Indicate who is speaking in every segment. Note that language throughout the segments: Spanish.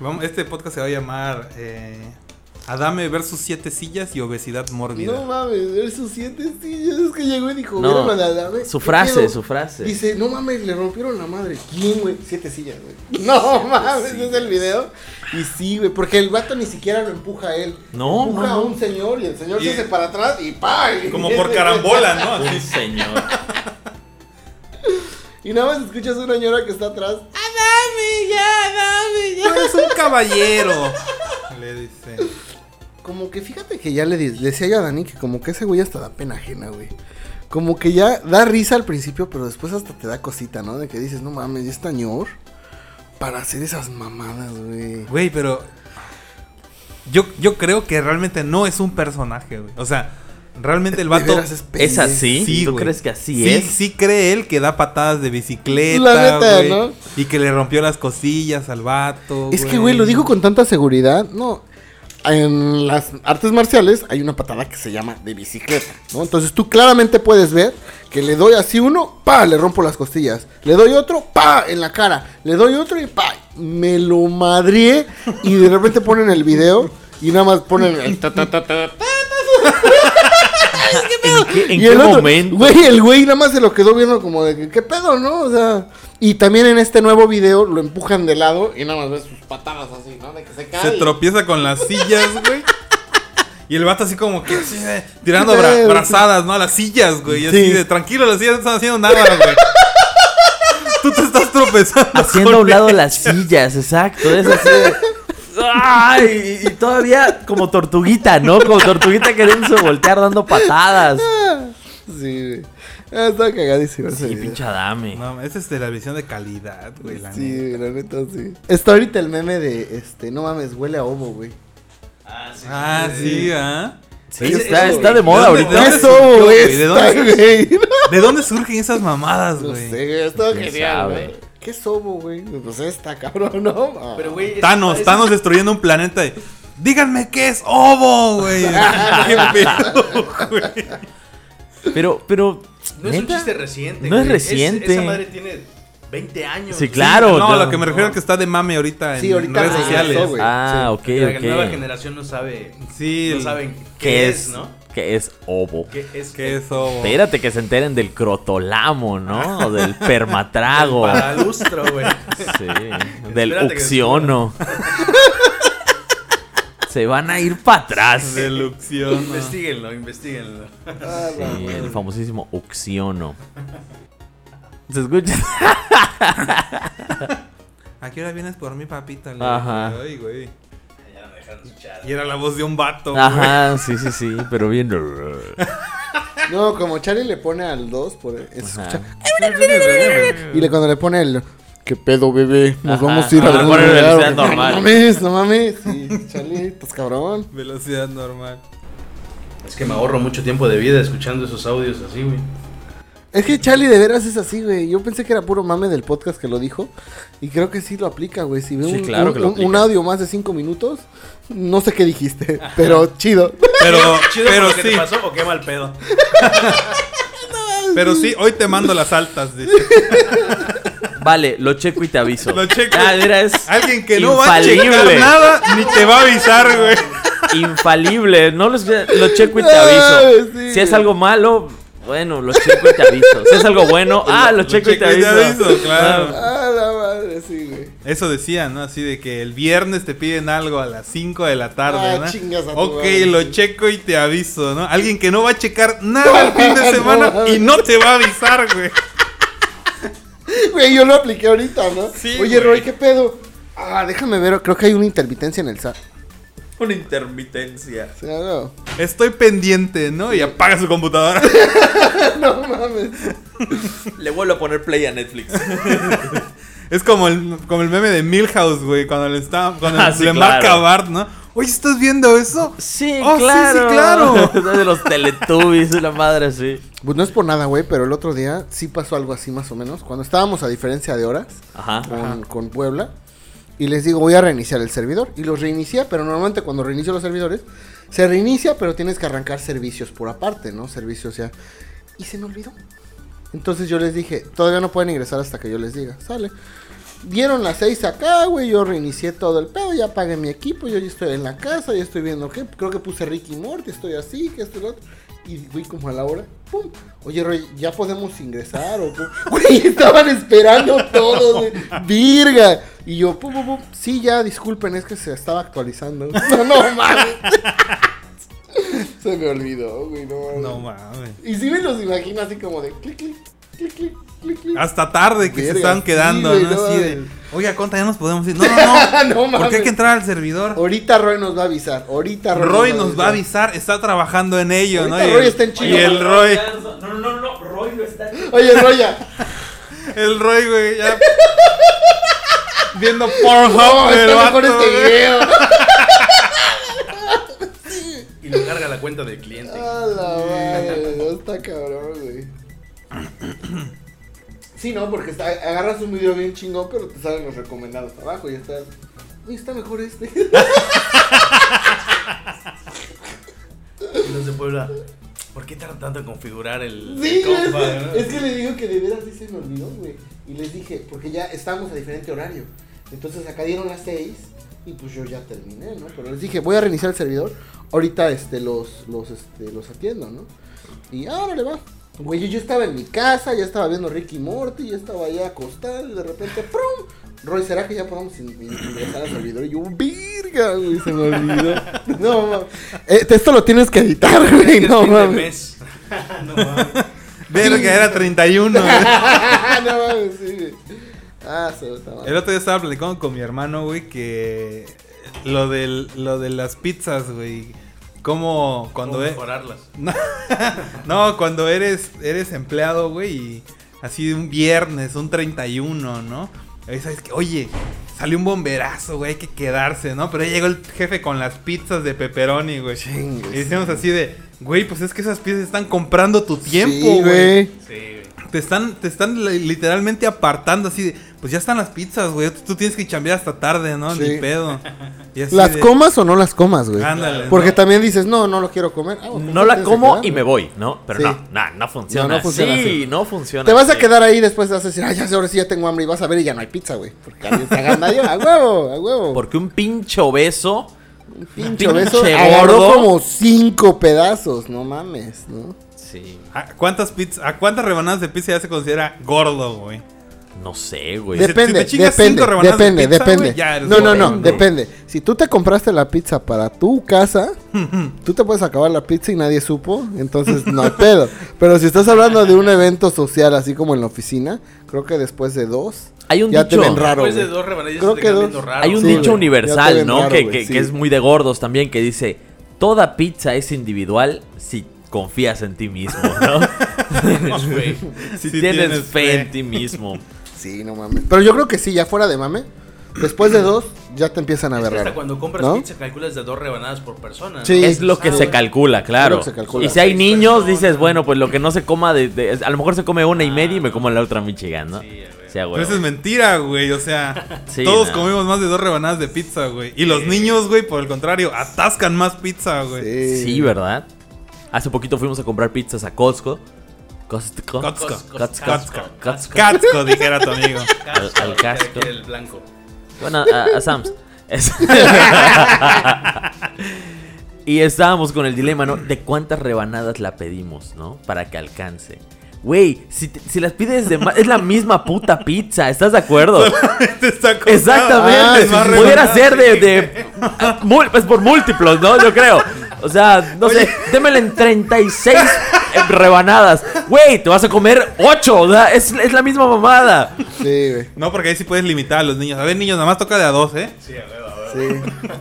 Speaker 1: Vamos, este podcast se va a llamar eh, Adame versus siete sillas y obesidad mórbida.
Speaker 2: No mames, versus siete sillas. Es que llegó y dijo,
Speaker 3: No,
Speaker 2: "Vieron a Adame,
Speaker 3: Su
Speaker 2: ¿qué
Speaker 3: frase,
Speaker 2: pedo?".
Speaker 3: su frase.
Speaker 2: Dice, no mames, le rompieron la madre. ¿Quién, güey? Siete sillas, güey. No mames, es el video. Y sí, güey, porque el vato ni siquiera lo empuja a él.
Speaker 3: No,
Speaker 2: Empuja
Speaker 3: no,
Speaker 2: a
Speaker 3: no.
Speaker 2: un señor y el señor
Speaker 1: Y-
Speaker 2: se hace para atrás y ¡pa! Y-
Speaker 1: Como por carambola, ¿no?
Speaker 3: Un
Speaker 1: Así.
Speaker 3: señor.
Speaker 2: Y nada más escuchas a una señora que está atrás.
Speaker 1: Adame, ya, Adame, ya. Eres un caballero. Le dice.
Speaker 2: Como que fíjate que ya le di- le decía yo a Dani que como que ese güey hasta da pena ajena, güey. Como que ya da risa al principio, pero después hasta te da cosita, ¿no? De que dices, no mames, ya está ñor para hacer esas mamadas, güey.
Speaker 1: Güey, pero. Yo, yo creo que realmente no es un personaje, güey. O sea, realmente el
Speaker 2: De
Speaker 1: vato.
Speaker 2: veras
Speaker 3: ¿Es
Speaker 2: pendejo.
Speaker 3: así? ¿Tú
Speaker 1: güey.
Speaker 3: crees que así
Speaker 1: Sí,
Speaker 3: es?
Speaker 1: sí cree él que da patadas de bicicleta,
Speaker 2: La neta,
Speaker 1: güey,
Speaker 2: ¿no?
Speaker 1: Y que le rompió las cosillas al vato,
Speaker 2: Es que, güey, lo dijo con tanta seguridad. No. En las artes marciales hay una patada que se llama de bicicleta, ¿no? Entonces tú claramente puedes ver que le doy así uno, pa, le rompo las costillas. Le doy otro, pa, en la cara. Le doy otro y pa, me lo madrié. Y de repente ponen el video y nada más ponen el ta, ta, ta, ta, ta.
Speaker 3: ¿En qué, en
Speaker 2: Y
Speaker 3: qué
Speaker 2: el otro,
Speaker 3: momento?
Speaker 2: Güey, el güey nada más se lo quedó viendo como de que, ¿qué pedo, no? O sea. Y también en este nuevo video lo empujan de lado y nada más ves sus patadas así, ¿no? De que se
Speaker 1: Se
Speaker 2: cae.
Speaker 1: tropieza con las sillas, güey. Y el vato así como que así, eh, tirando
Speaker 2: Sí,
Speaker 1: bra-
Speaker 2: güey.
Speaker 1: brazadas, ¿no? A las sillas, güey. Y así
Speaker 2: Sí.
Speaker 1: de tranquilo, las sillas no están haciendo nada, güey. Tú te estás tropezando.
Speaker 3: Haciendo a
Speaker 1: con
Speaker 3: un lado
Speaker 1: él.
Speaker 3: las sillas, exacto. Es así. de- Ay, y todavía como tortuguita, ¿no? Como tortuguita queriéndose voltear dando patadas.
Speaker 2: Sí, güey. Ah, estaba cagadísimo ese
Speaker 3: Sí,
Speaker 2: video.
Speaker 3: pinche dame.
Speaker 1: No, esa es de la visión de calidad, güey. La
Speaker 2: Sí,
Speaker 1: neta.
Speaker 2: güey, la neta, sí. Está ahorita el meme de, este, no mames, huele a ovo, güey.
Speaker 1: Ah, sí, ¿ah?
Speaker 3: está,
Speaker 2: eso,
Speaker 3: está
Speaker 2: güey.
Speaker 3: de moda
Speaker 1: ¿De
Speaker 3: ahorita.
Speaker 1: dónde-
Speaker 2: ¿Qué
Speaker 1: de
Speaker 2: es
Speaker 1: surgió,
Speaker 2: ovo, güey?
Speaker 1: güey? ¿De
Speaker 2: Está,
Speaker 1: dónde
Speaker 2: güey.
Speaker 1: ¿De dónde surgen esas mamadas,
Speaker 2: No
Speaker 1: güey?
Speaker 2: sé, güey, está
Speaker 3: ¿Quién
Speaker 2: genial,
Speaker 3: sabe?
Speaker 2: güey. ¿Qué es ovo, güey? Pues esta, cabrón, no, Ah. ma.
Speaker 4: Pero, güey. es-
Speaker 1: Thanos,
Speaker 4: es-
Speaker 1: Thanos destruyendo un planeta. y, Díganme qué es ovo, güey. Qué pedo, güey.
Speaker 3: Pero, pero.
Speaker 4: No es un
Speaker 3: ¿neta?
Speaker 4: chiste reciente.
Speaker 3: No es
Speaker 4: güey.
Speaker 3: reciente.
Speaker 4: esa madre tiene 20 años.
Speaker 3: Sí, claro.
Speaker 1: no,
Speaker 3: claro.
Speaker 1: lo que me refiero es que está de mame ahorita en
Speaker 2: Sí, ahorita
Speaker 1: redes
Speaker 2: regresó,
Speaker 1: sociales.
Speaker 2: güey.
Speaker 3: Ah, ok,
Speaker 4: La nueva
Speaker 3: ok.
Speaker 4: generación no sabe.
Speaker 1: Sí,
Speaker 4: No
Speaker 1: el-
Speaker 4: saben
Speaker 3: ¿Qué es?
Speaker 4: ¿no?
Speaker 3: ¿Qué es ovo?
Speaker 4: ¿Qué es?
Speaker 1: ¿Qué es ovo?
Speaker 3: Espérate que se enteren del crotolamo, ¿no? O del permatrago.
Speaker 4: Para lustro, güey.
Speaker 3: Sí, del
Speaker 4: Espérate que
Speaker 3: uxiono. Se van a ir para atrás.
Speaker 1: Deluxión.
Speaker 4: Investíguenlo, investíguenlo.
Speaker 2: Ah,
Speaker 3: Sí,
Speaker 2: la madre.
Speaker 3: el famosísimo uxiono. ¿Se escucha?
Speaker 1: ¿A qué hora vienes por mi papita? Le
Speaker 3: Ajá.
Speaker 1: dije, "Ay, güey".
Speaker 4: Ya me dejaron su chat.
Speaker 1: Y era la voz de un vato. güey.
Speaker 3: Ajá, sí, sí, sí, pero bien.
Speaker 2: No, como Charlie le pone al 2 por eso.
Speaker 3: Ajá.
Speaker 2: Y le, cuando le pone el ¿Qué pedo, bebé? Nos
Speaker 3: Ajá.
Speaker 2: vamos a ir
Speaker 3: Ah,
Speaker 2: a
Speaker 3: le
Speaker 2: algún
Speaker 3: pone
Speaker 2: lugar,
Speaker 3: velocidad
Speaker 2: güey. No
Speaker 3: normal.
Speaker 2: mames, no mames. Sí, Charlie, pues cabrón.
Speaker 1: Velocidad normal.
Speaker 4: Es que me ahorro mucho tiempo de vida escuchando esos audios así, güey.
Speaker 2: Es que Charlie de veras es así, güey. Yo pensé que era puro mame del podcast que lo dijo. Y creo que sí lo aplica, güey. Si veo
Speaker 3: Sí,
Speaker 2: un,
Speaker 3: claro
Speaker 2: un-
Speaker 3: que lo
Speaker 2: un-
Speaker 3: aplica.
Speaker 2: un audio más de cinco minutos, no sé qué dijiste, pero chido.
Speaker 1: Pero,
Speaker 4: Chido
Speaker 1: pero
Speaker 4: por lo que
Speaker 1: sí,
Speaker 4: te pasó o qué mal pedo.
Speaker 1: pero sí, hoy te mando las altas. dice.
Speaker 3: Vale, lo checo y te aviso.
Speaker 1: Lo checo.
Speaker 3: Ah, mira, es
Speaker 1: Alguien que no va a
Speaker 3: Infalible.
Speaker 1: checar nada ni te va a avisar, güey.
Speaker 3: infalible. No lo, lo checo y te
Speaker 2: Ay,
Speaker 3: aviso.
Speaker 2: sí.
Speaker 3: Si es algo malo, bueno, lo checo y te aviso. Si es algo bueno, ah, lo, checo, y te aviso.
Speaker 1: claro.
Speaker 2: Ah, la madre, sí, güey.
Speaker 1: Eso decían, ¿no? Así de que el viernes te piden algo a las 5 de la tarde,
Speaker 2: Ah,
Speaker 1: ¿no?
Speaker 2: chingas a tu
Speaker 1: ok,
Speaker 2: madre.
Speaker 1: lo checo y te aviso, ¿no? Alguien que no va a checar nada el fin de
Speaker 2: No,
Speaker 1: semana
Speaker 2: mames.
Speaker 1: y no te va a avisar, güey.
Speaker 2: Güey, yo lo apliqué ahorita, ¿no?
Speaker 1: Sí,
Speaker 2: Oye,
Speaker 1: güey.
Speaker 2: Roy, ¿qué pedo? Ah, déjame ver, creo que hay una intermitencia en el SAT.
Speaker 3: Una intermitencia.
Speaker 2: O sea, no.
Speaker 1: Estoy pendiente, ¿no? Y apaga su computadora.
Speaker 2: No mames.
Speaker 3: Le vuelvo a poner play a Netflix.
Speaker 1: Es como el, como el meme de Milhouse, güey, cuando le, está, cuando
Speaker 3: Ah, sí,
Speaker 1: le
Speaker 3: claro.
Speaker 1: marca a Bart, ¿no? Oye, ¿estás viendo eso?
Speaker 3: Sí,
Speaker 1: Oh, sí, sí,
Speaker 3: claro.
Speaker 1: claro.
Speaker 3: de los Teletubbies, una madre así.
Speaker 2: Pues no es por nada, güey, pero el otro día sí pasó algo así más o menos. Cuando estábamos a diferencia de horas,
Speaker 3: Ajá.
Speaker 2: con, con Puebla. Y les digo, voy a reiniciar el servidor. Y los reinicia, pero normalmente cuando reinicio los servidores, se reinicia, pero tienes que arrancar servicios por aparte, ¿no? Servicios ya. Y se me olvidó. Entonces yo les dije, todavía no pueden ingresar hasta que yo les diga. Sale. Dieron las seis acá, güey. Yo reinicié todo el pedo, ya pagué mi equipo. Yo ya estoy en la casa, ya estoy viendo qué. Creo que puse Ricky Morty, estoy así, que esto y lo otro. Y, güey, como a la hora, ¡pum! Oye, Roy, ¿ya podemos ingresar? O, qué? güey, estaban esperando todos, güey. ¡Virga! Y yo, pum, pum, pum. Sí, ya, disculpen, es que se estaba actualizando. No, no, mames. se me olvidó, güey, no mames.
Speaker 1: No mames.
Speaker 2: Y sí me los imagino así como de clic, clic, clic, clic, clic, clic.
Speaker 1: Hasta tarde que se
Speaker 2: Verga,
Speaker 1: estaban
Speaker 2: sí,
Speaker 1: quedando,
Speaker 2: güey,
Speaker 1: ¿no?
Speaker 2: no
Speaker 1: Así de,
Speaker 2: mames.
Speaker 1: oiga, conta, ya nos podemos ir. No, no, no.
Speaker 2: No
Speaker 1: Porque hay
Speaker 2: mames.
Speaker 1: que entrar al servidor.
Speaker 2: Ahorita Roy nos va a avisar. Ahorita Roy,
Speaker 1: Roy nos va a avisar, está trabajando en ello,
Speaker 2: Ahorita
Speaker 1: ¿no? Y
Speaker 2: Roy
Speaker 1: el-
Speaker 2: está en
Speaker 1: Y
Speaker 2: Chile.
Speaker 1: el Roy,
Speaker 3: No, no, no, no, Roy lo está.
Speaker 2: Oye, Roy, ya.
Speaker 1: el Roy, güey, ya. Viendo Pornhub,
Speaker 2: No,
Speaker 1: el
Speaker 2: está
Speaker 1: vato,
Speaker 2: mejor este
Speaker 1: güey.
Speaker 2: video.
Speaker 4: Y lo carga la cuenta del cliente.
Speaker 3: Ah.
Speaker 2: A la madre, no está cabrón, güey. Sí, no, porque está- agarras un video bien chingón, pero te salen los recomendados abajo y estás. Uy, está mejor este.
Speaker 4: Y no se puede hablar. ¿Por qué tardan tanto en configurar el,
Speaker 2: Sí,
Speaker 4: el
Speaker 2: güey, es,
Speaker 4: compa, no?
Speaker 2: que, es que le digo que de veras sí se me olvidó, güey. Y les dije, porque ya estábamos a diferente horario. Entonces acá dieron las 6 y pues yo ya terminé, ¿no? Pero les dije, voy a reiniciar el servidor. Ahorita este, los, los, este, los atiendo, ¿no? Y ahora le va. Güey, yo, yo estaba en mi casa, ya estaba viendo Ricky Morty, ya estaba ya acostado y de repente, ¡prum! Roy, ¿será que ya podemos in- in- ingresar al servidor? Y yo, ¡virga! Güey, se me olvidó. No, mames. Eh, esto lo tienes que editar, güey,
Speaker 4: Es
Speaker 2: no
Speaker 4: fin de
Speaker 2: mames.
Speaker 4: mes. no mames.
Speaker 1: Verga, era 31. güey.
Speaker 2: no mames, sí, güey. Ah, se está mal.
Speaker 1: El otro día estaba platicando con mi hermano, güey, que lo del lo de las pizzas, güey. Como cuando
Speaker 4: ¿Cómo
Speaker 1: e-
Speaker 4: mejorarlas.
Speaker 1: no, cuando eres eres empleado, güey, y así un viernes, un 31, ¿no? Ahí sabes que, oye, salió un bomberazo, güey, hay que quedarse, ¿no? Pero ahí llegó el jefe con las pizzas de pepperoni, güey.
Speaker 2: Chingues.
Speaker 1: Y decíamos así de, güey, pues es que esas pizzas están comprando tu tiempo,
Speaker 2: Sí,
Speaker 1: güey.
Speaker 4: Sí, güey.
Speaker 1: Te están, te están li- literalmente apartando así de, pues ya están las pizzas, güey. Tú, tú tienes que chambear hasta tarde, ¿no?
Speaker 2: Sí.
Speaker 1: Ni pedo. Y así
Speaker 2: ¿Las
Speaker 1: de-
Speaker 2: comas o no las comas, güey?
Speaker 1: Ándale,
Speaker 2: Porque
Speaker 1: ¿no?
Speaker 2: también dices, no, no lo quiero comer. Ah, bueno,
Speaker 3: No
Speaker 2: pues
Speaker 3: la
Speaker 2: tienes
Speaker 3: como
Speaker 2: que
Speaker 3: y me voy, ¿no? Pero
Speaker 2: Sí.
Speaker 3: no, no, no funciona.
Speaker 2: No, no funciona
Speaker 3: sí,
Speaker 2: así.
Speaker 3: no funciona.
Speaker 2: Te vas a
Speaker 3: Sí.
Speaker 2: quedar ahí después de decir, ay, ya sé, ahora sí ya tengo hambre y vas a ver y ya no hay pizza, güey. Porque alguien se aganda yo, a huevo, a huevo.
Speaker 3: Porque un pinche obeso.
Speaker 2: pinche
Speaker 3: pinche
Speaker 2: beso.
Speaker 3: gordo.
Speaker 2: Agarró como cinco pedazos, no mames, ¿no?
Speaker 3: Sí.
Speaker 1: ¿A cuántas, pizzas, ¿A cuántas rebanadas de pizza ya se considera gordo, güey?
Speaker 3: No sé, güey.
Speaker 1: si te
Speaker 2: Depende,
Speaker 1: chingas
Speaker 2: depende,
Speaker 1: cinco rebanadas de
Speaker 2: depende,
Speaker 1: pizza,
Speaker 2: depende.
Speaker 1: güey, ya eres
Speaker 2: no, no, no,
Speaker 1: gordo, güey.
Speaker 2: depende. Si tú te compraste la pizza para tu casa, tú te puedes acabar la pizza y nadie supo, entonces no hay pedo. Pero si estás hablando de un evento social así como en la oficina, creo que después de dos,
Speaker 3: Hay un
Speaker 2: ya
Speaker 3: dicho.
Speaker 2: te ven raro.
Speaker 4: Después de
Speaker 2: güey.
Speaker 4: dos rebanadillas
Speaker 2: Creo
Speaker 4: se te
Speaker 2: que
Speaker 4: quedan
Speaker 2: dos.
Speaker 4: viendo raro.
Speaker 3: Hay un
Speaker 2: Sí, güey,
Speaker 3: dicho
Speaker 2: ya te
Speaker 3: universal,
Speaker 2: ven
Speaker 3: ¿no?
Speaker 2: raro,
Speaker 3: que,
Speaker 2: güey,
Speaker 3: que-
Speaker 2: sí.
Speaker 3: que es muy de gordos también, que dice, toda pizza es individual si confías en ti mismo, ¿no?
Speaker 4: No, güey.
Speaker 3: si,
Speaker 1: Si
Speaker 3: tienes,
Speaker 1: tienes
Speaker 3: fe,
Speaker 1: fe.
Speaker 3: en ti mismo.
Speaker 2: Sí, no mames. Pero yo creo que sí, ya fuera de mame, después de dos, ya te empiezan a
Speaker 4: Es
Speaker 2: ver
Speaker 4: que hasta
Speaker 2: raro.
Speaker 4: cuando compras
Speaker 2: ¿no?
Speaker 4: pizza calculas de dos rebanadas por persona.
Speaker 2: Sí.
Speaker 4: ¿no?
Speaker 3: es lo que
Speaker 4: Ah,
Speaker 3: se
Speaker 4: güey.
Speaker 3: calcula, claro.
Speaker 2: que se calcula.
Speaker 3: Y si hay
Speaker 4: Seis
Speaker 3: niños,
Speaker 4: personas.
Speaker 3: dices, bueno, pues lo que no se coma, de, de- a lo mejor se come una y media y me como la otra Michigan, ¿no?
Speaker 4: Sí, a ver.
Speaker 3: Sí, a huevo.
Speaker 1: Pero eso es mentira, güey. O sea,
Speaker 3: Sí,
Speaker 1: todos
Speaker 3: no.
Speaker 1: comimos más de dos rebanadas de pizza, güey. Y los
Speaker 4: Sí.
Speaker 1: niños, güey, por el contrario, atascan más pizza, güey.
Speaker 2: eh,
Speaker 3: Sí, ¿verdad? Hace poquito fuimos a comprar pizzas a Costco. Costco.
Speaker 1: Costco.
Speaker 3: Costco.
Speaker 1: Costco.
Speaker 3: Costco.
Speaker 1: Cazco, dijera tu amigo.
Speaker 4: Casco,
Speaker 3: Al- al
Speaker 4: lo que
Speaker 3: casco.
Speaker 4: quiere El blanco.
Speaker 3: Bueno, a, a Sam's. Es- y estábamos con el dilema, ¿no? De cuántas rebanadas la pedimos, ¿no? Para que alcance. Güey, si, te- si las pides de más, es la misma puta pizza, ¿estás de acuerdo?
Speaker 1: Te está contando.
Speaker 2: Ah,
Speaker 3: Exactamente.
Speaker 2: es más
Speaker 3: Pudiera
Speaker 1: rebanadas,
Speaker 3: ser de,
Speaker 1: sí.
Speaker 3: de mul- pues por múltiplos, ¿no? Yo creo. O sea, no sé, démela en 36 eh, rebanadas. Güey, te vas a comer 8, o sea, es, es la misma mamada.
Speaker 2: Sí, güey.
Speaker 1: No, porque ahí sí puedes limitar a los niños. A ver, niños, nada más toca de a dos, ¿eh?
Speaker 4: Sí, a ver, a ver.
Speaker 2: Sí.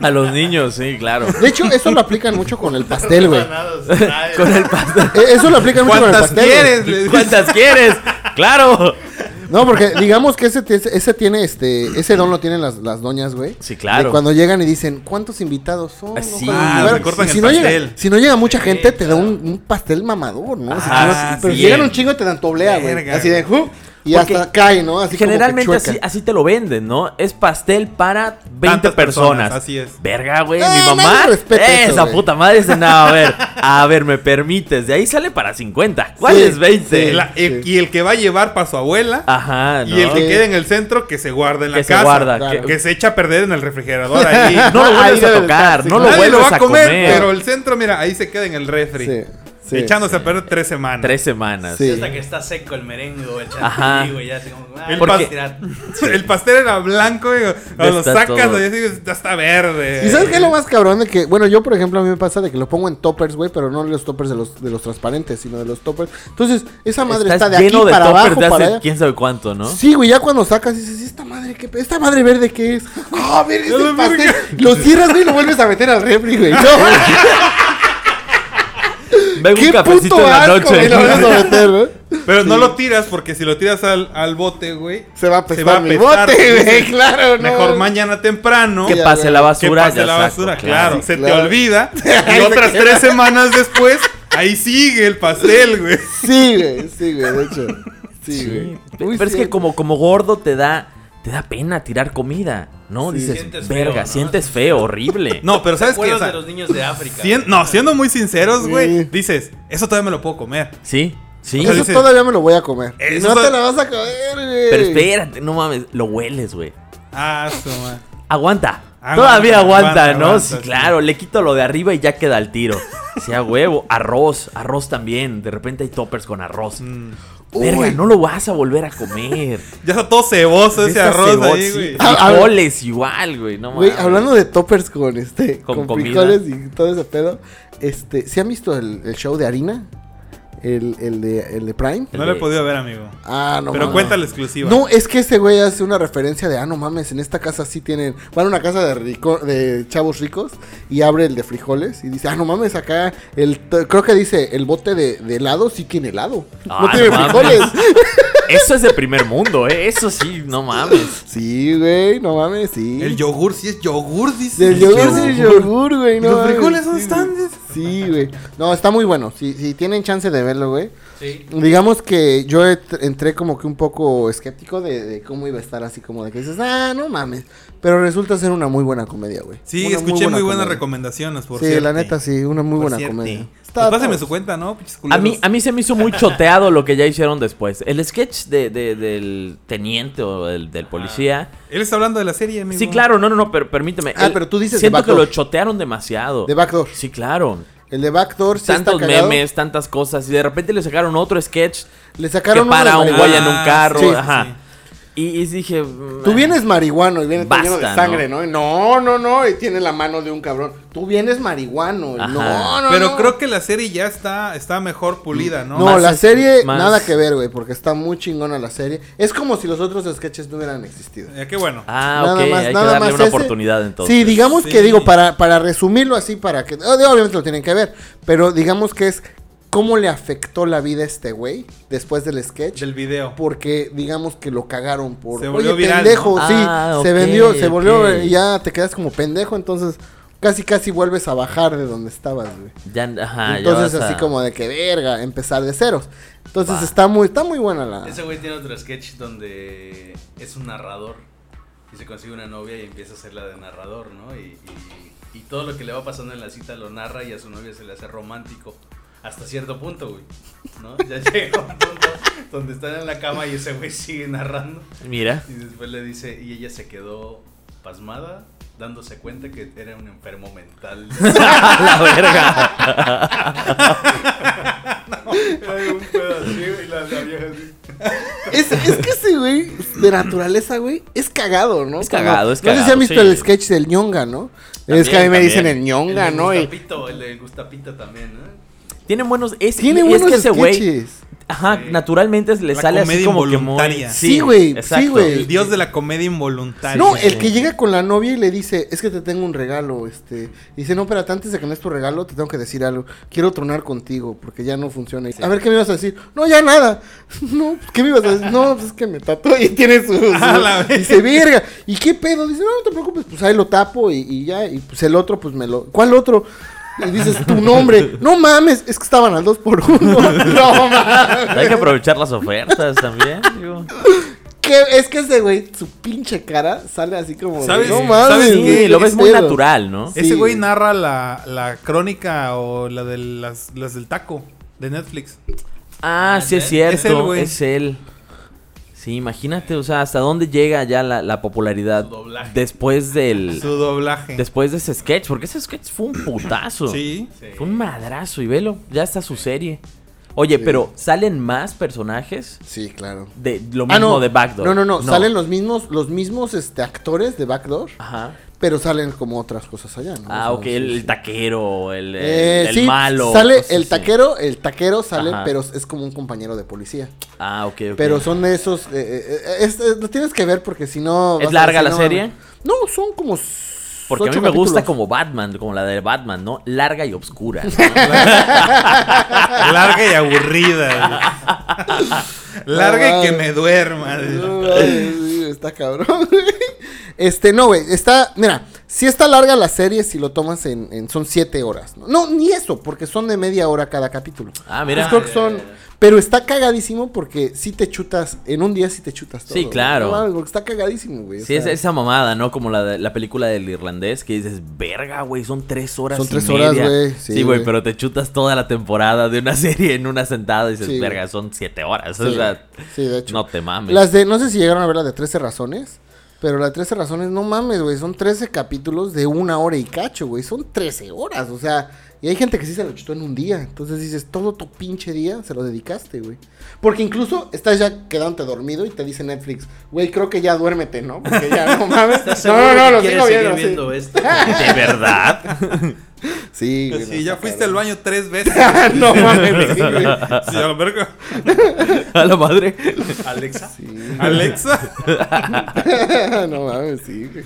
Speaker 3: A los niños, sí, claro.
Speaker 2: De hecho, eso lo aplican mucho con el pastel, güey.
Speaker 3: Con el pastel.
Speaker 2: Eh, Eso lo aplican mucho con el
Speaker 1: ¿Cuántas
Speaker 2: pastel. güey.
Speaker 1: quieres? Le dices.
Speaker 3: ¿Cuántas quieres? ¡Claro!
Speaker 2: No, porque digamos que ese, ese ese tiene, este, ese don lo tienen las, las doñas, güey.
Speaker 3: Sí, claro.
Speaker 2: De cuando llegan y dicen, ¿cuántos invitados son?
Speaker 3: Ah, sí.
Speaker 2: ¿Cuántos
Speaker 3: Ah,
Speaker 2: llegaron?"
Speaker 1: recortan
Speaker 2: Y
Speaker 1: el
Speaker 2: si, no llega,
Speaker 1: pastel.
Speaker 2: si no llega mucha gente, te da un, un pastel mamador, ¿no? Si
Speaker 3: Ajá,
Speaker 2: no- pero si
Speaker 3: bien.
Speaker 2: llegan un chingo, te dan toblea, güey.
Speaker 1: Verga,
Speaker 2: Así de,
Speaker 1: güey.
Speaker 2: "Ju". Y
Speaker 3: Porque
Speaker 2: hasta cae, ¿no? Así como que
Speaker 3: Generalmente
Speaker 2: chueca.
Speaker 3: así, así te lo venden, ¿no? Es pastel para 20
Speaker 1: Tantas
Speaker 3: personas.
Speaker 1: personas, así es.
Speaker 3: Verga, güey,
Speaker 2: No,
Speaker 3: mi mamá.
Speaker 2: Eh,
Speaker 3: eh,
Speaker 2: nadie respeta eso,
Speaker 3: esa
Speaker 2: güey.
Speaker 3: puta madre dice, no, a ver, a ver, me permites. De ahí sale para 50. ¿Cuál
Speaker 2: Sí,
Speaker 3: es 20?
Speaker 2: sí,
Speaker 1: Este, La- el- y el que va a llevar para su abuela.
Speaker 3: Ajá, Ah, ¿no?
Speaker 1: Y el que
Speaker 2: Sí.
Speaker 1: queda en el centro, que se guarda en la
Speaker 3: Que se
Speaker 1: casa.
Speaker 3: guarda,
Speaker 1: Que,
Speaker 2: que-
Speaker 1: que se echa a perder en el refrigerador ahí.
Speaker 3: No lo
Speaker 2: Ahí
Speaker 3: vuelves
Speaker 2: debe
Speaker 3: a
Speaker 2: de
Speaker 3: tocar,
Speaker 2: estar, sí,
Speaker 3: no lo
Speaker 2: claro.
Speaker 1: Nadie lo
Speaker 3: vuelves
Speaker 1: va
Speaker 3: a
Speaker 1: a comer,
Speaker 3: comer.
Speaker 1: pero el centro, mira, ahí se queda en el refri.
Speaker 2: Sí, sí.
Speaker 1: echándose a perder tres semanas.
Speaker 3: Tres semanas.
Speaker 2: Sí.
Speaker 4: Hasta que está seco el merengue o el
Speaker 3: Ajá.
Speaker 4: chantilly, güey. Ya así como. ah,
Speaker 1: El
Speaker 4: voy a
Speaker 1: pas-
Speaker 4: tirar.
Speaker 1: El pastel era blanco, digo, cuando lo
Speaker 3: está
Speaker 1: sacas,
Speaker 3: todo.
Speaker 1: lo dices, ya está verde.
Speaker 2: ¿Y sabes qué es lo más cabrón? De que, bueno, yo por ejemplo a mí me pasa de que lo pongo en toppers, güey, pero no los toppers de los, de los transparentes, sino de los toppers. Entonces, esa madre
Speaker 3: Estás
Speaker 2: está de aquí
Speaker 3: lleno de
Speaker 2: para
Speaker 3: toppers
Speaker 2: abajo,
Speaker 3: de
Speaker 2: para
Speaker 3: hace
Speaker 2: allá.
Speaker 3: quién sabe cuánto, ¿no?
Speaker 2: Sí, güey, ya cuando sacas dices, ¿esta madre qué? pe- ¿Esta madre verde qué es? ¡Ah, verga,
Speaker 1: Ya
Speaker 2: ese
Speaker 1: la verga.
Speaker 2: pastel! Lo cierras, güey, y lo vuelves a meter al refri, güey. No,
Speaker 3: Vengo un
Speaker 2: ¡Qué
Speaker 3: cafecito
Speaker 2: puto
Speaker 3: en la
Speaker 2: asco! güey,
Speaker 3: noche.
Speaker 2: lo vuelves a meter, ¿no?
Speaker 1: Pero no lo tiras porque si lo tiras al, al bote, güey.
Speaker 2: Se va a
Speaker 1: se
Speaker 2: apestar
Speaker 1: va a
Speaker 2: mi
Speaker 1: apestar,
Speaker 2: bote, güey,
Speaker 1: dices,
Speaker 2: claro, no.
Speaker 1: Mejor mañana temprano.
Speaker 3: Que
Speaker 2: Ya,
Speaker 3: pase
Speaker 2: güey.
Speaker 3: la
Speaker 1: que
Speaker 3: basura.
Speaker 1: pase
Speaker 3: ya
Speaker 1: la
Speaker 3: saco,
Speaker 1: basura, claro.
Speaker 2: Sí,
Speaker 1: Se
Speaker 2: claro.
Speaker 1: te olvida.
Speaker 2: Ahí
Speaker 1: Y
Speaker 2: se
Speaker 1: otras
Speaker 2: queda.
Speaker 1: tres semanas después, ahí sigue el pastel, güey.
Speaker 2: Sí, güey, sí, güey, de hecho. Sí,
Speaker 3: Sí,
Speaker 2: güey.
Speaker 3: Pero
Speaker 2: Muy
Speaker 3: es que
Speaker 2: cierto.
Speaker 3: como, como gordo te da, te da pena tirar comida, ¿no?
Speaker 2: Sí.
Speaker 3: Dices,
Speaker 4: Sientes feo,
Speaker 3: verga,
Speaker 4: ¿no?
Speaker 3: sientes feo, horrible.
Speaker 1: No, pero ¿sabes qué?
Speaker 4: Recuerdos
Speaker 1: O sea,
Speaker 4: de los niños de África.
Speaker 1: sien-
Speaker 4: güey.
Speaker 1: no, siendo muy sinceros, güey,
Speaker 2: Sí.
Speaker 1: dices, eso todavía me lo puedo comer.
Speaker 3: Sí, sí.
Speaker 1: O sea,
Speaker 2: Eso
Speaker 1: dice-
Speaker 2: todavía me lo voy a comer.
Speaker 1: Eso
Speaker 2: No
Speaker 1: está-
Speaker 2: te la vas a comer, güey.
Speaker 3: pero espérate, no mames, lo hueles, güey.
Speaker 1: Ah, su madre.
Speaker 3: Aguanta.
Speaker 1: Aguanta,
Speaker 3: Todavía aguanta,
Speaker 1: aguanta,
Speaker 3: ¿no?
Speaker 1: aguanta,
Speaker 3: sí,
Speaker 1: sí.
Speaker 3: claro, le quito lo de arriba y ya queda el tiro. Sea huevo, arroz, arroz también. De repente hay toppers con arroz.
Speaker 1: Mm.
Speaker 3: Verga,
Speaker 2: Uy.
Speaker 3: no lo vas a volver a comer.
Speaker 1: Ya está todo ceboso ese
Speaker 3: Esas
Speaker 1: arroz
Speaker 3: cebot-
Speaker 1: ahí,
Speaker 3: sí,
Speaker 1: güey.
Speaker 2: Ah, ah,
Speaker 3: Frijoles igual, güey. No
Speaker 2: Güey,
Speaker 3: mames.
Speaker 2: hablando de toppers con este,
Speaker 3: Con
Speaker 2: con,
Speaker 3: comida.
Speaker 2: frijoles y todo ese pedo, este, ¿sí han visto el, el show de harina? El, el de, el de Prime.
Speaker 1: No lo he podido ver, amigo.
Speaker 2: Ah, no.
Speaker 1: Pero
Speaker 2: mames.
Speaker 1: cuéntale exclusiva.
Speaker 2: No, es que este güey hace una referencia de, ah, no mames, en esta casa sí tienen, van a una casa de rico- de chavos ricos y abre el de frijoles y dice, ah, no mames, acá, el, t- creo que dice, el bote de, de helado sí tiene helado,
Speaker 3: Ah,
Speaker 2: no tiene
Speaker 3: no mames.
Speaker 2: frijoles.
Speaker 3: Eso es de primer mundo, ¿eh? Eso sí, no mames.
Speaker 2: Sí, güey, no mames, sí.
Speaker 1: El yogur, sí es yogur, dice.
Speaker 2: Del yogur, sí,
Speaker 3: yogur.
Speaker 2: yogur, güey,
Speaker 1: ¿Y
Speaker 2: no
Speaker 1: los
Speaker 2: mames.
Speaker 1: frijoles dónde
Speaker 2: Sí,
Speaker 1: están?
Speaker 2: güey. Sí, güey. No, está muy bueno. Si, si tienen chance de verlo, güey.
Speaker 4: Sí.
Speaker 2: Digamos que yo et- entré como que un poco escéptico de, de cómo iba a estar así como de que dices, ah, no mames. Pero resulta ser una muy buena comedia, güey.
Speaker 1: Sí,
Speaker 2: Una
Speaker 1: escuché muy, buenas
Speaker 2: comedia.
Speaker 1: recomendaciones, por
Speaker 2: Sí,
Speaker 1: cierto.
Speaker 2: la neta, sí, una muy
Speaker 1: Por
Speaker 2: buena
Speaker 1: cierto.
Speaker 2: comedia.
Speaker 1: Pues
Speaker 2: Está-
Speaker 1: páseme su cuenta, ¿no? Pinches
Speaker 3: A
Speaker 1: culeros.
Speaker 3: mí, a mí se me hizo muy choteado lo que ya hicieron después. El sketch de, de- del teniente o del, del policía.
Speaker 1: Él está hablando de la serie, amigo.
Speaker 3: Sí, claro, no, no, no, pero permíteme.
Speaker 2: Ah,
Speaker 3: El-
Speaker 2: pero tú dices de
Speaker 3: Siento que lo
Speaker 2: Backdoor.
Speaker 3: chotearon demasiado.
Speaker 2: De Backdoor.
Speaker 3: Sí, claro.
Speaker 2: El de Backdoor sí
Speaker 3: Tantos
Speaker 2: está cagado.
Speaker 3: memes, tantas cosas. Y de repente le sacaron otro sketch
Speaker 2: Le sacaron
Speaker 3: que
Speaker 2: uno de
Speaker 3: para un güey en
Speaker 2: marihuana.
Speaker 3: un carro.
Speaker 2: sí, sí,
Speaker 3: ajá.
Speaker 1: sí.
Speaker 3: Y, y dije. mm,
Speaker 2: Tú vienes marihuano y vienes todo lleno
Speaker 3: Basta,
Speaker 2: de sangre, ¿no? Y No, no, no, y tiene la mano de un cabrón. Tú vienes marihuano. y
Speaker 3: Ajá.
Speaker 2: No, no,
Speaker 1: Pero
Speaker 2: no.
Speaker 1: creo que la serie ya está, está mejor pulida, ¿no?
Speaker 2: No,
Speaker 3: Más
Speaker 2: la
Speaker 3: es-
Speaker 2: serie,
Speaker 3: más-
Speaker 2: nada que ver, güey, porque está muy chingona la serie. Es como si los otros sketches no hubieran existido.
Speaker 1: Eh, qué bueno.
Speaker 3: Ah, ok. Hay que darle una
Speaker 2: ese.
Speaker 3: oportunidad entonces.
Speaker 2: Sí, digamos
Speaker 1: Sí.
Speaker 2: que digo, para, para resumirlo así, para que. oh, digo, Obviamente lo tienen que ver, pero digamos que es cómo le afectó la vida a este güey después del sketch.
Speaker 1: Del video.
Speaker 2: Porque digamos que lo cagaron por.
Speaker 1: Se volvió
Speaker 2: Oye,
Speaker 1: viral,
Speaker 2: pendejo,
Speaker 3: ¿no?
Speaker 2: sí.
Speaker 3: Ah,
Speaker 2: se
Speaker 3: ok,
Speaker 2: vendió, se volvió
Speaker 3: ok.
Speaker 2: eh, y ya te quedas como pendejo, entonces casi, casi vuelves a bajar de donde estabas, güey.
Speaker 3: Ya, ajá, Ah, ya
Speaker 2: Entonces
Speaker 3: vas a-
Speaker 2: así como de que verga, empezar de ceros. Entonces
Speaker 3: Va.
Speaker 2: está muy, está muy buena la.
Speaker 4: Ese güey tiene otro sketch donde es un narrador y se consigue una novia y empieza a hacer la de narrador, ¿no? Y, y- y todo lo que le va pasando en la cita lo narra y a su novia se le hace romántico. Hasta cierto punto, güey. ¿No? Ya llega un punto donde están en la cama y ese güey sigue narrando.
Speaker 3: Mira.
Speaker 4: Y después le dice, y ella se quedó pasmada, dándose cuenta que era un enfermo mental.
Speaker 3: la verga.
Speaker 4: Era un pedo así, güey, y la, la vieja así.
Speaker 2: Es, es que ese güey, de naturaleza, güey, es cagado, ¿no?
Speaker 3: Es cagado, es
Speaker 2: No sé si
Speaker 3: cagado,
Speaker 2: han visto
Speaker 3: sí.
Speaker 2: el sketch del ñonga, ¿no? es que a mí
Speaker 3: También,
Speaker 2: me dicen
Speaker 3: también.
Speaker 2: el ñonga,
Speaker 4: el de
Speaker 2: ¿no? Y
Speaker 4: Gustapito, el de Gustapito también, ¿no?
Speaker 3: Tiene buenos. Es,
Speaker 2: tiene
Speaker 3: y es
Speaker 2: buenos
Speaker 3: que ese güey.
Speaker 2: sketches.
Speaker 3: Ajá,
Speaker 4: Sí.
Speaker 3: naturalmente le
Speaker 1: La
Speaker 3: sale así
Speaker 1: comedia
Speaker 3: como que muy.
Speaker 1: involuntaria.
Speaker 2: Sí, güey, sí,
Speaker 3: exacto.
Speaker 2: güey.
Speaker 1: El dios de la comedia involuntaria.
Speaker 2: No,
Speaker 3: sí,
Speaker 2: el
Speaker 3: sí.
Speaker 2: que llega con la novia y le dice, es que te tengo un regalo, este. Y dice, no, pero antes de que me des tu regalo, te tengo que decir algo. Quiero tronar contigo, porque ya no funciona. Y, A ver, ¿qué me ibas a decir? No, ya nada. No, pues, ¿qué me ibas a decir? No, pues es que me tatué y tiene su... su-
Speaker 1: A la vez.
Speaker 2: dice, verga. ¿Y qué pedo? Dice, no, no te preocupes, pues ahí lo tapo y, y ya. Y pues el otro, pues me lo... ¿Cuál otro? Y dices tu nombre. No mames, es que estaban al 2 por 1 No mames.
Speaker 3: Hay que aprovechar las ofertas también. digo.
Speaker 2: Que- es que ese güey, su pinche cara sale así como. de,
Speaker 1: ¿Sabes?
Speaker 2: No mames.
Speaker 1: ¿Sabes
Speaker 2: güey,
Speaker 3: Sí, lo
Speaker 2: qué
Speaker 3: ves muy
Speaker 2: pedo".
Speaker 3: natural, ¿no?
Speaker 2: Sí,
Speaker 1: Ese güey
Speaker 2: güey.
Speaker 1: narra la, la crónica o la de las, las del taco de Netflix.
Speaker 3: Ah, sí es
Speaker 4: Es
Speaker 3: cierto. Es
Speaker 1: él,
Speaker 3: él,
Speaker 1: güey.
Speaker 3: Sí, imagínate, o sea, hasta dónde llega ya la, la popularidad
Speaker 4: Su doblaje.
Speaker 3: después del...
Speaker 1: Su doblaje.
Speaker 3: Después de ese sketch, porque ese sketch fue un putazo.
Speaker 1: Sí.
Speaker 4: Sí.
Speaker 3: Fue un madrazo, y velo, ya está su serie. Oye, pero ¿salen más personajes
Speaker 2: Sí, claro.
Speaker 3: de lo mismo
Speaker 2: Ah, no.
Speaker 3: de Backdoor?
Speaker 2: No, no, no. Salen los mismos, los mismos este, actores de Backdoor,
Speaker 3: Ajá.
Speaker 2: pero salen como otras cosas allá, ¿no? O sea,
Speaker 3: Ah, ok,
Speaker 2: sí,
Speaker 3: el, el
Speaker 2: sí.
Speaker 3: taquero, el, el-
Speaker 2: Eh,
Speaker 3: el
Speaker 2: sí,
Speaker 3: malo.
Speaker 2: Sale
Speaker 3: cosas
Speaker 2: el
Speaker 3: así.
Speaker 2: taquero, el taquero sale,
Speaker 3: Ajá.
Speaker 2: pero es como un compañero de policía.
Speaker 3: Ah, ok, ok.
Speaker 2: Pero son de esos. eh, eh, eh, es- eh, lo tienes que ver porque si no.
Speaker 3: ¿Es
Speaker 2: vas a
Speaker 3: larga la
Speaker 2: "No,
Speaker 3: serie?
Speaker 2: mames". No, son como. s-
Speaker 3: Porque a mí
Speaker 2: ocho
Speaker 3: me gusta
Speaker 2: capítulos.
Speaker 3: como Batman, como la de Batman, ¿no? Larga y obscura. ¿no?
Speaker 1: Larga y aburrida. güey. Larga y que me duerma. güey.
Speaker 2: No, ay, sí, Está cabrón, güey. Este, no, güey. Está. Mira, si está larga la serie si lo tomas en. en- son siete horas. ¿no? No, ni eso, porque son de media hora cada capítulo.
Speaker 3: Ah,
Speaker 2: Pues
Speaker 3: mira.
Speaker 2: creo que son. Pero está cagadísimo porque si te chutas. En un día sí te chutas todo.
Speaker 3: Sí,
Speaker 2: güey.
Speaker 3: claro.
Speaker 2: No mames, porque está cagadísimo, güey. o
Speaker 3: Sí, es
Speaker 2: sea.
Speaker 3: esa mamada, ¿no? Como la, de- la película del irlandés que dices, verga, güey, son tres horas.
Speaker 2: Son
Speaker 3: y
Speaker 2: tres horas,
Speaker 3: media".
Speaker 2: güey, sí,
Speaker 3: Sí, güey,
Speaker 2: güey.
Speaker 3: pero te chutas toda la temporada de una serie en una sentada y dices,
Speaker 2: Sí,
Speaker 3: verga,
Speaker 2: güey.
Speaker 3: son siete horas.
Speaker 2: Sí,
Speaker 3: o sea,
Speaker 2: sí, de hecho.
Speaker 3: no te mames.
Speaker 2: Las de, no sé si llegaron a ver la de 13 razones, pero la de 13 razones, no mames, güey, son 13 capítulos de una hora y cacho, güey, son 13 horas, o sea, y hay gente que sí se lo chutó en un día, entonces dices, todo tu pinche día se lo dedicaste, güey. Porque incluso estás ya quedándote dormido y te dice Netflix, güey, creo que ya duérmete, ¿no? Porque ya, no mames,
Speaker 4: ¿Estás
Speaker 2: no,
Speaker 4: seguro
Speaker 2: no, no, lo
Speaker 4: que quieres
Speaker 2: sigo
Speaker 4: seguir
Speaker 2: viendo,
Speaker 4: viendo
Speaker 2: sí.
Speaker 4: esto?
Speaker 3: De verdad.
Speaker 2: Sí, güey,
Speaker 1: Sí,
Speaker 2: no,
Speaker 1: ya
Speaker 2: está
Speaker 1: fuiste al
Speaker 2: cabrón.
Speaker 1: baño tres veces.
Speaker 2: no mames, sí, güey.
Speaker 1: Sí, a la verga.
Speaker 3: A la madre.
Speaker 4: Alexa.
Speaker 2: Sí.
Speaker 1: Alexa.
Speaker 2: no mames, sí, güey.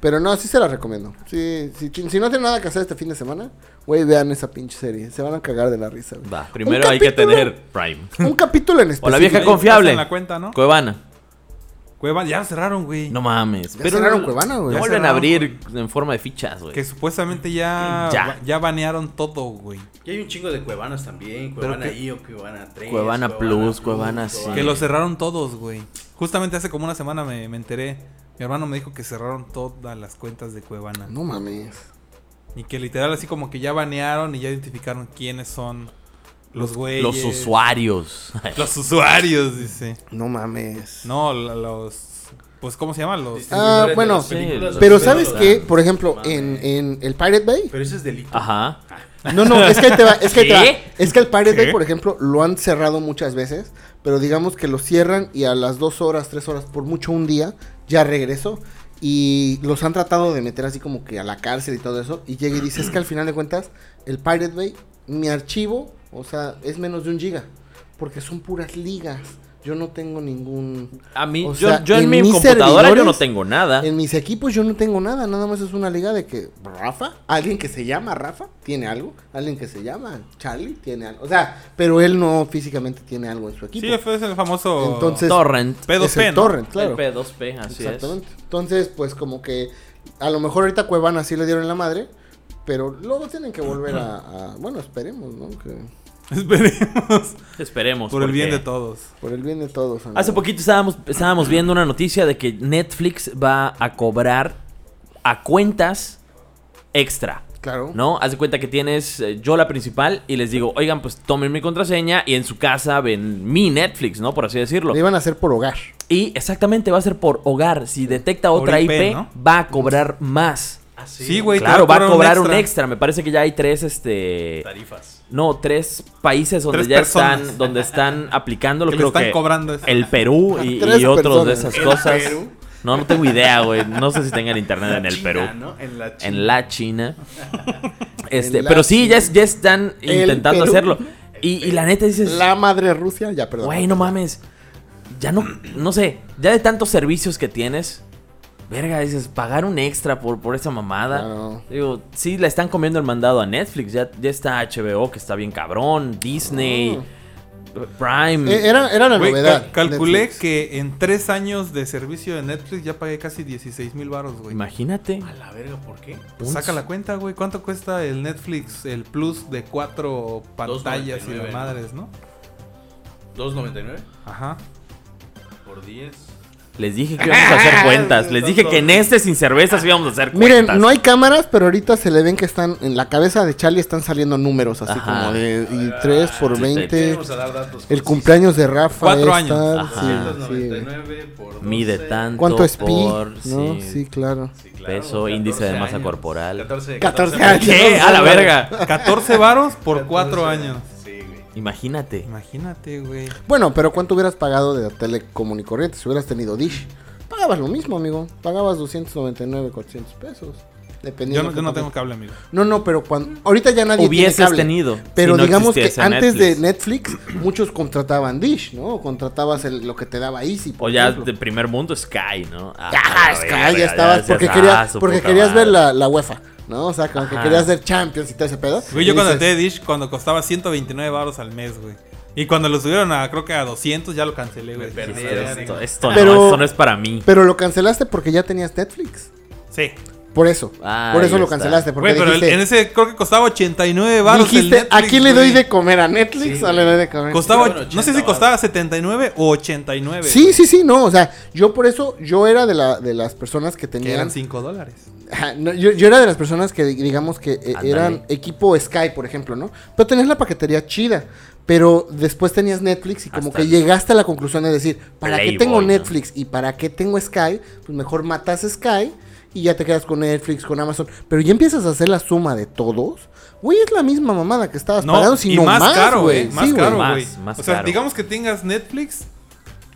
Speaker 2: Pero no, sí se la recomiendo. Sí, sí, si, si no tienen nada que hacer este fin de semana, güey, vean esa pinche serie. Se van a cagar de la risa, güey.
Speaker 3: Va, primero hay que
Speaker 2: capítulo.
Speaker 3: tener Prime.
Speaker 2: Un capítulo en específico.
Speaker 3: O la vieja confiable.
Speaker 1: En la cuenta, ¿no?
Speaker 3: Cuevana.
Speaker 1: Cueva, ya cerraron, güey.
Speaker 3: No mames.
Speaker 2: Ya cerraron Cuevana, güey.
Speaker 3: No
Speaker 1: Ya
Speaker 3: pues, vuelven a
Speaker 1: cerraron,
Speaker 3: abrir en forma de fichas, güey.
Speaker 1: Que supuestamente ya,
Speaker 3: Ya.
Speaker 1: ya. banearon todo, güey.
Speaker 4: Y hay un chingo de cuevanas también. Cuevana I o Cuevana 3.
Speaker 3: Cuevana Plus, Cuevana sí.
Speaker 1: Que lo cerraron todos, güey. Justamente hace como una semana me, me enteré. Mi hermano me dijo que cerraron todas las cuentas de Cuevana.
Speaker 2: No mames.
Speaker 1: Y que literal así como que ya banearon y ya identificaron quiénes son los güeyes.
Speaker 3: Los usuarios.
Speaker 1: Los usuarios, dice.
Speaker 2: No mames.
Speaker 1: No, la- los... Pues, ¿cómo se llaman? Los...
Speaker 2: Ah, bueno, Pero ¿sabes qué? Por Ah, ejemplo, en, en el Pirate Bay.
Speaker 4: Pero eso es delito.
Speaker 3: Ajá.
Speaker 2: No, no, es que ahí te va, es que ahí te va.
Speaker 3: ¿Qué?
Speaker 2: Es que el Pirate
Speaker 1: ¿Qué?
Speaker 2: Bay, por ejemplo, lo han cerrado muchas veces, pero digamos que lo cierran y a las dos horas, tres horas, por mucho un día, ya regresó. Y los han tratado de meter así como que a la cárcel y todo eso. Y llega y dice, es que al final de cuentas, el Pirate Bay, mi archivo, o sea, es menos de un giga. Porque son puras ligas. Yo no tengo ningún...
Speaker 3: A mí,
Speaker 2: O
Speaker 3: yo,
Speaker 2: sea,
Speaker 3: yo en,
Speaker 2: en
Speaker 3: mi
Speaker 2: mis
Speaker 3: computadora yo no
Speaker 2: servidores-
Speaker 3: tengo nada.
Speaker 2: En mis equipos yo no tengo nada, nada más es una liga de que Rafa, alguien que se llama Rafa, tiene algo, alguien que se llama Charlie, tiene algo. O sea, pero él no físicamente tiene algo en su equipo.
Speaker 1: Sí, es el famoso...
Speaker 2: Entonces,
Speaker 3: Torrent.
Speaker 1: P2P,
Speaker 2: es el
Speaker 1: ¿no?
Speaker 2: torrent, claro.
Speaker 3: El P2P, así
Speaker 2: Exactamente. Entonces, pues como que a lo mejor ahorita Cuevana sí le dieron la madre, pero luego tienen que volver a, a- bueno, esperemos, ¿no? Que
Speaker 1: Esperemos.
Speaker 3: es. Esperemos.
Speaker 1: Por el bien
Speaker 3: porque
Speaker 1: de todos.
Speaker 2: por el bien de todos. amigo.
Speaker 3: Hace poquito estábamos, estábamos viendo una noticia de que Netflix va a cobrar a cuentas extra.
Speaker 2: Claro.
Speaker 3: ¿No? Haz de cuenta que tienes eh, yo la principal y les digo, oigan, pues tomen mi contraseña y en su casa ven mi Netflix, ¿no? Por así decirlo.
Speaker 2: Le iban a hacer por hogar.
Speaker 3: Y exactamente va a ser por hogar. Si detecta
Speaker 1: Por
Speaker 3: otra IP,
Speaker 1: IP, ¿no?
Speaker 3: va a cobrar más.
Speaker 4: Ah,
Speaker 1: Sí, güey. te
Speaker 3: Claro, va a cobrar un extra.
Speaker 1: extra.
Speaker 3: Me parece que ya hay tres, este...
Speaker 4: Tarifas.
Speaker 3: No, tres países donde
Speaker 1: Tres
Speaker 3: ya
Speaker 1: personas.
Speaker 3: están, donde están aplicándolo.
Speaker 1: Que le
Speaker 3: creo
Speaker 1: están
Speaker 3: que
Speaker 1: cobrando eso.
Speaker 3: El Perú y,
Speaker 2: Tres
Speaker 3: y otros de
Speaker 2: personas.
Speaker 3: esas
Speaker 2: ¿El
Speaker 3: cosas.
Speaker 4: Perú?
Speaker 3: No, no tengo idea, güey. No sé si tengan internet en el
Speaker 4: China,
Speaker 3: Perú.
Speaker 4: ¿no? En la China.
Speaker 3: En la China. Este,
Speaker 2: En la
Speaker 3: pero sí, ya, es- ya están
Speaker 2: El
Speaker 3: intentando
Speaker 2: Perú.
Speaker 3: hacerlo. Y, y la neta dices,
Speaker 2: La madre Rusia, ya perdón.
Speaker 3: güey, no mames. Ya no, no sé, ya de tantos servicios que tienes, verga, dices, pagar un extra por, por esa mamada.
Speaker 2: Claro.
Speaker 3: Digo, sí, le están comiendo el mandado a Netflix. Ya, ya está HBO, que está bien cabrón. Disney. Prime.
Speaker 2: Eh, era, era la
Speaker 1: Güey,
Speaker 2: novedad.
Speaker 1: cal- calculé
Speaker 2: Netflix.
Speaker 1: que en tres años de servicio de Netflix ya pagué casi 16 mil baros, güey.
Speaker 3: Imagínate.
Speaker 4: A la verga, ¿por qué?
Speaker 1: Pues Saca la cuenta, güey. ¿Cuánto cuesta el Netflix, el plus de cuatro pantallas y de
Speaker 4: 2.99, ¿no?
Speaker 1: madres, no?
Speaker 4: ¿2.99
Speaker 1: Ajá.
Speaker 4: por 10?
Speaker 3: Les dije que íbamos a hacer cuentas. Les dije que en este sin cervezas íbamos a hacer cuentas.
Speaker 2: Miren, no hay cámaras, pero ahorita se le ven que están en la cabeza de Charlie están saliendo números así
Speaker 3: Ajá.
Speaker 2: como de y 3 por
Speaker 3: Sí,
Speaker 2: 20.
Speaker 4: Vamos a dar datos.
Speaker 2: El
Speaker 4: precisos. Ah,
Speaker 2: cumpleaños de Rafa.
Speaker 1: Cuatro
Speaker 2: es
Speaker 1: años.
Speaker 2: tal,
Speaker 3: Ajá.
Speaker 2: sí, sí.
Speaker 4: 199 por 12.
Speaker 3: Mide tanto.
Speaker 2: ¿Cuánto es pi?
Speaker 3: por-
Speaker 2: ¿No?
Speaker 3: sí.
Speaker 2: Sí. claro.
Speaker 4: Sí,
Speaker 3: Peso, índice de
Speaker 4: 14
Speaker 3: masa
Speaker 4: años.
Speaker 3: corporal.
Speaker 4: 14,
Speaker 2: 14 años.
Speaker 3: ¿Qué? A la verga.
Speaker 1: 14 varos por
Speaker 4: 14
Speaker 1: cuatro años.
Speaker 4: Sí, güey.
Speaker 3: Imagínate.
Speaker 1: Imagínate, güey.
Speaker 2: Bueno, pero ¿cuánto hubieras pagado de telecomún y corriente si hubieras tenido Dish? Pagabas lo mismo, amigo. Pagabas 299, 400 pesos.
Speaker 1: Yo
Speaker 2: Dependiendo.
Speaker 1: no, yo no
Speaker 2: qué
Speaker 1: tengo
Speaker 2: papel.
Speaker 1: cable, amigo.
Speaker 2: No, no, pero cuando. Ahorita ya nadie
Speaker 3: Hubieses
Speaker 2: tiene cable.
Speaker 3: tenido,
Speaker 2: Pero
Speaker 3: si no
Speaker 2: digamos que
Speaker 3: existiese
Speaker 2: antes de
Speaker 3: Netflix.
Speaker 2: Netflix, muchos contrataban Dish, ¿no? O contratabas el- lo que te daba Easy.
Speaker 3: O
Speaker 2: por
Speaker 3: ya
Speaker 2: ejemplo.
Speaker 3: de primer mundo Sky, ¿no? Ah,
Speaker 2: Ajá,
Speaker 3: la
Speaker 2: es que
Speaker 3: verga,
Speaker 2: ahí ya estabas
Speaker 3: decías,
Speaker 2: porque,
Speaker 3: ah,
Speaker 2: querías,
Speaker 3: su
Speaker 2: porque
Speaker 3: puta
Speaker 2: querías ver
Speaker 3: madre.
Speaker 2: la, la UEFA, ¿no? O sea, como que
Speaker 3: Ajá.
Speaker 2: querías ver Champions y todo ese pedo.
Speaker 1: Güey, yo
Speaker 2: Y
Speaker 1: cuando
Speaker 2: dices,
Speaker 1: te Dish cuando costaba 129 varos al mes, güey. Y cuando lo subieron a, creo que a 200, ya lo cancelé, güey.
Speaker 4: Me perdí.
Speaker 1: Sí.
Speaker 3: Esto, esto- esto
Speaker 2: Pero-
Speaker 3: no, esto no es para mí.
Speaker 2: Pero lo cancelaste porque ya tenías Netflix.
Speaker 1: Sí.
Speaker 2: Por eso.
Speaker 3: Ah,
Speaker 2: por
Speaker 3: ahí
Speaker 2: eso lo
Speaker 3: está.
Speaker 2: cancelaste. Porque
Speaker 1: Güey, pero el-
Speaker 2: dijiste,
Speaker 1: en ese creo que costaba 89 baros. el
Speaker 2: dijiste, ¿a
Speaker 1: Netflix,
Speaker 2: quién le doy
Speaker 1: güey.
Speaker 2: de comer? ¿A Netflix
Speaker 4: Sí,
Speaker 2: o le doy de comer?
Speaker 1: Costaba,
Speaker 4: Bueno,
Speaker 1: no sé
Speaker 4: 80
Speaker 1: si costaba 79 o 89.
Speaker 2: Sí, sí, sí, no. O sea, yo por eso, yo era de, la, de las personas que
Speaker 1: Que
Speaker 2: tenían.
Speaker 1: eran 5 dólares.
Speaker 2: Ajá, no, yo, yo era de las personas que, digamos, que eh,
Speaker 3: Ándale.
Speaker 2: eran equipo Sky, por ejemplo, ¿no? Pero tenías la paquetería chida. Pero después tenías Netflix y como
Speaker 3: Hasta
Speaker 2: que
Speaker 3: el-
Speaker 2: llegaste a la conclusión de decir, ¿para qué
Speaker 3: Playboy,
Speaker 2: tengo
Speaker 3: ¿no?
Speaker 2: Netflix y para qué tengo Sky? Pues mejor matas Sky y ya te quedas con Netflix, con Amazon. Pero ya empiezas a hacer la suma de todos. Güey, es la misma mamada que estabas
Speaker 1: No,
Speaker 2: pagando,
Speaker 1: y
Speaker 2: sino
Speaker 1: más, caro, güey.
Speaker 2: güey.
Speaker 1: Más
Speaker 2: Sí, güey.
Speaker 1: caro,
Speaker 3: eh, Más,
Speaker 1: güey.
Speaker 3: más
Speaker 1: O sea,
Speaker 3: caro.
Speaker 1: digamos que tengas Netflix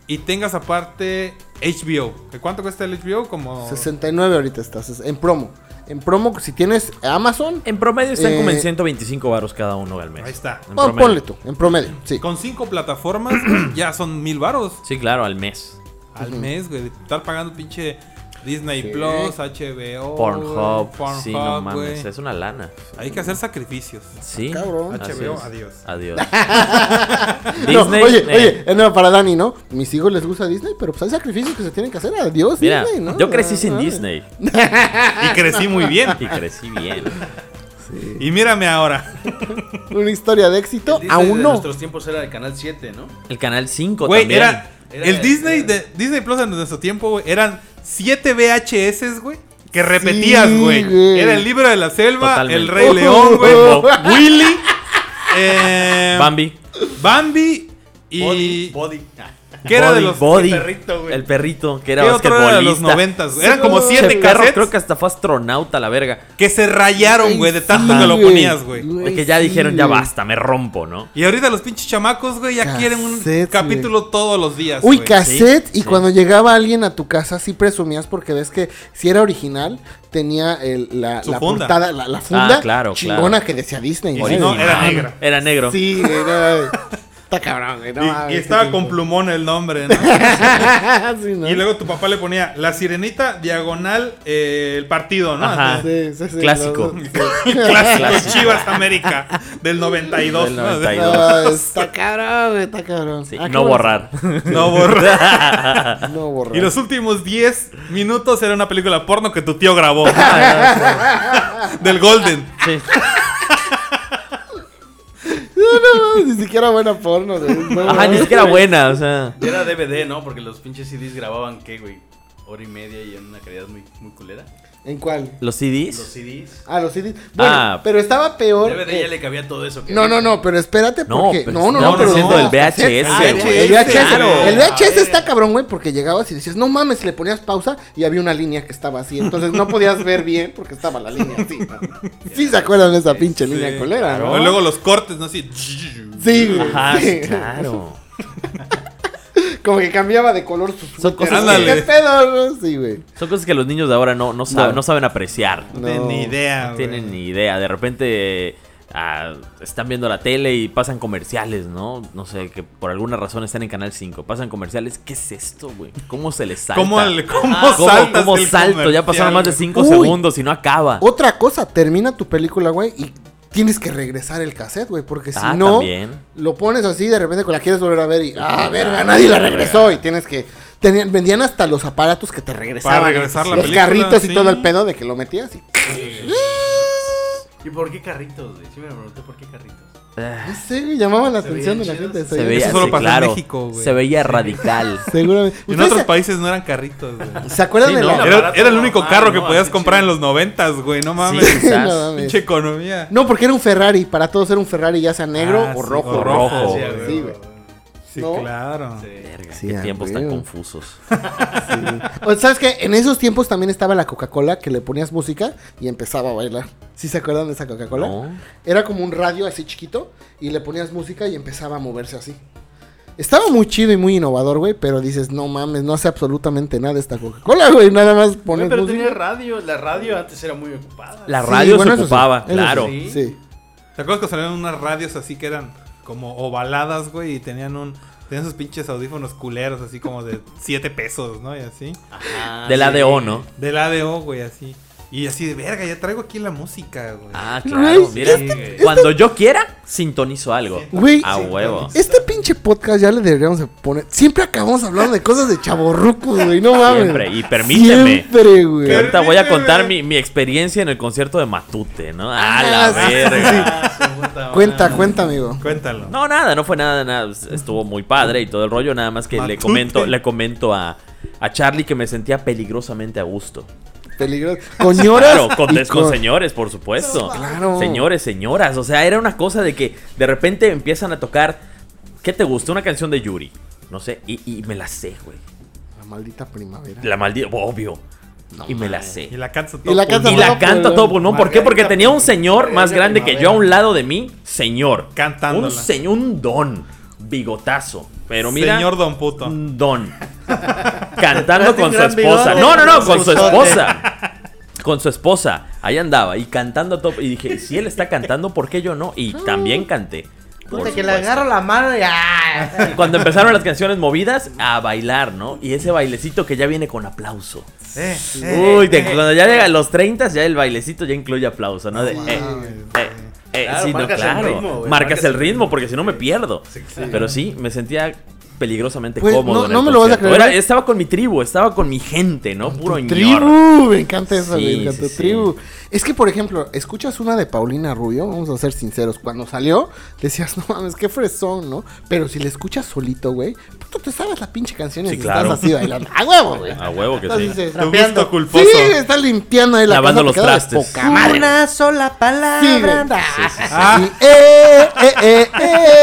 Speaker 1: y tengas aparte HBO. ¿Que ¿Cuánto cuesta el HBO? Como
Speaker 2: 69 ahorita estás, en promo. En promo, si tienes Amazon,
Speaker 3: En promedio están
Speaker 2: Eh,
Speaker 3: como en 125 varos cada uno al mes.
Speaker 1: Ahí está.
Speaker 3: En
Speaker 2: pon-
Speaker 3: promedio.
Speaker 2: oh, ponle tú, en promedio, sí.
Speaker 1: Con cinco plataformas ya son mil varos
Speaker 3: Sí, claro, al mes.
Speaker 1: al mes, güey. de Estar pagando pinche Disney
Speaker 2: Sí.
Speaker 1: Plus, HBO,
Speaker 3: Pornhub.
Speaker 2: Oh,
Speaker 1: güey, Pornhub,
Speaker 3: sí, no mames.
Speaker 1: güey.
Speaker 3: Es una lana.
Speaker 1: Hay que hacer sacrificios.
Speaker 3: Sí.
Speaker 2: Cabrón.
Speaker 3: así
Speaker 1: HBO,
Speaker 3: es.
Speaker 1: adiós.
Speaker 3: Adiós.
Speaker 2: No,
Speaker 3: Disney,
Speaker 2: oye,
Speaker 3: eh,
Speaker 2: oye, eh, no, para Dani, ¿no? Mis hijos les gusta Disney, pero pues hay sacrificios que se tienen que hacer. Adiós,
Speaker 3: Mira,
Speaker 2: Disney, ¿no?
Speaker 3: yo crecí sin
Speaker 2: Ah,
Speaker 3: Disney
Speaker 1: Y crecí muy bien.
Speaker 3: y crecí bien.
Speaker 1: Y mírame ahora.
Speaker 2: Una historia de éxito,
Speaker 4: El Disney de
Speaker 2: aún no.
Speaker 4: nuestros tiempos era el canal 7, ¿no?
Speaker 3: El canal 5
Speaker 1: Güey,
Speaker 3: también.
Speaker 1: era,
Speaker 4: Era-
Speaker 1: el Disney
Speaker 2: este
Speaker 4: era-
Speaker 1: de Disney Plus en nuestro tiempo, güey, eran 7 VHS, güey, que repetías, güey.
Speaker 2: güey.
Speaker 1: Era el libro de la selva,
Speaker 3: Totalmente.
Speaker 1: el Rey León, güey,
Speaker 3: Bob,
Speaker 1: Willy, eh,
Speaker 3: Bambi.
Speaker 1: Bambi
Speaker 4: Body.
Speaker 1: y
Speaker 4: Body. Ah,
Speaker 1: ¿Qué era de
Speaker 3: Body,
Speaker 1: los
Speaker 3: Body.
Speaker 4: el perrito, güey.
Speaker 3: El perrito, que era
Speaker 1: ¿Qué otro
Speaker 3: basquetbolista.
Speaker 1: era de los noventas? güey? Eran
Speaker 2: Sí,
Speaker 1: como
Speaker 2: no,
Speaker 1: siete
Speaker 3: Ese perro
Speaker 1: cassettes
Speaker 3: creo que hasta fue astronauta la verga.
Speaker 1: que se rayaron, güey, de tanto que lo
Speaker 2: Sí,
Speaker 1: ponías, güey.
Speaker 3: De que ya
Speaker 2: sí,
Speaker 3: dijeron, ya
Speaker 2: güey.
Speaker 3: basta, me rompo, ¿no?
Speaker 1: Y ahorita los pinches chamacos, güey, ya quieren un
Speaker 2: Cassettes,
Speaker 1: capítulo todos los días.
Speaker 2: Uy,
Speaker 1: güey.
Speaker 2: cassette.
Speaker 3: Sí,
Speaker 2: y
Speaker 3: sí.
Speaker 2: cuando llegaba alguien a tu casa, sí presumías porque ves que si era original, tenía el- la,
Speaker 1: Su
Speaker 2: la
Speaker 1: funda.
Speaker 2: portada, la, la funda
Speaker 3: Ah, claro,
Speaker 2: chingona
Speaker 3: claro.
Speaker 2: que decía Disney.
Speaker 1: Y
Speaker 2: ¿no?
Speaker 1: si no, era negra.
Speaker 3: Era negro.
Speaker 2: Sí, güey, no, güey. Está cabrón, güey. no
Speaker 1: Y-
Speaker 2: mames,
Speaker 1: y
Speaker 2: qué
Speaker 1: estaba
Speaker 2: tiempo.
Speaker 1: con plumón el nombre, ¿no?
Speaker 2: Sí, ¿no?
Speaker 1: Y luego tu papá le ponía la sirenita diagonal eh, el partido, ¿no?
Speaker 3: Ajá.
Speaker 1: Así,
Speaker 2: Sí, sí, sí,
Speaker 3: Clásico.
Speaker 2: los-
Speaker 1: el Clásico
Speaker 3: Clásico.
Speaker 1: Chivas América del 92.
Speaker 3: Del
Speaker 1: ¿no?
Speaker 3: 92.
Speaker 2: No, está cabrón, güey, está cabrón.
Speaker 3: Sí,
Speaker 2: Ah, qué
Speaker 3: no
Speaker 2: bueno.
Speaker 3: borrar.
Speaker 1: No borra.
Speaker 2: No borrar.
Speaker 1: Y los últimos 10 minutos era una película porno que tu tío grabó. del Golden.
Speaker 3: Sí.
Speaker 2: No, no, ni siquiera buena porno, güey. ¿eh? No,
Speaker 3: Ajá, ni
Speaker 2: no.
Speaker 3: siquiera buena, o sea.
Speaker 4: Y Era DVD, ¿no? Porque los pinches CDs grababan, ¿qué, güey? Hora y media y en una calidad muy, muy culera.
Speaker 2: ¿En cuál?
Speaker 3: Los
Speaker 4: Los
Speaker 3: CDs.
Speaker 4: CDs.
Speaker 2: Ah, los CDs. Bueno,
Speaker 3: Ah.
Speaker 2: pero estaba peor.
Speaker 4: DVD
Speaker 2: eh,
Speaker 4: ya le cabía todo eso. que-
Speaker 2: No, no, no, pero espérate
Speaker 3: No,
Speaker 2: porque.
Speaker 3: pero
Speaker 2: No, no, no,
Speaker 1: estamos
Speaker 2: pero.
Speaker 1: haciendo
Speaker 2: no,
Speaker 1: del
Speaker 3: VHS,
Speaker 2: Ah, el
Speaker 1: güey.
Speaker 2: VHS,
Speaker 1: Claro.
Speaker 2: El VHS está cabrón, güey, porque llegabas y decías, no mames, le ponías pausa y había una línea que estaba así. Entonces no podías ver bien porque estaba la línea así. ¿no? Sí, se acuerdan de esa pinche línea
Speaker 1: Sí,
Speaker 2: colera,
Speaker 1: claro.
Speaker 2: ¿no?
Speaker 1: Y luego los cortes, ¿no? Así.
Speaker 2: Sí, güey.
Speaker 3: Ajá,
Speaker 2: sí.
Speaker 3: sí, claro.
Speaker 2: Como que cambiaba de color sus
Speaker 3: Son
Speaker 2: frutas.
Speaker 1: cosas que-
Speaker 2: ¿Qué pedo? Sí, güey.
Speaker 3: Son cosas que los niños de ahora no, no, saben,
Speaker 2: No.
Speaker 3: no saben apreciar.
Speaker 1: No tienen ni idea,
Speaker 3: No
Speaker 1: güey.
Speaker 3: tienen ni idea. De repente ah, están viendo la tele y pasan comerciales, ¿no? No sé, que por alguna razón están en Canal 5. Pasan comerciales. ¿Qué es esto, güey? ¿Cómo se les salta? Ah,
Speaker 1: ¿Cómo le- cómo
Speaker 3: ¿Cómo,
Speaker 1: saltas
Speaker 3: cómo
Speaker 1: del
Speaker 3: salto? Ya
Speaker 1: comercial,
Speaker 3: pasaron más de
Speaker 1: güey?
Speaker 3: 5
Speaker 2: Uy.
Speaker 3: segundos y no acaba.
Speaker 2: Otra cosa, termina tu película, güey, y tienes que regresar el cassette, güey, porque
Speaker 3: Ah,
Speaker 2: si no,
Speaker 3: también.
Speaker 2: lo pones así, de repente cuando la quieres volver a ver y, ah, verga, nadie la regresó y tienes que... tenían- vendían hasta los aparatos que te regresaban.
Speaker 1: Para regresar la
Speaker 2: los
Speaker 1: película,
Speaker 2: carritos
Speaker 1: sí.
Speaker 2: y todo el pedo de que lo metías y...
Speaker 4: ¿Y por qué carritos, güey? Sí me pregunté por qué carritos.
Speaker 2: No sé, güey, llamaba la
Speaker 4: Se
Speaker 2: atención de
Speaker 4: veían
Speaker 2: la
Speaker 4: chidos.
Speaker 2: gente.
Speaker 4: Se
Speaker 3: Ah, Se
Speaker 2: sí.
Speaker 3: veía,
Speaker 1: Eso solo
Speaker 3: sí,
Speaker 1: pasó en
Speaker 3: claro,
Speaker 1: México, güey.
Speaker 3: Se veía radical.
Speaker 2: Seguramente.
Speaker 1: En
Speaker 2: ¿Ustedes
Speaker 1: otros
Speaker 2: se-
Speaker 1: países no eran carritos, güey.
Speaker 2: ¿Se acuerdan
Speaker 3: Sí,
Speaker 2: de
Speaker 3: no,
Speaker 2: la...
Speaker 3: no,
Speaker 1: Era,
Speaker 4: aparato
Speaker 1: era el único
Speaker 4: normal,
Speaker 1: carro que
Speaker 4: ¿no?
Speaker 1: podías
Speaker 4: Así
Speaker 1: comprar en
Speaker 4: chido.
Speaker 1: los noventas, güey. No
Speaker 3: Sí,
Speaker 1: mames.
Speaker 3: quizás.
Speaker 2: No mames.
Speaker 1: Pinche economía.
Speaker 2: No, porque era un Ferrari. Para todos era un Ferrari, ya sea negro
Speaker 1: Ah,
Speaker 2: o
Speaker 1: sí,
Speaker 2: rojo.
Speaker 1: o
Speaker 3: rojo.
Speaker 4: Ah,
Speaker 3: Ojo, güey,
Speaker 4: sí, güey,
Speaker 2: Oh, sí,
Speaker 4: güey,
Speaker 2: güey.
Speaker 1: Sí,
Speaker 2: ¿no?
Speaker 1: claro.
Speaker 4: Sí.
Speaker 3: Verga,
Speaker 2: Sí, ah,
Speaker 3: qué
Speaker 2: a
Speaker 3: tiempos tan
Speaker 2: huevo.
Speaker 3: confusos.
Speaker 2: O, ¿Sabes qué? En esos tiempos también estaba la Coca-Cola que le ponías música y empezaba a bailar. ¿Sí se acuerdan de esa Coca-Cola?
Speaker 3: No.
Speaker 2: Era como un radio así chiquito y le ponías música y empezaba a moverse así. Estaba muy chido y muy innovador, güey, pero dices, no mames, no hace absolutamente nada esta Coca-Cola, güey, nada más pones
Speaker 4: Güey, pero
Speaker 2: música.
Speaker 4: tenía radio, la radio antes era muy ocupada.
Speaker 3: La
Speaker 2: Sí,
Speaker 3: radio
Speaker 2: bueno,
Speaker 3: se
Speaker 2: eso sí,
Speaker 3: ocupaba,
Speaker 2: eso sí,
Speaker 3: claro.
Speaker 4: sí.
Speaker 2: Sí.
Speaker 1: ¿Te acuerdas que salieron unas radios así que eran como ovaladas, güey? Y tenían un. Tenían sus pinches audífonos culeros, así como de 7 pesos, ¿no? Y así.
Speaker 4: Ajá,
Speaker 3: De la
Speaker 4: Ah, sí.
Speaker 3: de O, ¿no?
Speaker 1: Del ADO, güey, así. Y así de verga, ya traigo aquí la música, güey.
Speaker 3: Ah, claro.
Speaker 2: Güey,
Speaker 3: Mira,
Speaker 4: este-
Speaker 3: cuando yo quiera, sintonizo algo.
Speaker 2: Güey,
Speaker 3: A huevo.
Speaker 2: este pinche podcast ya le deberíamos de poner. Siempre acabamos hablando de cosas de chaborrucos, güey, no mames.
Speaker 3: Siempre, y permíteme.
Speaker 2: Siempre,
Speaker 3: Que
Speaker 2: güey.
Speaker 3: ahorita voy a contar
Speaker 1: Permíteme.
Speaker 3: mi, mi experiencia en el concierto de Matute, ¿no? A
Speaker 2: Ah,
Speaker 3: la
Speaker 2: sí, sí,
Speaker 3: verga.
Speaker 4: Ah, su puta
Speaker 2: Cuenta,
Speaker 4: madre.
Speaker 2: cuenta, amigo.
Speaker 1: Cuéntalo.
Speaker 3: No, nada, no fue nada, nada. Estuvo muy padre y todo el rollo. Nada más que le
Speaker 1: Matute.
Speaker 3: comento, le comento a, a Charlie que me sentía peligrosamente a gusto.
Speaker 2: Peligroso. Con ñoras
Speaker 3: Claro, con,
Speaker 2: y
Speaker 3: des- con
Speaker 2: con-
Speaker 3: señores, por supuesto.
Speaker 2: Claro.
Speaker 3: Señores, señoras. O sea, era una cosa de que de repente empiezan a tocar. ¿Qué te gusta? Una canción de Yuri. No sé. Y, y me la sé, güey.
Speaker 2: La maldita primavera.
Speaker 3: La maldita. Obvio. y me la sé.
Speaker 1: Y la canto
Speaker 2: Y la canto
Speaker 3: Y
Speaker 1: pulmón.
Speaker 3: la
Speaker 2: No,
Speaker 3: canta
Speaker 2: pero-
Speaker 3: todo pulmón. ¿Por qué? Porque
Speaker 4: Margarita
Speaker 3: tenía un señor más
Speaker 4: Primavera.
Speaker 3: grande que yo a un lado de mí. Señor.
Speaker 1: Cantándola.
Speaker 3: Un señor, un don. Bigotazo. Pero mira.
Speaker 1: Señor Don Puto.
Speaker 5: Mm.
Speaker 3: Un don. Cantando
Speaker 4: Hace un
Speaker 3: con su
Speaker 4: gran
Speaker 3: esposa.
Speaker 4: bigote.
Speaker 3: No, no, no, con su
Speaker 4: Escuchote.
Speaker 3: esposa. Con su esposa. Ahí andaba. Y cantando a todo. Y dije, si él está cantando, ¿por qué yo no? Y también canté. por
Speaker 5: Puta, que le
Speaker 3: supuesto.
Speaker 5: agarro la mano y ¡ah!
Speaker 3: Cuando empezaron las canciones movidas, a bailar, ¿no? Y ese bailecito que ya viene con aplauso.
Speaker 1: Eh, eh,
Speaker 3: Uy, de-
Speaker 1: eh.
Speaker 3: cuando ya llega a los 30, ya el bailecito ya incluye aplauso, ¿no? De,
Speaker 2: No
Speaker 3: eh,
Speaker 2: mames,
Speaker 3: eh, eh,
Speaker 4: Claro,
Speaker 3: sí, no,
Speaker 4: marcas el
Speaker 3: claro.
Speaker 4: ritmo, güey,
Speaker 3: marcas
Speaker 4: marcas
Speaker 3: el
Speaker 4: el
Speaker 3: ritmo,
Speaker 4: ritmo.
Speaker 3: porque si no me pierdo.
Speaker 4: Sí, sí.
Speaker 3: Pero sí, me sentía peligrosamente
Speaker 2: Pues,
Speaker 3: cómodo.
Speaker 2: no-
Speaker 3: en
Speaker 2: no
Speaker 3: el
Speaker 2: me lo vas a
Speaker 3: concierto.
Speaker 2: creer. ¿eh?
Speaker 3: Era- estaba con mi tribu, estaba con mi gente, ¿no? Puro ñor.
Speaker 2: Tribu, me encanta eso,
Speaker 3: Sí,
Speaker 2: me encanta
Speaker 3: sí, sí.
Speaker 2: tribu. Es que, por ejemplo, escuchas una de Paulina Rubio, vamos a ser sinceros, cuando salió, decías, no mames, qué fresón, ¿no? Pero si la escuchas solito, güey, pues, tú te sabes la pinche canción y
Speaker 3: Sí,
Speaker 2: estás
Speaker 3: claro.
Speaker 2: así bailando. ¡A huevo, güey!
Speaker 3: A huevo que
Speaker 2: Entonces
Speaker 3: sí.
Speaker 2: dices,
Speaker 1: Tu
Speaker 5: Rapeando.
Speaker 1: gusto culposo.
Speaker 2: Sí, está limpiando ahí la
Speaker 3: Lavando
Speaker 2: casa
Speaker 3: los
Speaker 2: porque era de
Speaker 3: trastes.
Speaker 2: poca madre.
Speaker 5: Una sola
Speaker 2: Sí, güey.
Speaker 5: palabra.
Speaker 1: Ah,
Speaker 2: Sí, eh, eh, eh,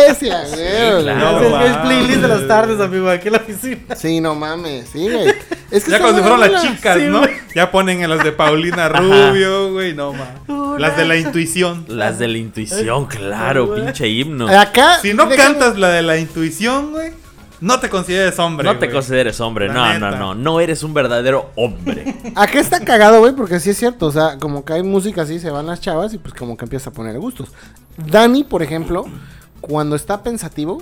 Speaker 2: eh, sí, a huevo,
Speaker 3: claro.
Speaker 2: güey.
Speaker 1: No,
Speaker 5: Ese es-
Speaker 1: mames.
Speaker 5: es playlist de las tardes, amigo, aquí en la oficina.
Speaker 2: Sí, no mames, sí, güey. Es que
Speaker 1: ya
Speaker 2: está
Speaker 1: cuando se
Speaker 2: buena
Speaker 1: fueron las
Speaker 2: rola.
Speaker 1: chicas,
Speaker 5: Sí,
Speaker 1: ¿no?
Speaker 5: güey.
Speaker 1: Ya ponen en las de Paulina Rubio, güey, no mames. Las de la intuición.
Speaker 3: Las de la intuición,
Speaker 2: eh,
Speaker 3: claro, pinche himno.
Speaker 2: Acá.
Speaker 1: Si no
Speaker 2: dejan-
Speaker 1: cantas la de la intuición, güey, no te consideres hombre.
Speaker 3: No te
Speaker 1: güey.
Speaker 3: consideres hombre,
Speaker 1: La
Speaker 3: no, no,
Speaker 1: neta.
Speaker 3: no, no eres un verdadero hombre.
Speaker 2: Acá está cagado, güey, porque sí es cierto. O sea, como que hay música así, se van las chavas y pues como que empieza a poner gustos. Dani, por ejemplo, cuando está pensativo,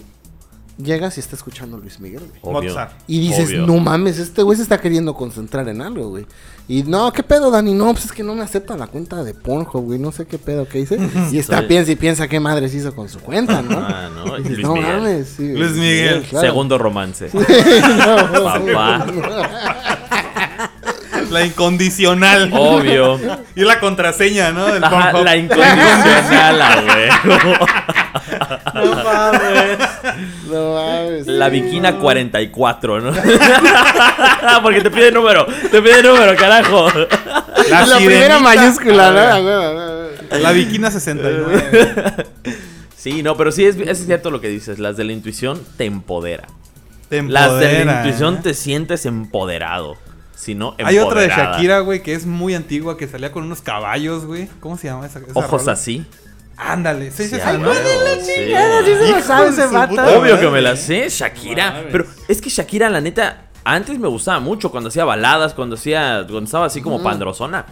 Speaker 2: llegas y está escuchando Luis Miguel, güey.
Speaker 3: Obvio.
Speaker 1: Mozart.
Speaker 2: Y dices,
Speaker 3: Obvio.
Speaker 2: no mames, este güey se está queriendo concentrar en algo, güey. Y no, ¿qué pedo, Dani? No, pues es que no me acepta la cuenta de Pornhub, güey. No sé qué pedo que hice. Y está,
Speaker 3: Soy-
Speaker 2: piensa y piensa qué madres hizo con su cuenta, ¿no?
Speaker 3: Ah, no,
Speaker 2: Y dices,
Speaker 3: Luis Miguel.
Speaker 2: sí, güey,
Speaker 1: Luis Miguel,
Speaker 2: claro.
Speaker 3: Segundo romance.
Speaker 2: No,
Speaker 3: Papá.
Speaker 1: La incondicional.
Speaker 3: Obvio.
Speaker 1: Y la contraseña, ¿no? Del
Speaker 3: Ajá,
Speaker 1: Pornhub.
Speaker 3: la incondicional, a huevo.
Speaker 5: No mames.
Speaker 2: no mames.
Speaker 3: La
Speaker 2: sí.
Speaker 3: Vikina 44, ¿no? Porque te pide número, te pide número, carajo.
Speaker 2: La,
Speaker 1: sirenita.
Speaker 2: primera mayúscula, ¿no?
Speaker 1: Ah,
Speaker 2: Ah, güey, ah, güey.
Speaker 1: La Vikina 69.
Speaker 3: Sí, no, pero sí es, es cierto lo que dices. Las de la intuición te empodera.
Speaker 1: Te
Speaker 3: Las de la
Speaker 1: empodera,
Speaker 3: intuición
Speaker 1: ¿eh?
Speaker 3: te sientes empoderado. Si no,
Speaker 1: Hay otra de
Speaker 3: empoderada.
Speaker 1: Shakira, güey, que es muy antigua, que salía con unos caballos, güey. ¿Cómo se llama esa? esa
Speaker 3: Ojos
Speaker 1: rola?
Speaker 3: así.
Speaker 1: Ándale, se dice
Speaker 3: Sí,
Speaker 1: esa,
Speaker 3: a
Speaker 1: ¿no?
Speaker 3: huevo, sí.
Speaker 5: Chingada, sí se
Speaker 1: Hijo
Speaker 5: lo sabe
Speaker 1: de
Speaker 5: ese
Speaker 1: su
Speaker 5: vato.
Speaker 1: puta
Speaker 3: Obvio
Speaker 1: madre.
Speaker 3: que me la sé, Shakira.
Speaker 4: Mames.
Speaker 3: Pero es que Shakira, la neta, antes me gustaba mucho cuando hacía baladas, cuando hacía. Cuando estaba así como pandrozona.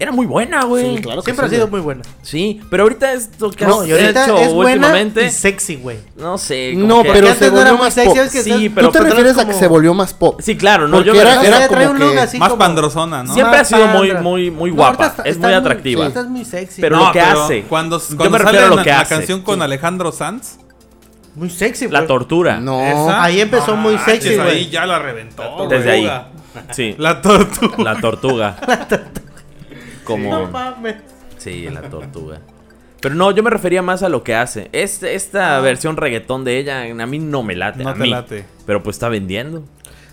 Speaker 3: era muy buena, güey.
Speaker 2: Sí, claro que sí,
Speaker 5: Siempre ha sido
Speaker 2: güey.
Speaker 5: muy buena.
Speaker 3: Sí, pero ahorita es lo que
Speaker 5: No,
Speaker 3: has
Speaker 5: y ahorita
Speaker 3: hecho
Speaker 5: es buena
Speaker 3: últimamente.
Speaker 5: y sexy, güey.
Speaker 3: No sé. como
Speaker 2: No,
Speaker 3: que-
Speaker 2: pero
Speaker 5: antes
Speaker 2: se
Speaker 5: no era
Speaker 2: volvió
Speaker 5: muy
Speaker 2: más
Speaker 5: sexy,
Speaker 2: pop.
Speaker 5: es que-
Speaker 3: Sí, pero
Speaker 2: ¿Tú te
Speaker 5: porque
Speaker 2: refieres
Speaker 5: eras
Speaker 2: a que
Speaker 5: como-
Speaker 2: se volvió más pop?
Speaker 3: Sí, claro, no,
Speaker 2: Porque
Speaker 3: yo me
Speaker 2: era-
Speaker 5: O
Speaker 3: refiero-
Speaker 5: sea,
Speaker 2: era
Speaker 5: trae
Speaker 2: como
Speaker 5: un look
Speaker 2: que
Speaker 5: así
Speaker 1: Más
Speaker 5: como-
Speaker 1: pandrosona, ¿no?
Speaker 3: Siempre ha sido
Speaker 5: Pandra.
Speaker 3: muy, muy, muy
Speaker 5: No,
Speaker 3: guapa.
Speaker 5: ahorita está-
Speaker 3: es muy
Speaker 5: estás
Speaker 3: atractiva.
Speaker 5: sí, estás muy sexy.
Speaker 3: Pero
Speaker 5: güey.
Speaker 3: lo que
Speaker 1: pero
Speaker 3: hace.
Speaker 1: Cuando,
Speaker 3: Yo
Speaker 1: cuando
Speaker 3: me
Speaker 1: sale
Speaker 3: refiero a lo
Speaker 1: la,
Speaker 3: que
Speaker 1: la
Speaker 3: hace.
Speaker 1: canción con Alejandro Sanz.
Speaker 5: Muy sexy, güey.
Speaker 3: La tortura.
Speaker 2: No.
Speaker 1: esa-
Speaker 5: Ahí empezó muy
Speaker 1: manches,
Speaker 5: sexy, güey.
Speaker 1: Ahí ya la reventó.
Speaker 3: Desde
Speaker 1: güey.
Speaker 3: ahí. Sí.
Speaker 1: La tortuga.
Speaker 3: La tortuga.
Speaker 5: No
Speaker 3: Como.
Speaker 5: mames.
Speaker 3: Sí, la tortuga. Pero no, yo me refería más a lo que hace. Este-
Speaker 2: Ah.
Speaker 3: esta versión reggaetón de ella a mí no me late.
Speaker 1: No
Speaker 3: a
Speaker 1: te
Speaker 3: mí.
Speaker 1: late.
Speaker 3: Pero pues está vendiendo.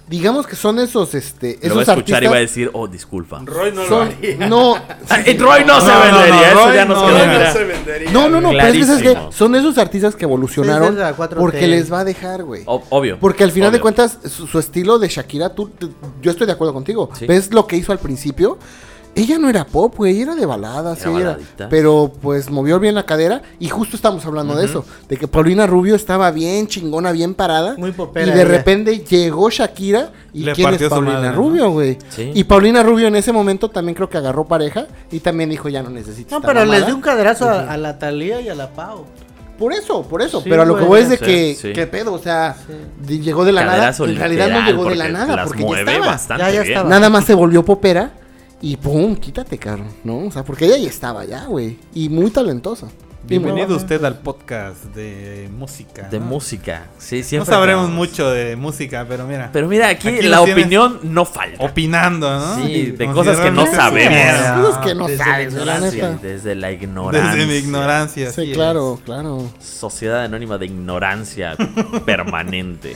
Speaker 2: Digamos que son esos, este,
Speaker 3: lo va a
Speaker 2: esos
Speaker 3: escuchar y va a
Speaker 2: artistas.
Speaker 3: decir, oh, disculpa.
Speaker 4: Roy no lo
Speaker 2: Son,
Speaker 4: haría.
Speaker 2: no,
Speaker 3: Ah, y Roy no, se
Speaker 1: No, no,
Speaker 3: vendería.
Speaker 1: no,
Speaker 3: eso
Speaker 1: Roy
Speaker 3: ya nos
Speaker 1: no,
Speaker 3: quedó
Speaker 1: no,
Speaker 3: claro.
Speaker 1: no
Speaker 4: se vendería.
Speaker 2: no, no, no, pero es que, ¿sabes qué?
Speaker 3: Clarísimo.
Speaker 2: son esos artistas que evolucionaron
Speaker 5: Desde la 4T.
Speaker 2: porque les va a dejar, güey.
Speaker 3: O- obvio.
Speaker 2: Porque al final de
Speaker 3: Obvio.
Speaker 2: cuentas, su, su estilo de Shakira, tú, tú- yo estoy de acuerdo contigo.
Speaker 3: Sí.
Speaker 2: ¿Ves lo que hizo al principio? Ella no era pop, güey, era de baladas,
Speaker 3: Era
Speaker 2: ella era-
Speaker 3: baladita.
Speaker 2: pero pues movió bien la cadera y justo estamos hablando de eso, de que Paulina Rubio estaba bien chingona, bien parada
Speaker 5: Muy
Speaker 2: y
Speaker 5: popera
Speaker 2: de
Speaker 5: ella.
Speaker 2: repente llegó Shakira y
Speaker 1: Le
Speaker 2: quién es
Speaker 1: partió su
Speaker 2: Paulina
Speaker 1: madre, ¿no?
Speaker 2: Rubio, güey.
Speaker 3: Sí.
Speaker 2: Y Paulina Rubio en ese momento también creo que agarró pareja y también dijo ya no necesito.
Speaker 5: No, pero les dio un caderazo a, a la Talía y a la Pau.
Speaker 2: Por eso, por eso.
Speaker 5: Sí,
Speaker 2: pero a lo que
Speaker 5: güey.
Speaker 2: voy es de
Speaker 3: Sí,
Speaker 2: que,
Speaker 3: sí.
Speaker 2: ¿qué pedo? O sea, di- llegó de la
Speaker 3: Caderazo
Speaker 2: nada. En realidad no
Speaker 3: literal,
Speaker 2: llegó de la
Speaker 3: porque
Speaker 2: nada,
Speaker 3: las
Speaker 2: porque ya
Speaker 3: mueve
Speaker 2: estaba.
Speaker 3: bastante
Speaker 5: Ya, ya
Speaker 3: bien.
Speaker 5: estaba.
Speaker 2: Nada más se volvió popera y pum, quítate, cabrón, ¿no? O sea, porque ella ya estaba ya, güey. Y muy talentosa. Y muy-
Speaker 1: Bienvenido usted al podcast de música.
Speaker 3: De
Speaker 1: ¿no?
Speaker 3: música. Sí,
Speaker 1: No
Speaker 3: siempre.
Speaker 1: sabremos
Speaker 3: hablamos.
Speaker 1: mucho de música, pero mira.
Speaker 3: Pero mira, aquí,
Speaker 1: Aquí
Speaker 3: la
Speaker 1: los tienes
Speaker 3: opinión no falta.
Speaker 1: opinando, ¿no?
Speaker 3: Sí,
Speaker 1: Y
Speaker 3: de
Speaker 1: como
Speaker 3: cosas
Speaker 1: si
Speaker 3: que no
Speaker 1: realmente-
Speaker 3: sabemos.
Speaker 1: Sí,
Speaker 2: Cosas que no
Speaker 5: Desde
Speaker 2: sabes,
Speaker 5: la
Speaker 2: güey, la
Speaker 3: Ignorancia,
Speaker 2: neta.
Speaker 3: desde la ignorancia.
Speaker 1: Desde mi ignorancia. así
Speaker 2: Sí,
Speaker 1: es.
Speaker 2: claro, claro.
Speaker 3: Sociedad anónima de ignorancia permanente.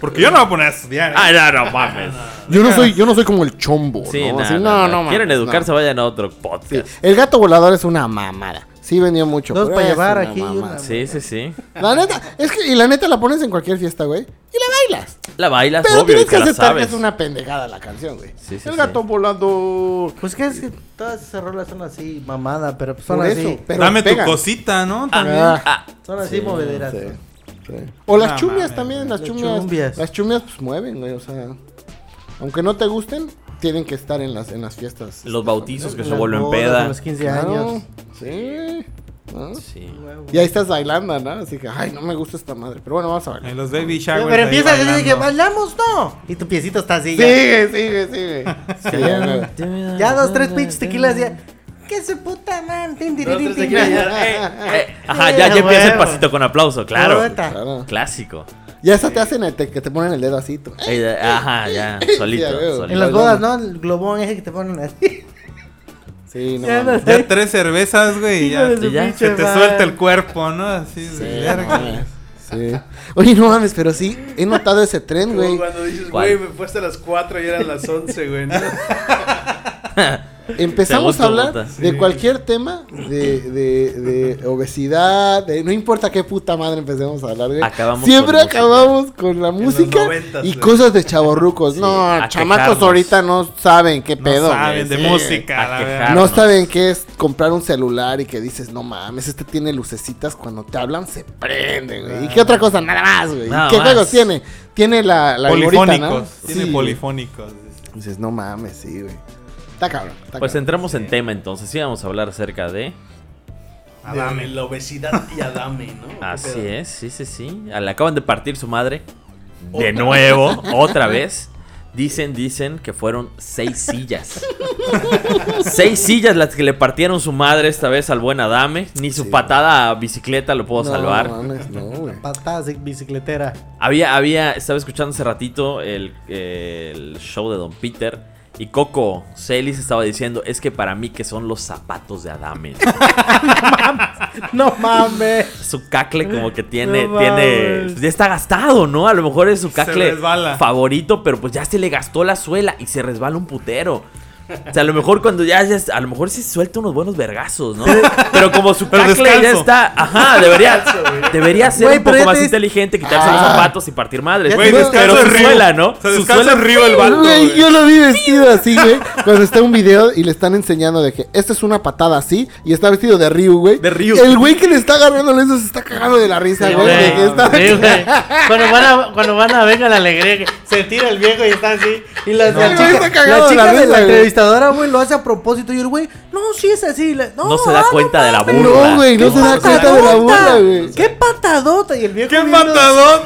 Speaker 1: Porque yo no voy a poner a estudiar. ¿eh?
Speaker 3: Ay, no, no mames.
Speaker 2: Yo no soy, yo no soy como el chombo,
Speaker 3: Sí,
Speaker 2: ¿no?
Speaker 3: no,
Speaker 2: Así,
Speaker 3: no,
Speaker 2: no,
Speaker 3: no.
Speaker 2: no, mames,
Speaker 3: Quieren
Speaker 2: no.
Speaker 3: educarse, vayan a otro
Speaker 2: Sí.
Speaker 3: podcast.
Speaker 2: El gato volador es una mamada. Sí vendió mucho.
Speaker 5: Dos
Speaker 2: pero
Speaker 5: para
Speaker 2: es
Speaker 5: llevar
Speaker 2: una
Speaker 5: aquí y una-
Speaker 2: mamada.
Speaker 3: Sí, sí, sí.
Speaker 2: La neta, es que, y la neta la pones en cualquier fiesta, güey, y la bailas.
Speaker 3: La bailas,
Speaker 2: Pero
Speaker 3: obvio, y
Speaker 2: tienes que
Speaker 3: te la
Speaker 2: aceptar que
Speaker 3: sabes.
Speaker 2: es una pendejada la canción, güey.
Speaker 3: Sí, sí,
Speaker 2: el
Speaker 3: sí.
Speaker 2: gato volando.
Speaker 5: Pues que es que todas esas rolas son así, mamada, pero pues son
Speaker 2: Por
Speaker 5: así.
Speaker 2: eso, pero
Speaker 1: Dame
Speaker 2: pegan.
Speaker 1: tu cosita, ¿no? También.
Speaker 2: Ah,
Speaker 3: Ah,
Speaker 5: Son así
Speaker 3: Sí,
Speaker 5: movederas.
Speaker 2: sí, sí. O las
Speaker 1: No
Speaker 2: chumbias
Speaker 1: mames,
Speaker 2: también, las
Speaker 5: las
Speaker 2: chumbias,
Speaker 5: chumbias.
Speaker 2: Las chumbias pues mueven, güey, o sea. Aunque no te gusten, tienen que estar en las, en las fiestas.
Speaker 3: los bautizos que se
Speaker 5: Las
Speaker 3: vuelven
Speaker 5: bodas, A
Speaker 3: peda.
Speaker 5: los 15
Speaker 2: Claro,
Speaker 5: años.
Speaker 2: sí. ¿no?
Speaker 3: Sí.
Speaker 2: Y ahí estás bailando, ¿no? Así que, ay, no me gusta esta madre. Pero bueno, vamos a bailar.
Speaker 1: En los baby showers.
Speaker 5: Pero, pero
Speaker 1: ahí
Speaker 5: empiezas a decir que
Speaker 1: bailando.
Speaker 5: bailamos, no. Y tu piecito está así. Ya,
Speaker 2: Sigue, sigue, sigue. Sí, güey.
Speaker 5: Ya dos, tres pinches tequilas. Ya. ¿Qué se puta, man? Tin, tin,
Speaker 4: Dos,
Speaker 5: tin,
Speaker 4: tres
Speaker 5: tin,
Speaker 4: tequilas,
Speaker 5: tin.
Speaker 4: ya,
Speaker 3: Eh, Ajá, ya, ya
Speaker 5: Bueno.
Speaker 3: empieza el pasito con aplauso, claro.
Speaker 5: Puta.
Speaker 2: Claro.
Speaker 3: Clásico.
Speaker 2: Ya hasta te hacen el- te- que te ponen el dedo así. tú.
Speaker 3: Eh, eh, Ajá, ya, solito.
Speaker 2: Sí, a huevo.
Speaker 3: solito.
Speaker 5: En las bodas, ¿no? El globón ese que te ponen así.
Speaker 2: Sí, no.
Speaker 5: Ya
Speaker 2: mames.
Speaker 5: no-
Speaker 1: Ya tres cervezas, güey. y
Speaker 5: Hijo
Speaker 1: Ya,
Speaker 5: de su
Speaker 3: ya
Speaker 5: pinche
Speaker 1: se te
Speaker 5: madre.
Speaker 1: suelta el cuerpo, ¿no? Así de
Speaker 2: Sí, no
Speaker 1: verga.
Speaker 2: mames. Sí. Oye, no mames, pero sí, he notado ese tren,
Speaker 4: Como
Speaker 2: güey.
Speaker 4: Cuando dices,
Speaker 3: ¿Cuál?
Speaker 4: güey, me fue hasta las 4 y eran las 11, güey. ¿no?
Speaker 2: Empezamos a
Speaker 3: Según tu
Speaker 2: hablar
Speaker 3: bota.
Speaker 2: de cualquier tema, de, de, de obesidad, de no importa qué puta madre empecemos a hablar, güey.
Speaker 3: Acabamos
Speaker 2: Siempre
Speaker 3: con música.
Speaker 2: acabamos con la
Speaker 4: los
Speaker 2: música
Speaker 4: noventas,
Speaker 2: y
Speaker 4: güey.
Speaker 2: cosas de chavorrucos.
Speaker 3: Sí,
Speaker 2: no,
Speaker 3: a
Speaker 2: chamacos
Speaker 3: quejarnos.
Speaker 2: ahorita no saben qué
Speaker 1: No
Speaker 2: pedo. güey.
Speaker 1: saben de
Speaker 2: Sí.
Speaker 1: música,
Speaker 3: a
Speaker 1: la
Speaker 3: quejar.
Speaker 1: verdad.
Speaker 2: No
Speaker 3: Carnos.
Speaker 2: saben qué es comprar un celular y que dices, no mames, este tiene lucecitas, cuando te hablan se prende, güey. ¿Y qué otra cosa? Nada más, güey. ¿Y
Speaker 3: Nada
Speaker 2: ¿Qué
Speaker 3: más.
Speaker 2: juegos tiene? Tiene la, la viborita, ¿no?
Speaker 1: Polifónicos. Tiene
Speaker 2: Sí.
Speaker 1: polifónicos.
Speaker 2: Dices, no mames, sí, güey. Está cabrón, está
Speaker 3: Pues
Speaker 2: cabrón.
Speaker 3: entramos en tema entonces. Sí, vamos a hablar acerca de.
Speaker 4: Adame, la obesidad y Adame, ¿no? ¿Qué
Speaker 3: Así
Speaker 4: pedo?
Speaker 3: es, sí, sí, sí. A- Le acaban de partir su madre. De nuevo, otra vez. Dicen, dicen que fueron seis sillas. seis sillas las que le partieron su madre esta vez al buen Adame. Ni su
Speaker 2: Sí.
Speaker 3: patada a bicicleta lo puedo
Speaker 2: No
Speaker 3: salvar.
Speaker 2: mames, no, güey.
Speaker 5: Patadas de bicicletera.
Speaker 3: Había, había, estaba escuchando hace ratito el, el show de Don Peter. Y Coco Celis estaba diciendo, es que para mí que son los zapatos de Adame.
Speaker 5: No mames.
Speaker 3: su cacle como que tiene,
Speaker 5: No
Speaker 3: tiene,
Speaker 5: mames.
Speaker 3: ya está gastado, ¿no? A lo mejor es su
Speaker 1: Se
Speaker 3: cacle
Speaker 1: resbala.
Speaker 3: favorito, pero pues ya se le gastó la suela y se resbala un putero. O sea, a lo mejor cuando ya, ya es- a lo mejor sí suelta unos buenos vergazos, ¿no? Pero como su
Speaker 1: Pero
Speaker 3: tackle ya
Speaker 1: descalzo.
Speaker 3: está, ajá, debería, debería ser
Speaker 5: Güey,
Speaker 3: un
Speaker 5: pero
Speaker 3: poco
Speaker 5: ya
Speaker 3: más
Speaker 5: te-
Speaker 3: inteligente, quitarse los
Speaker 2: Ah.
Speaker 3: zapatos y partir madres.
Speaker 1: Güey,
Speaker 2: te-
Speaker 1: descalzo
Speaker 3: pero
Speaker 1: en
Speaker 3: su
Speaker 1: Río.
Speaker 3: suela, ¿no?
Speaker 1: Se
Speaker 3: Su
Speaker 1: descalza
Speaker 3: suela-
Speaker 1: en Río el vato.
Speaker 2: Güey,
Speaker 1: güey.
Speaker 2: yo lo vi vestido así, güey. Cuando está un video y le están enseñando de que esta es una patada así y está vestido de Ryu, güey.
Speaker 1: De Ryu.
Speaker 2: El güey que le está agarrando eso se está cagando de la risa,
Speaker 4: Sí,
Speaker 2: güey. de
Speaker 4: güey.
Speaker 2: que está-
Speaker 6: Sí, güey. Cuando van a, cuando van a venga la alegría, que se tira el viejo y está así. Y las, la
Speaker 2: El
Speaker 6: chica-
Speaker 2: güey está cagado
Speaker 5: La
Speaker 2: de
Speaker 5: chica
Speaker 2: la
Speaker 5: de la
Speaker 2: risa, güey.
Speaker 5: entrevistadora, güey, lo hace a propósito. Y el güey, no, sí es así. la- no,
Speaker 3: No se da
Speaker 5: ah,
Speaker 3: cuenta de la
Speaker 5: mames,
Speaker 3: burla.
Speaker 2: No, güey, no se da cuenta de la burla, güey.
Speaker 5: ¡Qué patadota! Y el viejo.
Speaker 1: ¡Qué
Speaker 5: viendo-
Speaker 1: matadón!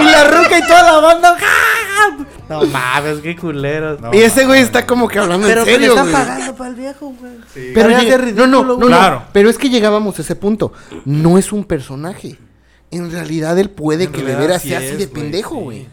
Speaker 5: Y la ruca y toda la banda. ¡ja!
Speaker 6: No mames, qué culeros.
Speaker 2: Y ese güey está como que hablando
Speaker 5: Pero
Speaker 2: en
Speaker 5: que le
Speaker 2: serio,
Speaker 5: están
Speaker 2: güey.
Speaker 5: pagando para el viejo, güey.
Speaker 2: Pero
Speaker 5: Debería
Speaker 2: lleg-
Speaker 5: ser ridículo,
Speaker 2: no, no, no,
Speaker 5: güey.
Speaker 2: no,
Speaker 1: Claro.
Speaker 2: Pero es que llegábamos a ese punto. No es un personaje. En realidad él puede
Speaker 1: En
Speaker 2: que de
Speaker 1: realidad
Speaker 2: veras
Speaker 1: sí
Speaker 2: sea así
Speaker 1: es,
Speaker 2: de
Speaker 1: güey,
Speaker 2: pendejo,
Speaker 1: sí.
Speaker 2: güey.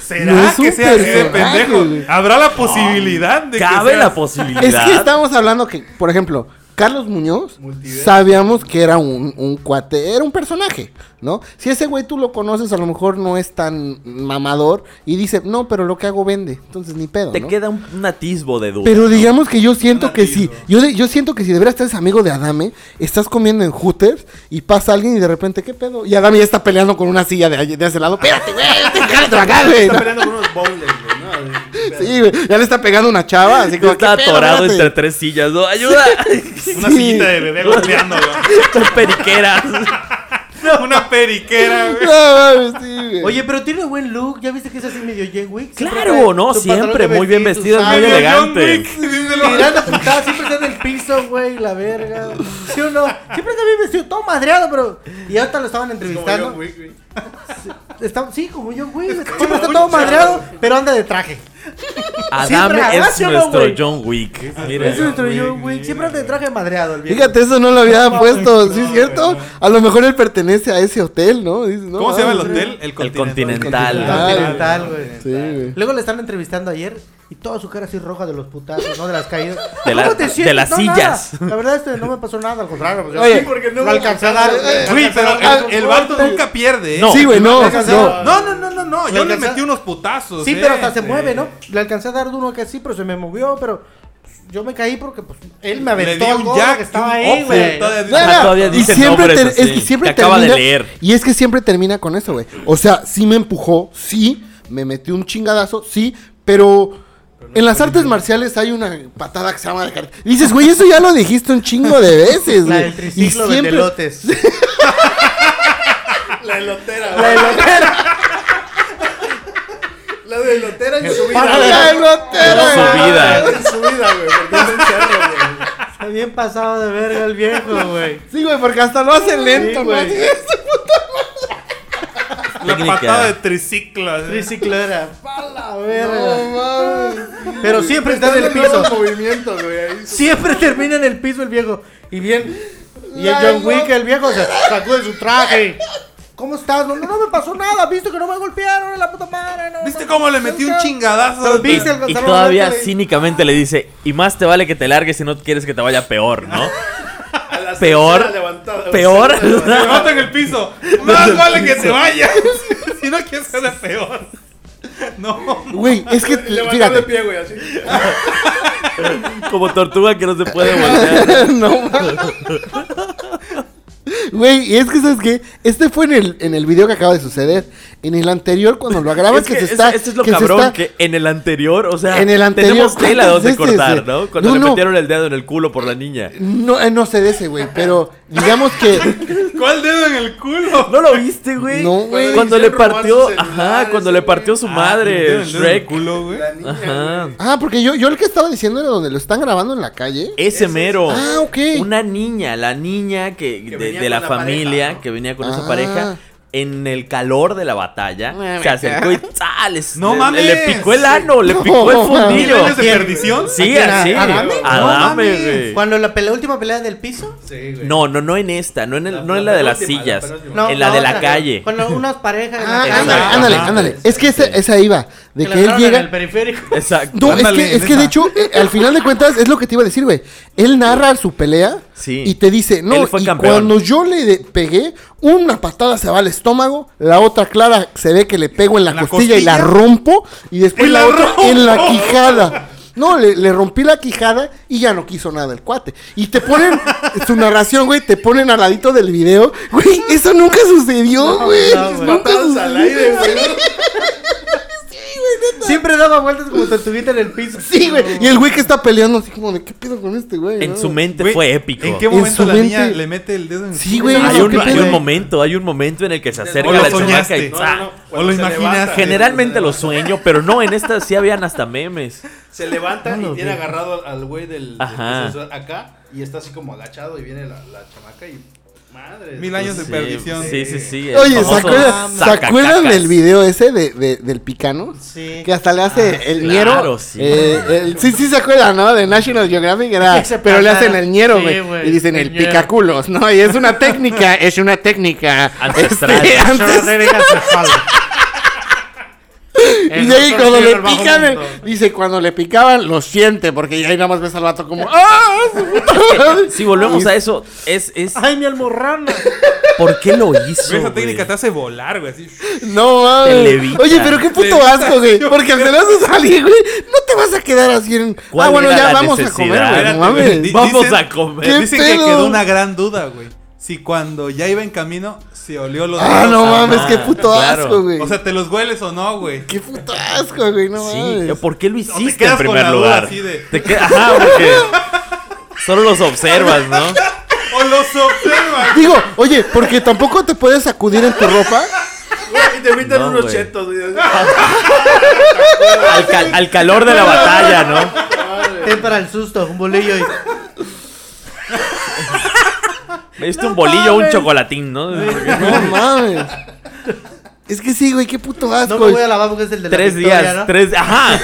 Speaker 1: ¿Será
Speaker 2: No es
Speaker 1: que
Speaker 2: un
Speaker 1: sea así de
Speaker 2: personaje,
Speaker 1: pendejo?
Speaker 2: güey.
Speaker 1: ¿Habrá la posibilidad de que
Speaker 3: Cabe
Speaker 1: sea
Speaker 3: la
Speaker 1: así?
Speaker 3: posibilidad.
Speaker 2: Es que estamos hablando que, por ejemplo, Carlos Muñoz,
Speaker 4: Multiverso.
Speaker 2: sabíamos que era un, un cuate, era un personaje, ¿no? Si ese güey tú lo conoces, a lo mejor no es tan mamador y dice, no, pero lo que hago vende, entonces ni pedo.
Speaker 3: Te
Speaker 2: ¿no?
Speaker 3: queda un, un atisbo de duda.
Speaker 2: Pero digamos que yo siento
Speaker 4: Un
Speaker 2: que sí.
Speaker 4: atisbo.
Speaker 2: Yo, de- yo siento que si de veras estás amigo de Adame, estás comiendo en Hooters y pasa alguien y de repente, ¿qué pedo? Y Adame ya está peleando con una silla de, allí- de ese lado. Espérate, güey, cállate para
Speaker 5: Ah,
Speaker 2: acá, güey.
Speaker 4: Está peleando con unos bowlers, güey, ¿no? De- de-
Speaker 2: Sí, güey, ya le está pegando una chava. Así como,
Speaker 3: está
Speaker 2: "¿Qué pedo,
Speaker 3: atorado
Speaker 2: espérate?"
Speaker 3: entre tres sillas, ¿no? Ayuda.
Speaker 1: Una
Speaker 2: Sí.
Speaker 1: sillita de bebé golpeando, güey.
Speaker 3: Con periqueras.
Speaker 1: Una periquera, güey.
Speaker 2: No, mames, sí, güey.
Speaker 6: Oye, pero tiene buen look. ¿Ya viste que es así medio Jen Wick? Siempre
Speaker 3: Claro,
Speaker 6: trae
Speaker 3: no,
Speaker 6: su pantalón
Speaker 3: siempre
Speaker 6: de
Speaker 3: muy bien
Speaker 6: vestir,
Speaker 3: vestido,
Speaker 6: sus-
Speaker 3: muy
Speaker 1: Medio
Speaker 3: elegante.
Speaker 1: John Wick, díselo.
Speaker 5: Tirando putadas, siempre está en el piso, güey, la verga. ¿Sí o no? Siempre está bien vestido, todo madreado, pero. Y ahorita lo estaban
Speaker 4: Como John
Speaker 5: entrevistando.
Speaker 4: Wick, güey.
Speaker 5: Está- sí, como yo, güey. Siempre está todo madreado, pero anda de traje.
Speaker 3: Adame
Speaker 5: Siempre
Speaker 3: es
Speaker 5: abrazo, ¿no,
Speaker 3: nuestro
Speaker 5: güey?
Speaker 3: John Wick. Miren.
Speaker 5: Ese es nuestro yo, güey. Siempre anda de traje madreado el viejo.
Speaker 2: Fíjate, eso no lo había puesto, ¿sí es cierto? A lo mejor él pertenece a ese hotel, ¿no? Dice, no,
Speaker 1: ¿Cómo se llama el
Speaker 2: mames,
Speaker 1: hotel? El
Speaker 3: Continental.
Speaker 5: Continental, güey.
Speaker 2: Sí, güey.
Speaker 5: Luego le están entrevistando ayer y toda su cara así roja de los putazos, ¿no? De las caídas.
Speaker 3: De la-
Speaker 5: ¿Cómo te
Speaker 3: de
Speaker 5: sientes?
Speaker 3: las
Speaker 5: No,
Speaker 3: sillas.
Speaker 5: nada. La verdad, este, no me pasó nada, al contrario. Pues, yo-
Speaker 2: Oye,
Speaker 5: Sí,
Speaker 4: porque no
Speaker 5: lo
Speaker 4: hubo-
Speaker 5: alcancé a dar.
Speaker 2: Eh,
Speaker 1: Güey, pero el, el vato nunca pierde, ¿eh?
Speaker 3: No.
Speaker 2: Sí, güey, no, no.
Speaker 5: Alcanzaba-
Speaker 1: No, no, no, no, no. Yo
Speaker 5: ¿Le
Speaker 1: le
Speaker 5: alcanza-
Speaker 1: metí unos putazos.
Speaker 5: Sí,
Speaker 1: ¿eh?
Speaker 5: pero hasta se
Speaker 1: Sí.
Speaker 5: mueve, ¿no? Le alcancé a dar de uno que sí, pero se me movió, pero pues, yo me caí porque pues, él me
Speaker 1: Le
Speaker 5: aventó
Speaker 1: di
Speaker 5: el
Speaker 1: un
Speaker 5: gorro
Speaker 1: jack.
Speaker 5: que estaba
Speaker 1: y un
Speaker 5: ahí,
Speaker 1: offer,
Speaker 5: güey.
Speaker 1: todavía
Speaker 2: No,
Speaker 1: dice-
Speaker 3: Ajá,
Speaker 2: no,
Speaker 3: todavía
Speaker 2: y
Speaker 3: dicen
Speaker 2: siempre,
Speaker 3: nombres
Speaker 2: ter-
Speaker 3: así,
Speaker 2: es que siempre
Speaker 3: que acaba de
Speaker 2: termina,
Speaker 3: leer.
Speaker 2: Y es que siempre termina con eso, güey. O sea, sí me empujó, sí, me metió un chingadazo, sí, pero... En las artes marciales hay una patada que se llama de car- Y Dices, güey, eso ya lo dijiste un chingo de veces,
Speaker 6: La
Speaker 2: güey.
Speaker 6: del triciclo
Speaker 2: y
Speaker 6: de
Speaker 2: siempre,
Speaker 6: elotes.
Speaker 4: La elotera,
Speaker 5: La
Speaker 4: güey.
Speaker 5: elotera.
Speaker 4: La de elotera en su vida.
Speaker 5: Para
Speaker 4: güey.
Speaker 2: Ay, no te-
Speaker 3: Toda su vida.
Speaker 4: En su vida, güey. Porque es el cerro, güey.
Speaker 6: Está bien pasado de verga el viejo, güey.
Speaker 2: Sí, güey, porque hasta lo hacen lento,
Speaker 6: Sí,
Speaker 2: güey.
Speaker 6: güey.
Speaker 1: La
Speaker 3: Técnica.
Speaker 1: patada de triciclo. ¿eh? así.
Speaker 6: Triciclera.
Speaker 5: A
Speaker 2: No
Speaker 5: ver,
Speaker 2: mames.
Speaker 5: Pero siempre está en el
Speaker 4: Todos
Speaker 5: piso.
Speaker 4: los movimientos, güey. ahí.
Speaker 5: Siempre termina en el piso el viejo. Y bien. Y el
Speaker 2: La
Speaker 5: John Wick,
Speaker 2: loca.
Speaker 5: el viejo, se sacude su traje. ¿Cómo estás? No, no, no me pasó nada. Viste que no me golpearon en la puta madre. No,
Speaker 1: ¿Viste
Speaker 5: no,
Speaker 1: cómo le
Speaker 5: no,
Speaker 1: metí
Speaker 5: no,
Speaker 1: un
Speaker 5: no.
Speaker 1: chingadazo?
Speaker 5: ¿Viste el
Speaker 3: Y
Speaker 5: Gonzalo
Speaker 3: todavía
Speaker 5: López?
Speaker 3: cínicamente le dice, y más te vale que te largues si no quieres que te vaya peor, ¿no?
Speaker 4: A la
Speaker 3: Peor.
Speaker 4: tercera levantada, güey.
Speaker 3: Peor.
Speaker 1: Me mato en el piso. Más vale que te vayas. si no, quieres ser peor. No.
Speaker 2: Güey, es que,
Speaker 4: Levantó de
Speaker 2: fíjate.
Speaker 4: pie, güey, así.
Speaker 3: Como tortuga que no se puede voltear.
Speaker 2: no mames. Güey, y es que, ¿sabes qué? Este fue en el, en el video que acaba de suceder. En el anterior, cuando lo grabas,
Speaker 3: Es
Speaker 2: que,
Speaker 3: que
Speaker 2: se está.
Speaker 3: es- esto es lo
Speaker 2: que se
Speaker 3: cabrón,
Speaker 2: está-
Speaker 3: que en el anterior, o sea,
Speaker 2: En el anterior,
Speaker 3: tenemos tela
Speaker 2: ¿cuántas
Speaker 3: donde
Speaker 2: veces,
Speaker 3: cortar,
Speaker 2: eh?
Speaker 3: ¿no? Cuando
Speaker 2: No,
Speaker 3: le
Speaker 2: no.
Speaker 3: metieron el dedo en el culo por la niña.
Speaker 2: No, eh, no sé de ese, güey, pero digamos que.
Speaker 1: ¿Cuál dedo en el culo?
Speaker 3: ¿No lo viste, güey?
Speaker 2: No, güey.
Speaker 3: Cuando
Speaker 4: Cuando
Speaker 3: le
Speaker 4: le robaron
Speaker 3: partió,
Speaker 4: su celular,
Speaker 3: ajá, cuando
Speaker 4: ese
Speaker 3: le partió su madre,
Speaker 1: Ah, el dedo en el
Speaker 3: Shrek.
Speaker 1: culo, güey.
Speaker 4: La niña,
Speaker 3: Ajá.
Speaker 2: Ah, porque yo, yo el que estaba diciendo era donde lo están grabando en la calle.
Speaker 3: Ese mero.
Speaker 2: Ah, ok.
Speaker 3: Una niña, la niña que, de,
Speaker 4: venía
Speaker 3: de la
Speaker 4: con la
Speaker 3: familia
Speaker 4: pareja, ¿no?
Speaker 3: que venía con
Speaker 2: Ah.
Speaker 3: esa pareja. En el calor de la batalla, se acercó y ¡ah! Les-
Speaker 1: No
Speaker 3: le,
Speaker 1: mames.
Speaker 3: le picó el ano, le
Speaker 2: No,
Speaker 3: picó el
Speaker 2: mames.
Speaker 1: ¿Mil
Speaker 3: fundillo.
Speaker 1: años de perdición?
Speaker 3: Sí,
Speaker 5: ¿A quién?
Speaker 3: así.
Speaker 5: ¿A Adame? No
Speaker 3: Adame,
Speaker 1: mames.
Speaker 3: güey.
Speaker 5: Cuando la, pelea- última pelea del piso.
Speaker 4: Sí, güey.
Speaker 3: No, no, no en esta, no en, el-
Speaker 4: La-
Speaker 3: no en la,
Speaker 4: la
Speaker 3: de las
Speaker 4: penúltima, la
Speaker 3: sillas,
Speaker 4: penúltima.
Speaker 5: No,
Speaker 3: en la de la
Speaker 5: otra,
Speaker 3: calle.
Speaker 5: Cuando unas parejas. en la
Speaker 2: Ah,
Speaker 5: calle.
Speaker 2: ándale,
Speaker 3: Exacto.
Speaker 2: ándale,
Speaker 3: Ajá.
Speaker 2: ándale. Es que esa, esa iba. De
Speaker 6: Que la
Speaker 2: que él
Speaker 6: dejaron en el
Speaker 2: llega.
Speaker 6: periférico.
Speaker 3: Exacto.
Speaker 2: No, es
Speaker 1: Ándale,
Speaker 2: que, es
Speaker 1: en
Speaker 2: que de
Speaker 1: esa.
Speaker 2: hecho, eh, al final de cuentas, es lo que te iba a decir, güey. Él narra su pelea
Speaker 3: Sí.
Speaker 2: Y te dice, no,
Speaker 3: Él fue
Speaker 2: y
Speaker 3: campeón.
Speaker 2: cuando yo le de- pegué, una patada se va al estómago, la otra clara se ve que le pego en la,
Speaker 1: ¿En la
Speaker 2: costilla, y la
Speaker 1: costilla?
Speaker 2: rompo, y después
Speaker 1: ¡Y
Speaker 2: la,
Speaker 1: la
Speaker 2: otra en la
Speaker 1: rompo!
Speaker 2: quijada. No, le, le rompí la quijada y ya no quiso nada el cuate. Y te ponen, su narración, güey, te ponen al ladito del video. Güey, eso nunca sucedió, güey.
Speaker 5: no, güey.
Speaker 2: nunca sucedió.
Speaker 5: Siempre daba vueltas como tortuguita en el piso.
Speaker 2: Sí, güey. Y el güey que está peleando así como de, ¿qué pedo con este güey?
Speaker 3: En
Speaker 2: no?
Speaker 3: su mente
Speaker 1: Güey,
Speaker 3: fue épico.
Speaker 1: ¿En qué
Speaker 2: En
Speaker 1: momento
Speaker 2: su
Speaker 1: la niña
Speaker 2: mente-
Speaker 1: le mete el dedo en
Speaker 2: Sí, güey,
Speaker 3: hay,
Speaker 2: eso,
Speaker 3: un,
Speaker 2: ¿qué
Speaker 3: hay
Speaker 2: pedo?
Speaker 3: un momento, hay un momento en el que se acerca
Speaker 1: O lo
Speaker 3: la Ah. chamaca
Speaker 1: soñaste.
Speaker 3: y
Speaker 1: No,
Speaker 3: ¡za!
Speaker 1: no, no. O lo
Speaker 4: Se
Speaker 1: imaginaste.
Speaker 4: levanta.
Speaker 3: Generalmente lo sueño, pero no, en esta sí habían hasta memes.
Speaker 4: Se levanta y tiene agarrado al al güey del, del
Speaker 3: Ah, Ajá.
Speaker 4: proceso acá y está así como agachado y viene la, la chamaca y madre. pues,
Speaker 1: Mil años de
Speaker 3: Sí,
Speaker 1: perdición.
Speaker 3: Sí, sí, sí. el
Speaker 2: Oye, ¿se
Speaker 3: famoso
Speaker 2: acuerdan, ¿se
Speaker 3: sacacacas.
Speaker 2: acuerdan del video ese de, de- del picano?
Speaker 5: Sí.
Speaker 2: Que hasta le hace el
Speaker 3: Ah, claro,
Speaker 2: ñero.
Speaker 3: sí.
Speaker 2: eh, el- sí, sí se acuerdan, ¿no? De National Geographic era.
Speaker 6: Ese
Speaker 2: Pero le hacen
Speaker 6: pájaro.
Speaker 2: el ñero,
Speaker 6: Sí,
Speaker 2: güey.
Speaker 6: güey,
Speaker 2: y dicen
Speaker 6: el
Speaker 2: el,
Speaker 6: ñero.
Speaker 2: picaculos, ¿no? Y es una técnica, es una técnica.
Speaker 3: Ah, Ancestral.
Speaker 2: este,
Speaker 6: Yo no
Speaker 2: antes-
Speaker 6: sé, venga, se jala.
Speaker 2: y
Speaker 6: El
Speaker 2: de ahí
Speaker 6: doctor
Speaker 2: cuando le
Speaker 6: Silver bajo
Speaker 2: pican,
Speaker 6: mundo.
Speaker 2: eh, dice cuando le picaban, lo siente, porque ahí nada más ves al vato como. ¡Ah! su puta madre".
Speaker 3: Si volvemos a eso, es, es
Speaker 5: Ay, mi almorrana.
Speaker 3: ¿por qué lo hizo?
Speaker 1: Esa
Speaker 3: güey?
Speaker 1: técnica te hace volar, güey. Así.
Speaker 2: No mames.
Speaker 3: Televisa.
Speaker 2: Oye, pero qué puto
Speaker 1: Televisa.
Speaker 2: asco, güey. Porque al menos a salir, güey, no te vas a quedar así en. Ah,
Speaker 3: ¿Cuál
Speaker 2: bueno,
Speaker 3: era
Speaker 2: ya
Speaker 3: la
Speaker 2: vamos a comer,
Speaker 3: necesidad?
Speaker 2: güey.
Speaker 1: Espérate,
Speaker 2: No
Speaker 1: güey.
Speaker 2: mames.
Speaker 1: Di-
Speaker 3: Vamos
Speaker 1: dicen-
Speaker 3: a comer.
Speaker 2: ¿Qué
Speaker 1: Dicen
Speaker 2: pedo?
Speaker 1: que quedó una gran duda, güey. Si cuando ya iba en camino, se olió los
Speaker 2: Ah,
Speaker 1: dedos
Speaker 2: no
Speaker 1: a-
Speaker 2: mames, qué
Speaker 3: ah,
Speaker 2: puto
Speaker 3: claro.
Speaker 2: asco, güey.
Speaker 1: O sea, ¿te los hueles o no, güey?
Speaker 2: qué puto asco, güey, no
Speaker 3: Sí,
Speaker 2: mames.
Speaker 3: ¿por qué lo
Speaker 1: te
Speaker 3: hiciste
Speaker 1: quedas
Speaker 3: en
Speaker 1: con
Speaker 3: primer
Speaker 1: la duda
Speaker 3: lugar?
Speaker 1: así de-
Speaker 3: Te queda- Ajá, porque solo los observas, ¿no?
Speaker 1: O los observas.
Speaker 2: Digo, oye, porque tampoco te puedes sacudir en tu ropa.
Speaker 4: Güey, y te invitan
Speaker 3: No,
Speaker 4: unos
Speaker 3: güey.
Speaker 4: chetos. güey.
Speaker 2: Ah,
Speaker 3: Al, cal- al calor de la batalla, ¿no?
Speaker 5: Ten para el susto, un bolillo y.
Speaker 3: Me diste un bolillo o un chocolatín, ¿no?
Speaker 2: No mames. Es que sí, güey, qué puto
Speaker 5: No
Speaker 2: asco.
Speaker 5: me voy
Speaker 2: güey.
Speaker 5: a lavar porque es el de la
Speaker 3: Tres
Speaker 5: victoria,
Speaker 3: días,
Speaker 5: ¿no?
Speaker 3: tres... ¡Ajá!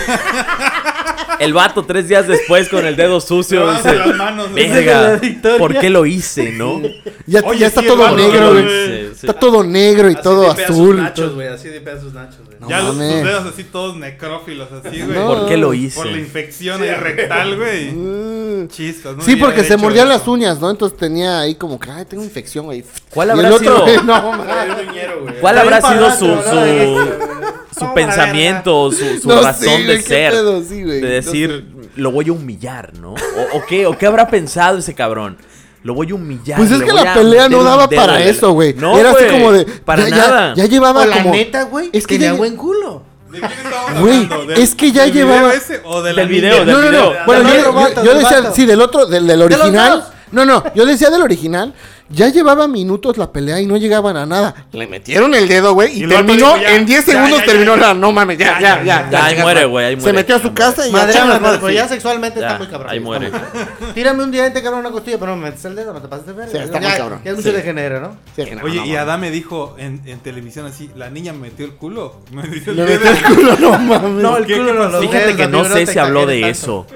Speaker 3: El vato tres días después con el dedo sucio
Speaker 1: Lavándose
Speaker 3: dice...
Speaker 1: las manos, ¿no?
Speaker 3: Verga,
Speaker 5: Dice que la
Speaker 3: ¿por
Speaker 5: victoria".
Speaker 3: qué lo hice, no?
Speaker 2: Ya,
Speaker 1: Oye,
Speaker 2: ya está
Speaker 1: sí,
Speaker 2: todo
Speaker 1: hermano,
Speaker 2: negro,
Speaker 1: no,
Speaker 2: güey.
Speaker 3: güey. Sí, sí.
Speaker 2: Está todo negro y
Speaker 4: Así
Speaker 2: todo
Speaker 4: dipea sus
Speaker 2: azul. y todo-
Speaker 4: Nachos, güey, así de pedazos nachos, güey.
Speaker 2: No
Speaker 1: Ya los tus
Speaker 2: mames.
Speaker 1: dedos así todos necrófilos, así, güey.
Speaker 2: No.
Speaker 3: ¿Por qué lo hice?
Speaker 1: Por la infección ahí rectal, güey.
Speaker 2: Mm.
Speaker 1: Chispas, ¿no?
Speaker 2: Sí,
Speaker 1: Debería
Speaker 2: porque
Speaker 1: haber
Speaker 2: se
Speaker 1: hecho
Speaker 2: mordían
Speaker 1: eso.
Speaker 2: las uñas, ¿no? Entonces tenía ahí como que, ay, tengo infección, güey.
Speaker 3: ¿Cuál
Speaker 2: Y
Speaker 3: habrá
Speaker 2: el otro,
Speaker 3: sido?
Speaker 2: güey, no, mames.
Speaker 4: Era un ñero, güey.
Speaker 3: ¿Cuál habrá
Speaker 5: Está
Speaker 3: sido
Speaker 5: bien
Speaker 3: su,
Speaker 5: barato,
Speaker 3: su, su pensamiento, su, su
Speaker 2: No sé,
Speaker 3: razón
Speaker 2: güey,
Speaker 3: de
Speaker 2: qué
Speaker 3: ser?
Speaker 2: pedo, sí, güey, no
Speaker 3: de decir, lo voy a humillar, ¿no? ¿O, o qué, ¿O qué habrá pensado ese cabrón? Lo voy a humillar.
Speaker 2: Pues es
Speaker 3: le
Speaker 2: que
Speaker 3: voy
Speaker 2: la
Speaker 3: a
Speaker 2: pelea
Speaker 3: meter
Speaker 2: no
Speaker 3: un
Speaker 2: daba
Speaker 3: dedo
Speaker 2: para
Speaker 3: en la-
Speaker 2: eso, güey.
Speaker 3: No,
Speaker 2: Era así
Speaker 3: güey,
Speaker 2: como de.
Speaker 3: Para
Speaker 2: ya, ya-
Speaker 3: nada.
Speaker 2: Ya, llevaba
Speaker 5: O la
Speaker 2: como.
Speaker 5: neta, güey.
Speaker 2: Es que
Speaker 5: tenía
Speaker 2: ya-
Speaker 5: buen culo.
Speaker 1: ¿De quién estamos
Speaker 2: Güey,
Speaker 1: hablando? ¿Del-
Speaker 2: es que ya
Speaker 1: del video
Speaker 2: llevaba-
Speaker 1: ese o de la
Speaker 3: Del
Speaker 1: niña?
Speaker 3: video, del
Speaker 2: No, no, no.
Speaker 3: video.
Speaker 2: Bueno,
Speaker 5: Del
Speaker 2: yo,
Speaker 5: otro
Speaker 2: yo-
Speaker 5: vato,
Speaker 2: yo
Speaker 5: del
Speaker 2: decía,
Speaker 5: vato.
Speaker 2: sí, del otro, del, del
Speaker 5: los
Speaker 2: original.
Speaker 5: dos.
Speaker 2: No, no, yo decía del original. Ya llevaba minutos la pelea y no llegaban a nada. Le metieron el dedo, güey, y,
Speaker 1: el vato
Speaker 2: terminó,
Speaker 1: dijo, ya,
Speaker 2: en 10
Speaker 1: ya,
Speaker 2: segundos
Speaker 1: ya, ya,
Speaker 2: terminó
Speaker 1: ya.
Speaker 2: la. No mames, ya, ya, ya.
Speaker 3: Ya, ahí
Speaker 2: chingada.
Speaker 3: muere, güey, ahí muere.
Speaker 2: Se metió a
Speaker 3: Ya
Speaker 2: su
Speaker 3: muere.
Speaker 2: casa y ya,
Speaker 5: Madre,
Speaker 2: chingas,
Speaker 5: pero
Speaker 2: madre,
Speaker 5: ya
Speaker 2: sí.
Speaker 5: sexualmente
Speaker 3: Ya,
Speaker 5: está muy cabrón.
Speaker 3: ahí
Speaker 5: está
Speaker 3: muere.
Speaker 5: muy cabrón. Tírame un día y te cabrón una costilla, pero no me metes el dedo, no te pases de verga.
Speaker 2: Sí, está muy
Speaker 5: Ya-
Speaker 2: cabrón.
Speaker 5: Ya es mucho
Speaker 2: Sí.
Speaker 5: de género, ¿no?
Speaker 2: Sí, no,
Speaker 1: Oye,
Speaker 2: no,
Speaker 1: y
Speaker 2: no.
Speaker 1: Adame dijo en, en televisión así, la niña me metió el culo. Me dice
Speaker 2: Le metió el culo, no mames.
Speaker 5: No, el
Speaker 1: ¿Qué-
Speaker 5: culo
Speaker 1: qué
Speaker 5: no lo
Speaker 3: Fíjate
Speaker 5: ves,
Speaker 3: que
Speaker 5: amigo,
Speaker 3: no sé
Speaker 5: te
Speaker 3: si habló de
Speaker 5: exageres
Speaker 3: eso.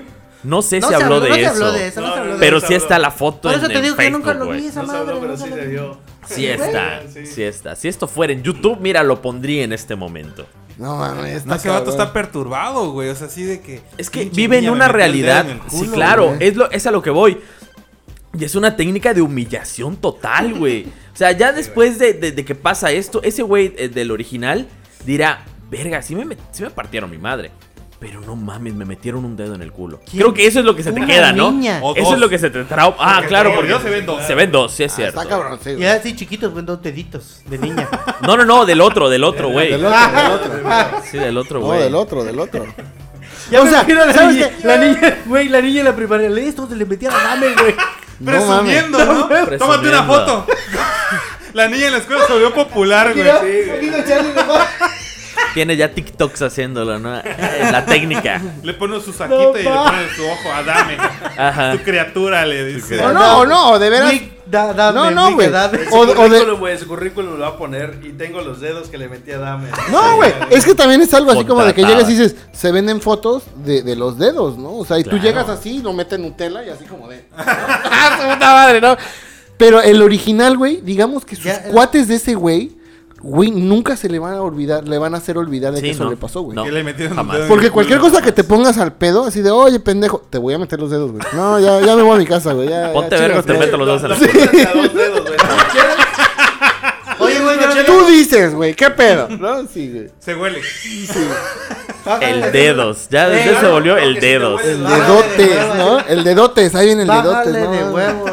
Speaker 3: No sé
Speaker 5: tanto.
Speaker 3: si habló de
Speaker 5: No se habló de
Speaker 3: eso.
Speaker 5: eso, no se habló de eso.
Speaker 3: Pero sí está la foto
Speaker 5: Por
Speaker 3: en
Speaker 5: eso te
Speaker 3: en
Speaker 5: digo que nunca
Speaker 3: Facebook,
Speaker 5: lo vi
Speaker 3: güey.
Speaker 5: esa
Speaker 4: No se
Speaker 5: madre.
Speaker 4: habló, pero
Speaker 5: nunca
Speaker 4: sí
Speaker 5: lo
Speaker 4: se
Speaker 5: vi.
Speaker 4: vio.
Speaker 3: Sí está,
Speaker 4: Sí.
Speaker 3: sí está. Si esto fuera en YouTube, mira, lo pondría en este momento.
Speaker 2: No mames, está
Speaker 1: No, ese vato
Speaker 2: cabrón.
Speaker 1: está perturbado, güey. O sea, así de que.
Speaker 3: Es que
Speaker 1: pinche
Speaker 3: vive en
Speaker 1: niña,
Speaker 3: una
Speaker 1: me metió el dedo
Speaker 3: realidad.
Speaker 1: en el
Speaker 3: sí,
Speaker 1: culo,
Speaker 3: claro,
Speaker 1: güey.
Speaker 3: es, lo, es a lo que voy. Y es una técnica de humillación total, güey. O sea, ya después de, de- de que pasa esto, ese güey eh, del original dirá, verga, sí me, met- sí me partieron mi madre. Pero no mames, me metieron un dedo en el culo.
Speaker 5: ¿Quién?
Speaker 3: Creo que eso es lo que se te
Speaker 5: Una
Speaker 3: queda,
Speaker 5: niña.
Speaker 3: ¿no?
Speaker 1: O
Speaker 3: Eso
Speaker 1: dos.
Speaker 3: es lo que se te trauma. Ah, claro,
Speaker 1: se
Speaker 3: porque
Speaker 1: volvió, se ven dos.
Speaker 3: Se ven dos, sí es
Speaker 2: Ah,
Speaker 3: cierto.
Speaker 2: Está cabrón, sí, güey.
Speaker 5: Y era así chiquitos, con dos deditos de niña.
Speaker 3: No, no, no, del otro, del otro, güey.
Speaker 2: Del otro, del otro.
Speaker 3: Sí, del otro,
Speaker 2: No,
Speaker 3: güey.
Speaker 2: del otro, del otro.
Speaker 5: Ya
Speaker 2: O
Speaker 5: me
Speaker 2: sea,
Speaker 5: imagino a la
Speaker 2: ¿sabes
Speaker 5: niña,
Speaker 2: qué?
Speaker 5: la niña, güey, la niña en la primaria, le esto se le metía la mame, güey.
Speaker 1: Presumiendo,
Speaker 5: No
Speaker 1: ¿no?
Speaker 5: mames.
Speaker 1: Tómate una
Speaker 3: Presumiendo.
Speaker 1: foto. la niña en la escuela se volvió popular, güey.
Speaker 5: Mira, aquí con Charlie nomás.
Speaker 3: Tiene ya TikToks haciéndolo, ¿no? Eh, La técnica.
Speaker 1: Le pone su saquita y le
Speaker 5: No, ma.
Speaker 1: pone su ojo a Dame.
Speaker 3: Ajá.
Speaker 1: Tu criatura le dice.
Speaker 2: O no, o no, o de veras.
Speaker 5: Nick, da- dame,
Speaker 2: No, no,
Speaker 5: Nick,
Speaker 2: güey.
Speaker 5: dame.
Speaker 2: O-
Speaker 4: su
Speaker 2: o de-
Speaker 4: currículum, güey, su currículum lo va a poner y tengo los dedos que le metí a Dame.
Speaker 2: No, güey. Es que también es algo así como de que
Speaker 3: Contratada.
Speaker 2: llegas y dices, se venden fotos de, de los dedos, ¿no? O sea, y
Speaker 3: Claro.
Speaker 2: tú llegas así y lo meten Nutella y así como de. ¡Ah, su puta madre, no! Pero el original, güey, digamos que sus
Speaker 5: Ya, el-
Speaker 2: cuates de ese güey güey, nunca se le van a olvidar, le van a hacer olvidar de
Speaker 3: Sí,
Speaker 2: que eso
Speaker 3: no.
Speaker 2: le pasó, güey.
Speaker 3: No.
Speaker 1: ¿Qué le metieron
Speaker 3: jamás.
Speaker 1: ustedes?
Speaker 2: Porque cualquier cosa que te pongas al pedo, así de, oye, pendejo, te voy a meter los dedos, güey. No, ya, ya me voy a mi casa, güey. Ya,
Speaker 3: Ponte
Speaker 2: ya,
Speaker 3: verga,
Speaker 2: chingas,
Speaker 3: te
Speaker 2: ya.
Speaker 3: meto los dedos en la
Speaker 4: Lo pones a dos dedos, güey.
Speaker 5: Oye, güey, no
Speaker 2: Tú dices, güey, qué pedo, ¿no? Sí, güey.
Speaker 1: Se huele.
Speaker 3: El dedos. Ya
Speaker 5: Eh,
Speaker 3: desde se
Speaker 5: no,
Speaker 3: volvió
Speaker 4: no,
Speaker 3: el
Speaker 4: que si te
Speaker 3: dedos.
Speaker 4: huele-
Speaker 2: El
Speaker 5: Bájale de
Speaker 2: dedotes,
Speaker 5: huevos.
Speaker 2: ¿no? El dedotes, ahí viene el
Speaker 5: Bájale
Speaker 2: dedotes, ¿no?
Speaker 5: de huevos.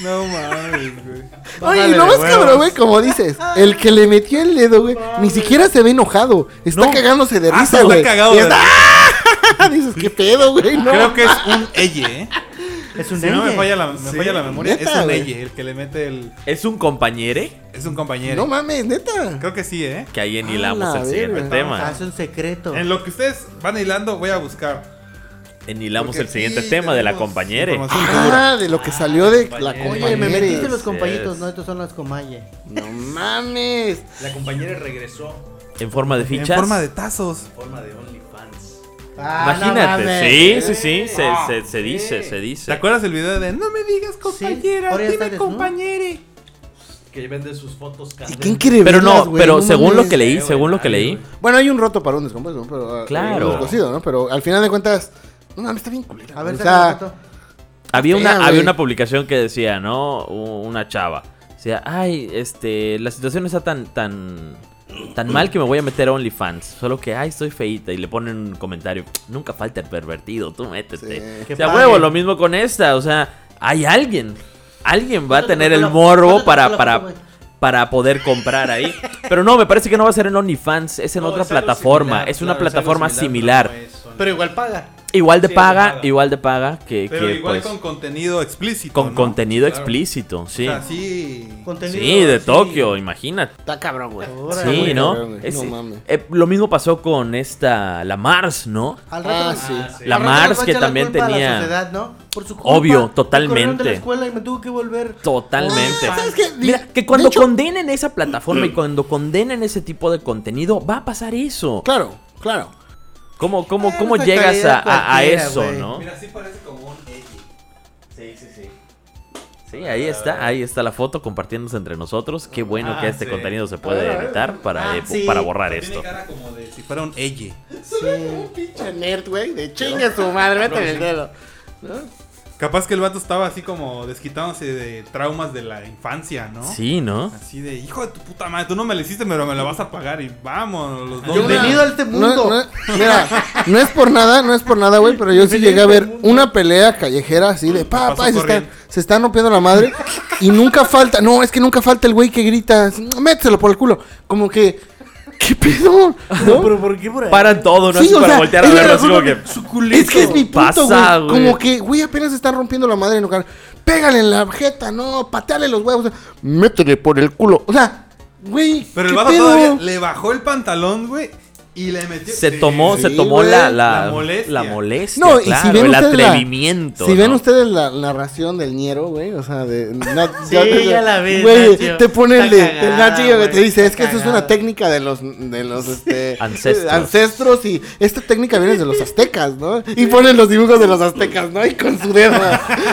Speaker 5: No mames, güey.
Speaker 2: Oye, y
Speaker 5: Bájale
Speaker 2: lo
Speaker 5: de
Speaker 2: más
Speaker 5: huevos.
Speaker 2: cabrón, güey, como dices, el que le metió el dedo, güey, ni siquiera se ve enojado. Está
Speaker 1: No.
Speaker 2: cagándose de
Speaker 1: Ah,
Speaker 2: risa,
Speaker 1: está
Speaker 2: güey.
Speaker 1: cagado
Speaker 2: Y
Speaker 1: de
Speaker 2: está- Dices, qué pedo, güey, no.
Speaker 1: Creo que es un elle, ¿eh?
Speaker 5: Es un
Speaker 1: Si no me
Speaker 5: nene.
Speaker 1: falla la, me falla la memoria,
Speaker 2: neta,
Speaker 1: es un
Speaker 2: güey.
Speaker 1: elle el que le mete el.
Speaker 3: ¿Es un compañere?
Speaker 1: Es un compañero.
Speaker 2: No mames, neta.
Speaker 1: Creo que sí, ¿eh?
Speaker 3: Que ahí en
Speaker 2: A
Speaker 3: hilamos
Speaker 2: la
Speaker 3: el siguiente
Speaker 2: verga.
Speaker 5: Ah,
Speaker 3: tema.
Speaker 5: Es un secreto.
Speaker 1: En lo que ustedes van hilando, voy a buscar.
Speaker 3: Enhilamos
Speaker 1: Porque
Speaker 3: el siguiente
Speaker 1: sí
Speaker 3: tema de la
Speaker 1: tenemos
Speaker 3: compañere.
Speaker 1: información dura.
Speaker 2: Ah, de lo que salió de la
Speaker 4: compañero.
Speaker 5: Oye, me metiste
Speaker 2: compañera.
Speaker 5: los compañitos,
Speaker 3: es.
Speaker 5: no, estos son las comalle.
Speaker 2: No mames.
Speaker 4: La compañera regresó
Speaker 3: En forma de fichas.
Speaker 1: En forma de tazos.
Speaker 4: en forma de OnlyFans.
Speaker 5: Ah, no mames.
Speaker 3: Imagínate. Sí, sí, sí. Se,
Speaker 1: Ah,
Speaker 3: se, se dice, se
Speaker 1: ¿Te
Speaker 3: dice.
Speaker 1: acuerdas el video de No me digas compañera,
Speaker 5: ahora ya está
Speaker 1: dime
Speaker 5: desnudo.
Speaker 1: compañere?
Speaker 4: Que vende sus fotos
Speaker 2: ¿Y
Speaker 4: candentes.
Speaker 2: quién quiere
Speaker 3: Pero
Speaker 2: verlas,
Speaker 3: no,
Speaker 2: güey?
Speaker 3: pero según lo
Speaker 2: mames.
Speaker 3: que leí,
Speaker 4: Eh,
Speaker 3: según lo que
Speaker 4: güey,
Speaker 3: leí.
Speaker 4: ay, güey.
Speaker 2: Bueno, hay un roto para un descompuesto, ¿no? Pero, ah,
Speaker 3: Claro.
Speaker 2: un descosido, ¿no? Pero al final de cuentas, no mames, está bien culera.
Speaker 5: A ver,
Speaker 2: o
Speaker 5: saca la
Speaker 2: sea,
Speaker 5: foto.
Speaker 3: Había
Speaker 2: Fea,
Speaker 3: una,
Speaker 2: güey.
Speaker 3: había una publicación que decía, ¿no? U- Una chava. Decía, ay, este, la situación está tan, tan, tan mal que me voy a meter a OnlyFans. Solo que, ay, estoy feíta. Y le ponen un comentario, nunca falta el pervertido, tú métete.
Speaker 2: Sí.
Speaker 3: O
Speaker 5: Que
Speaker 3: sea,
Speaker 5: pague.
Speaker 3: huevo, lo mismo con esta. O sea, hay alguien. Alguien va a
Speaker 5: ¿Cuánto te
Speaker 3: tener
Speaker 5: costó
Speaker 3: el
Speaker 5: la-
Speaker 3: morbo
Speaker 5: cuánto te
Speaker 3: para,
Speaker 5: costó la
Speaker 3: para,
Speaker 5: foto, güey?
Speaker 3: para poder comprar ahí. Pero no, me parece que no va a ser en OnlyFans, es en
Speaker 4: No,
Speaker 3: otra
Speaker 4: es algo
Speaker 3: plataforma.
Speaker 4: similar,
Speaker 3: es una
Speaker 4: claro, es algo
Speaker 3: plataforma similar.
Speaker 4: pero no es Only-
Speaker 6: Pero igual paga.
Speaker 3: Igual de
Speaker 4: Sí,
Speaker 3: paga,
Speaker 4: paga.
Speaker 3: igual de paga que,
Speaker 1: Pero
Speaker 3: que,
Speaker 1: igual
Speaker 3: pues,
Speaker 1: con contenido explícito.
Speaker 3: con
Speaker 1: ¿no?
Speaker 3: contenido
Speaker 4: Claro.
Speaker 3: explícito, sí.
Speaker 1: O sea, sí.
Speaker 5: Contenido,
Speaker 3: Sí, de
Speaker 5: sí.
Speaker 3: Tokio, imagínate.
Speaker 2: está cabrón, güey.
Speaker 5: Órale,
Speaker 3: Sí,
Speaker 5: güey.
Speaker 3: ¿no?
Speaker 2: cabrón,
Speaker 3: Es-
Speaker 2: no mames.
Speaker 3: eh, lo mismo pasó con esta, la Mars, ¿no?
Speaker 5: Al rato-
Speaker 2: Ah, sí.
Speaker 4: sí.
Speaker 3: La
Speaker 5: al rato le
Speaker 3: Mars
Speaker 5: voy a
Speaker 3: que
Speaker 5: echar la
Speaker 3: también
Speaker 5: culpa a la
Speaker 3: tenía-
Speaker 5: sociedad, ¿no? Por su culpa,
Speaker 3: Obvio,
Speaker 5: me corrieron de
Speaker 3: totalmente.
Speaker 5: la escuela y me tuve que volver.
Speaker 3: Totalmente.
Speaker 2: Ah, ¿sabes qué? Di-
Speaker 3: Mira, que
Speaker 2: de
Speaker 3: cuando
Speaker 2: hecho-
Speaker 3: condenen esa plataforma y cuando condenen ese tipo de contenido, va a pasar eso.
Speaker 2: Claro, claro.
Speaker 3: ¿Cómo, cómo,
Speaker 5: Eh,
Speaker 3: cómo
Speaker 5: no te
Speaker 3: llegas a,
Speaker 5: caería
Speaker 3: a- a
Speaker 5: cualquiera,
Speaker 3: eso,
Speaker 5: güey.
Speaker 3: no?
Speaker 1: sí parece como un elle.
Speaker 3: Sí, sí, sí. Sí, ahí está, ahí está la foto compartiéndose entre nosotros. Qué bueno
Speaker 4: Ah,
Speaker 3: que este
Speaker 4: sí.
Speaker 3: contenido se puede editar para,
Speaker 5: Ah,
Speaker 3: eh,
Speaker 5: sí.
Speaker 3: para borrar
Speaker 1: Tiene
Speaker 3: esto.
Speaker 1: cara como de si fuera un elle.
Speaker 2: Un pinche nerd, güey, de chinga su madre, métele el dedo.
Speaker 1: Capaz que el vato estaba así como desquitándose de traumas de la infancia, ¿no?
Speaker 3: Sí, ¿no?
Speaker 1: Así de, hijo de tu puta madre, tú no me lo hiciste, pero me lo vas a pagar y vamos, los dos.
Speaker 5: Bienvenido a este mundo.
Speaker 2: No, no- mira, no es por nada, no es por nada, güey, pero yo sí llegué a ver una pelea callejera así de
Speaker 1: Pasó
Speaker 2: papá, se están,
Speaker 1: corriendo.
Speaker 2: se están rompiendo la madre y nunca falta, no, es que nunca falta el güey que grita, mételo por el culo, como que, ¿qué pedo? ¿No?
Speaker 6: Pero ¿por qué por ahí?
Speaker 3: Paran todo, ¿no?
Speaker 2: Sí,
Speaker 3: Así
Speaker 2: o
Speaker 3: para
Speaker 2: sea,
Speaker 3: voltear a
Speaker 2: es la
Speaker 3: verlo, así como
Speaker 2: razón
Speaker 3: que.
Speaker 2: Es que es mi punto,
Speaker 3: Pasa,
Speaker 2: güey.
Speaker 3: güey.
Speaker 2: Como que, güey, apenas están rompiendo la madre en lugar. Pégale en la jeta, no, pateale los huevos. Métele por el culo. O sea, güey.
Speaker 1: Pero el
Speaker 2: ¿qué
Speaker 1: vato
Speaker 2: pedo?
Speaker 1: todavía le bajó el pantalón, güey, y le metió.
Speaker 3: Se
Speaker 1: Sí,
Speaker 3: tomó,
Speaker 1: sí.
Speaker 3: se
Speaker 2: sí,
Speaker 3: tomó
Speaker 2: güey,
Speaker 3: la, la,
Speaker 1: la molestia.
Speaker 3: la molestia,
Speaker 2: No, y si
Speaker 3: claro,
Speaker 2: ven
Speaker 3: el
Speaker 2: ustedes la-
Speaker 3: atrevimiento.
Speaker 2: Si ven
Speaker 3: ¿no?
Speaker 2: ustedes la narración del ñero, güey, o sea, de. na-
Speaker 6: Sí, ya la vi,
Speaker 2: Güey,
Speaker 6: Nacho.
Speaker 2: te pone el de.
Speaker 6: Está
Speaker 2: el
Speaker 6: cagada,
Speaker 2: Nacho que te
Speaker 6: güey, está
Speaker 2: dice, es que eso es una
Speaker 6: cagada.
Speaker 2: técnica de los. De los este,
Speaker 3: Ancestros.
Speaker 2: ancestros, y esta técnica viene de los aztecas, ¿no? Y ponen los dibujos de los aztecas, ¿no? Y con su dedo.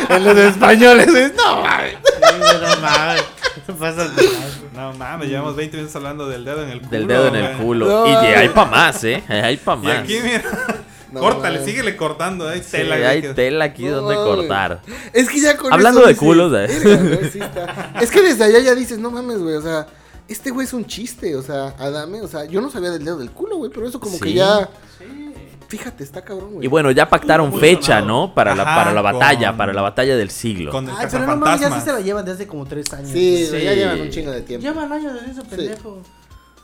Speaker 2: en los españoles. es, no, mames.
Speaker 6: Sí, no mames. No pasa nada.
Speaker 1: No mames, llevamos 20 minutos hablando del dedo en el culo.
Speaker 3: Del dedo en el
Speaker 1: güey.
Speaker 3: culo.
Speaker 2: No,
Speaker 3: y de-
Speaker 2: güey.
Speaker 3: hay pa' más, ¿eh? Hay pa'
Speaker 1: Y
Speaker 3: más.
Speaker 1: aquí, mira.
Speaker 2: No,
Speaker 1: córtale,
Speaker 2: mames.
Speaker 1: síguele cortando, hay
Speaker 3: Sí,
Speaker 1: tela, güey,
Speaker 3: hay
Speaker 1: que-
Speaker 3: tela aquí
Speaker 2: No,
Speaker 3: donde
Speaker 2: mames.
Speaker 3: cortar.
Speaker 2: Es que ya con
Speaker 3: Hablando
Speaker 2: eso
Speaker 3: de
Speaker 2: dices,
Speaker 3: culos, eh.
Speaker 2: "Verga, güey, sí está". Es que desde allá ya dices, no mames, güey, o sea, este güey es un chiste, o sea, Adame, o sea, yo no sabía del dedo del culo, güey, pero eso como que
Speaker 3: Sí.
Speaker 2: ya... Fíjate, está cabrón, güey.
Speaker 3: Y bueno, ya pactaron fecha, ¿no? Para la,
Speaker 1: Ajá,
Speaker 3: para la
Speaker 1: con-
Speaker 3: batalla, para la batalla del siglo.
Speaker 1: Con el
Speaker 5: Ay, pero no mames, ya sí
Speaker 1: cazafantasmas.
Speaker 5: se la llevan desde como tres años. Pues,
Speaker 2: Sí,
Speaker 3: Sí.
Speaker 2: ya llevan un chingo de tiempo.
Speaker 5: Llevan años de eso, pendejo.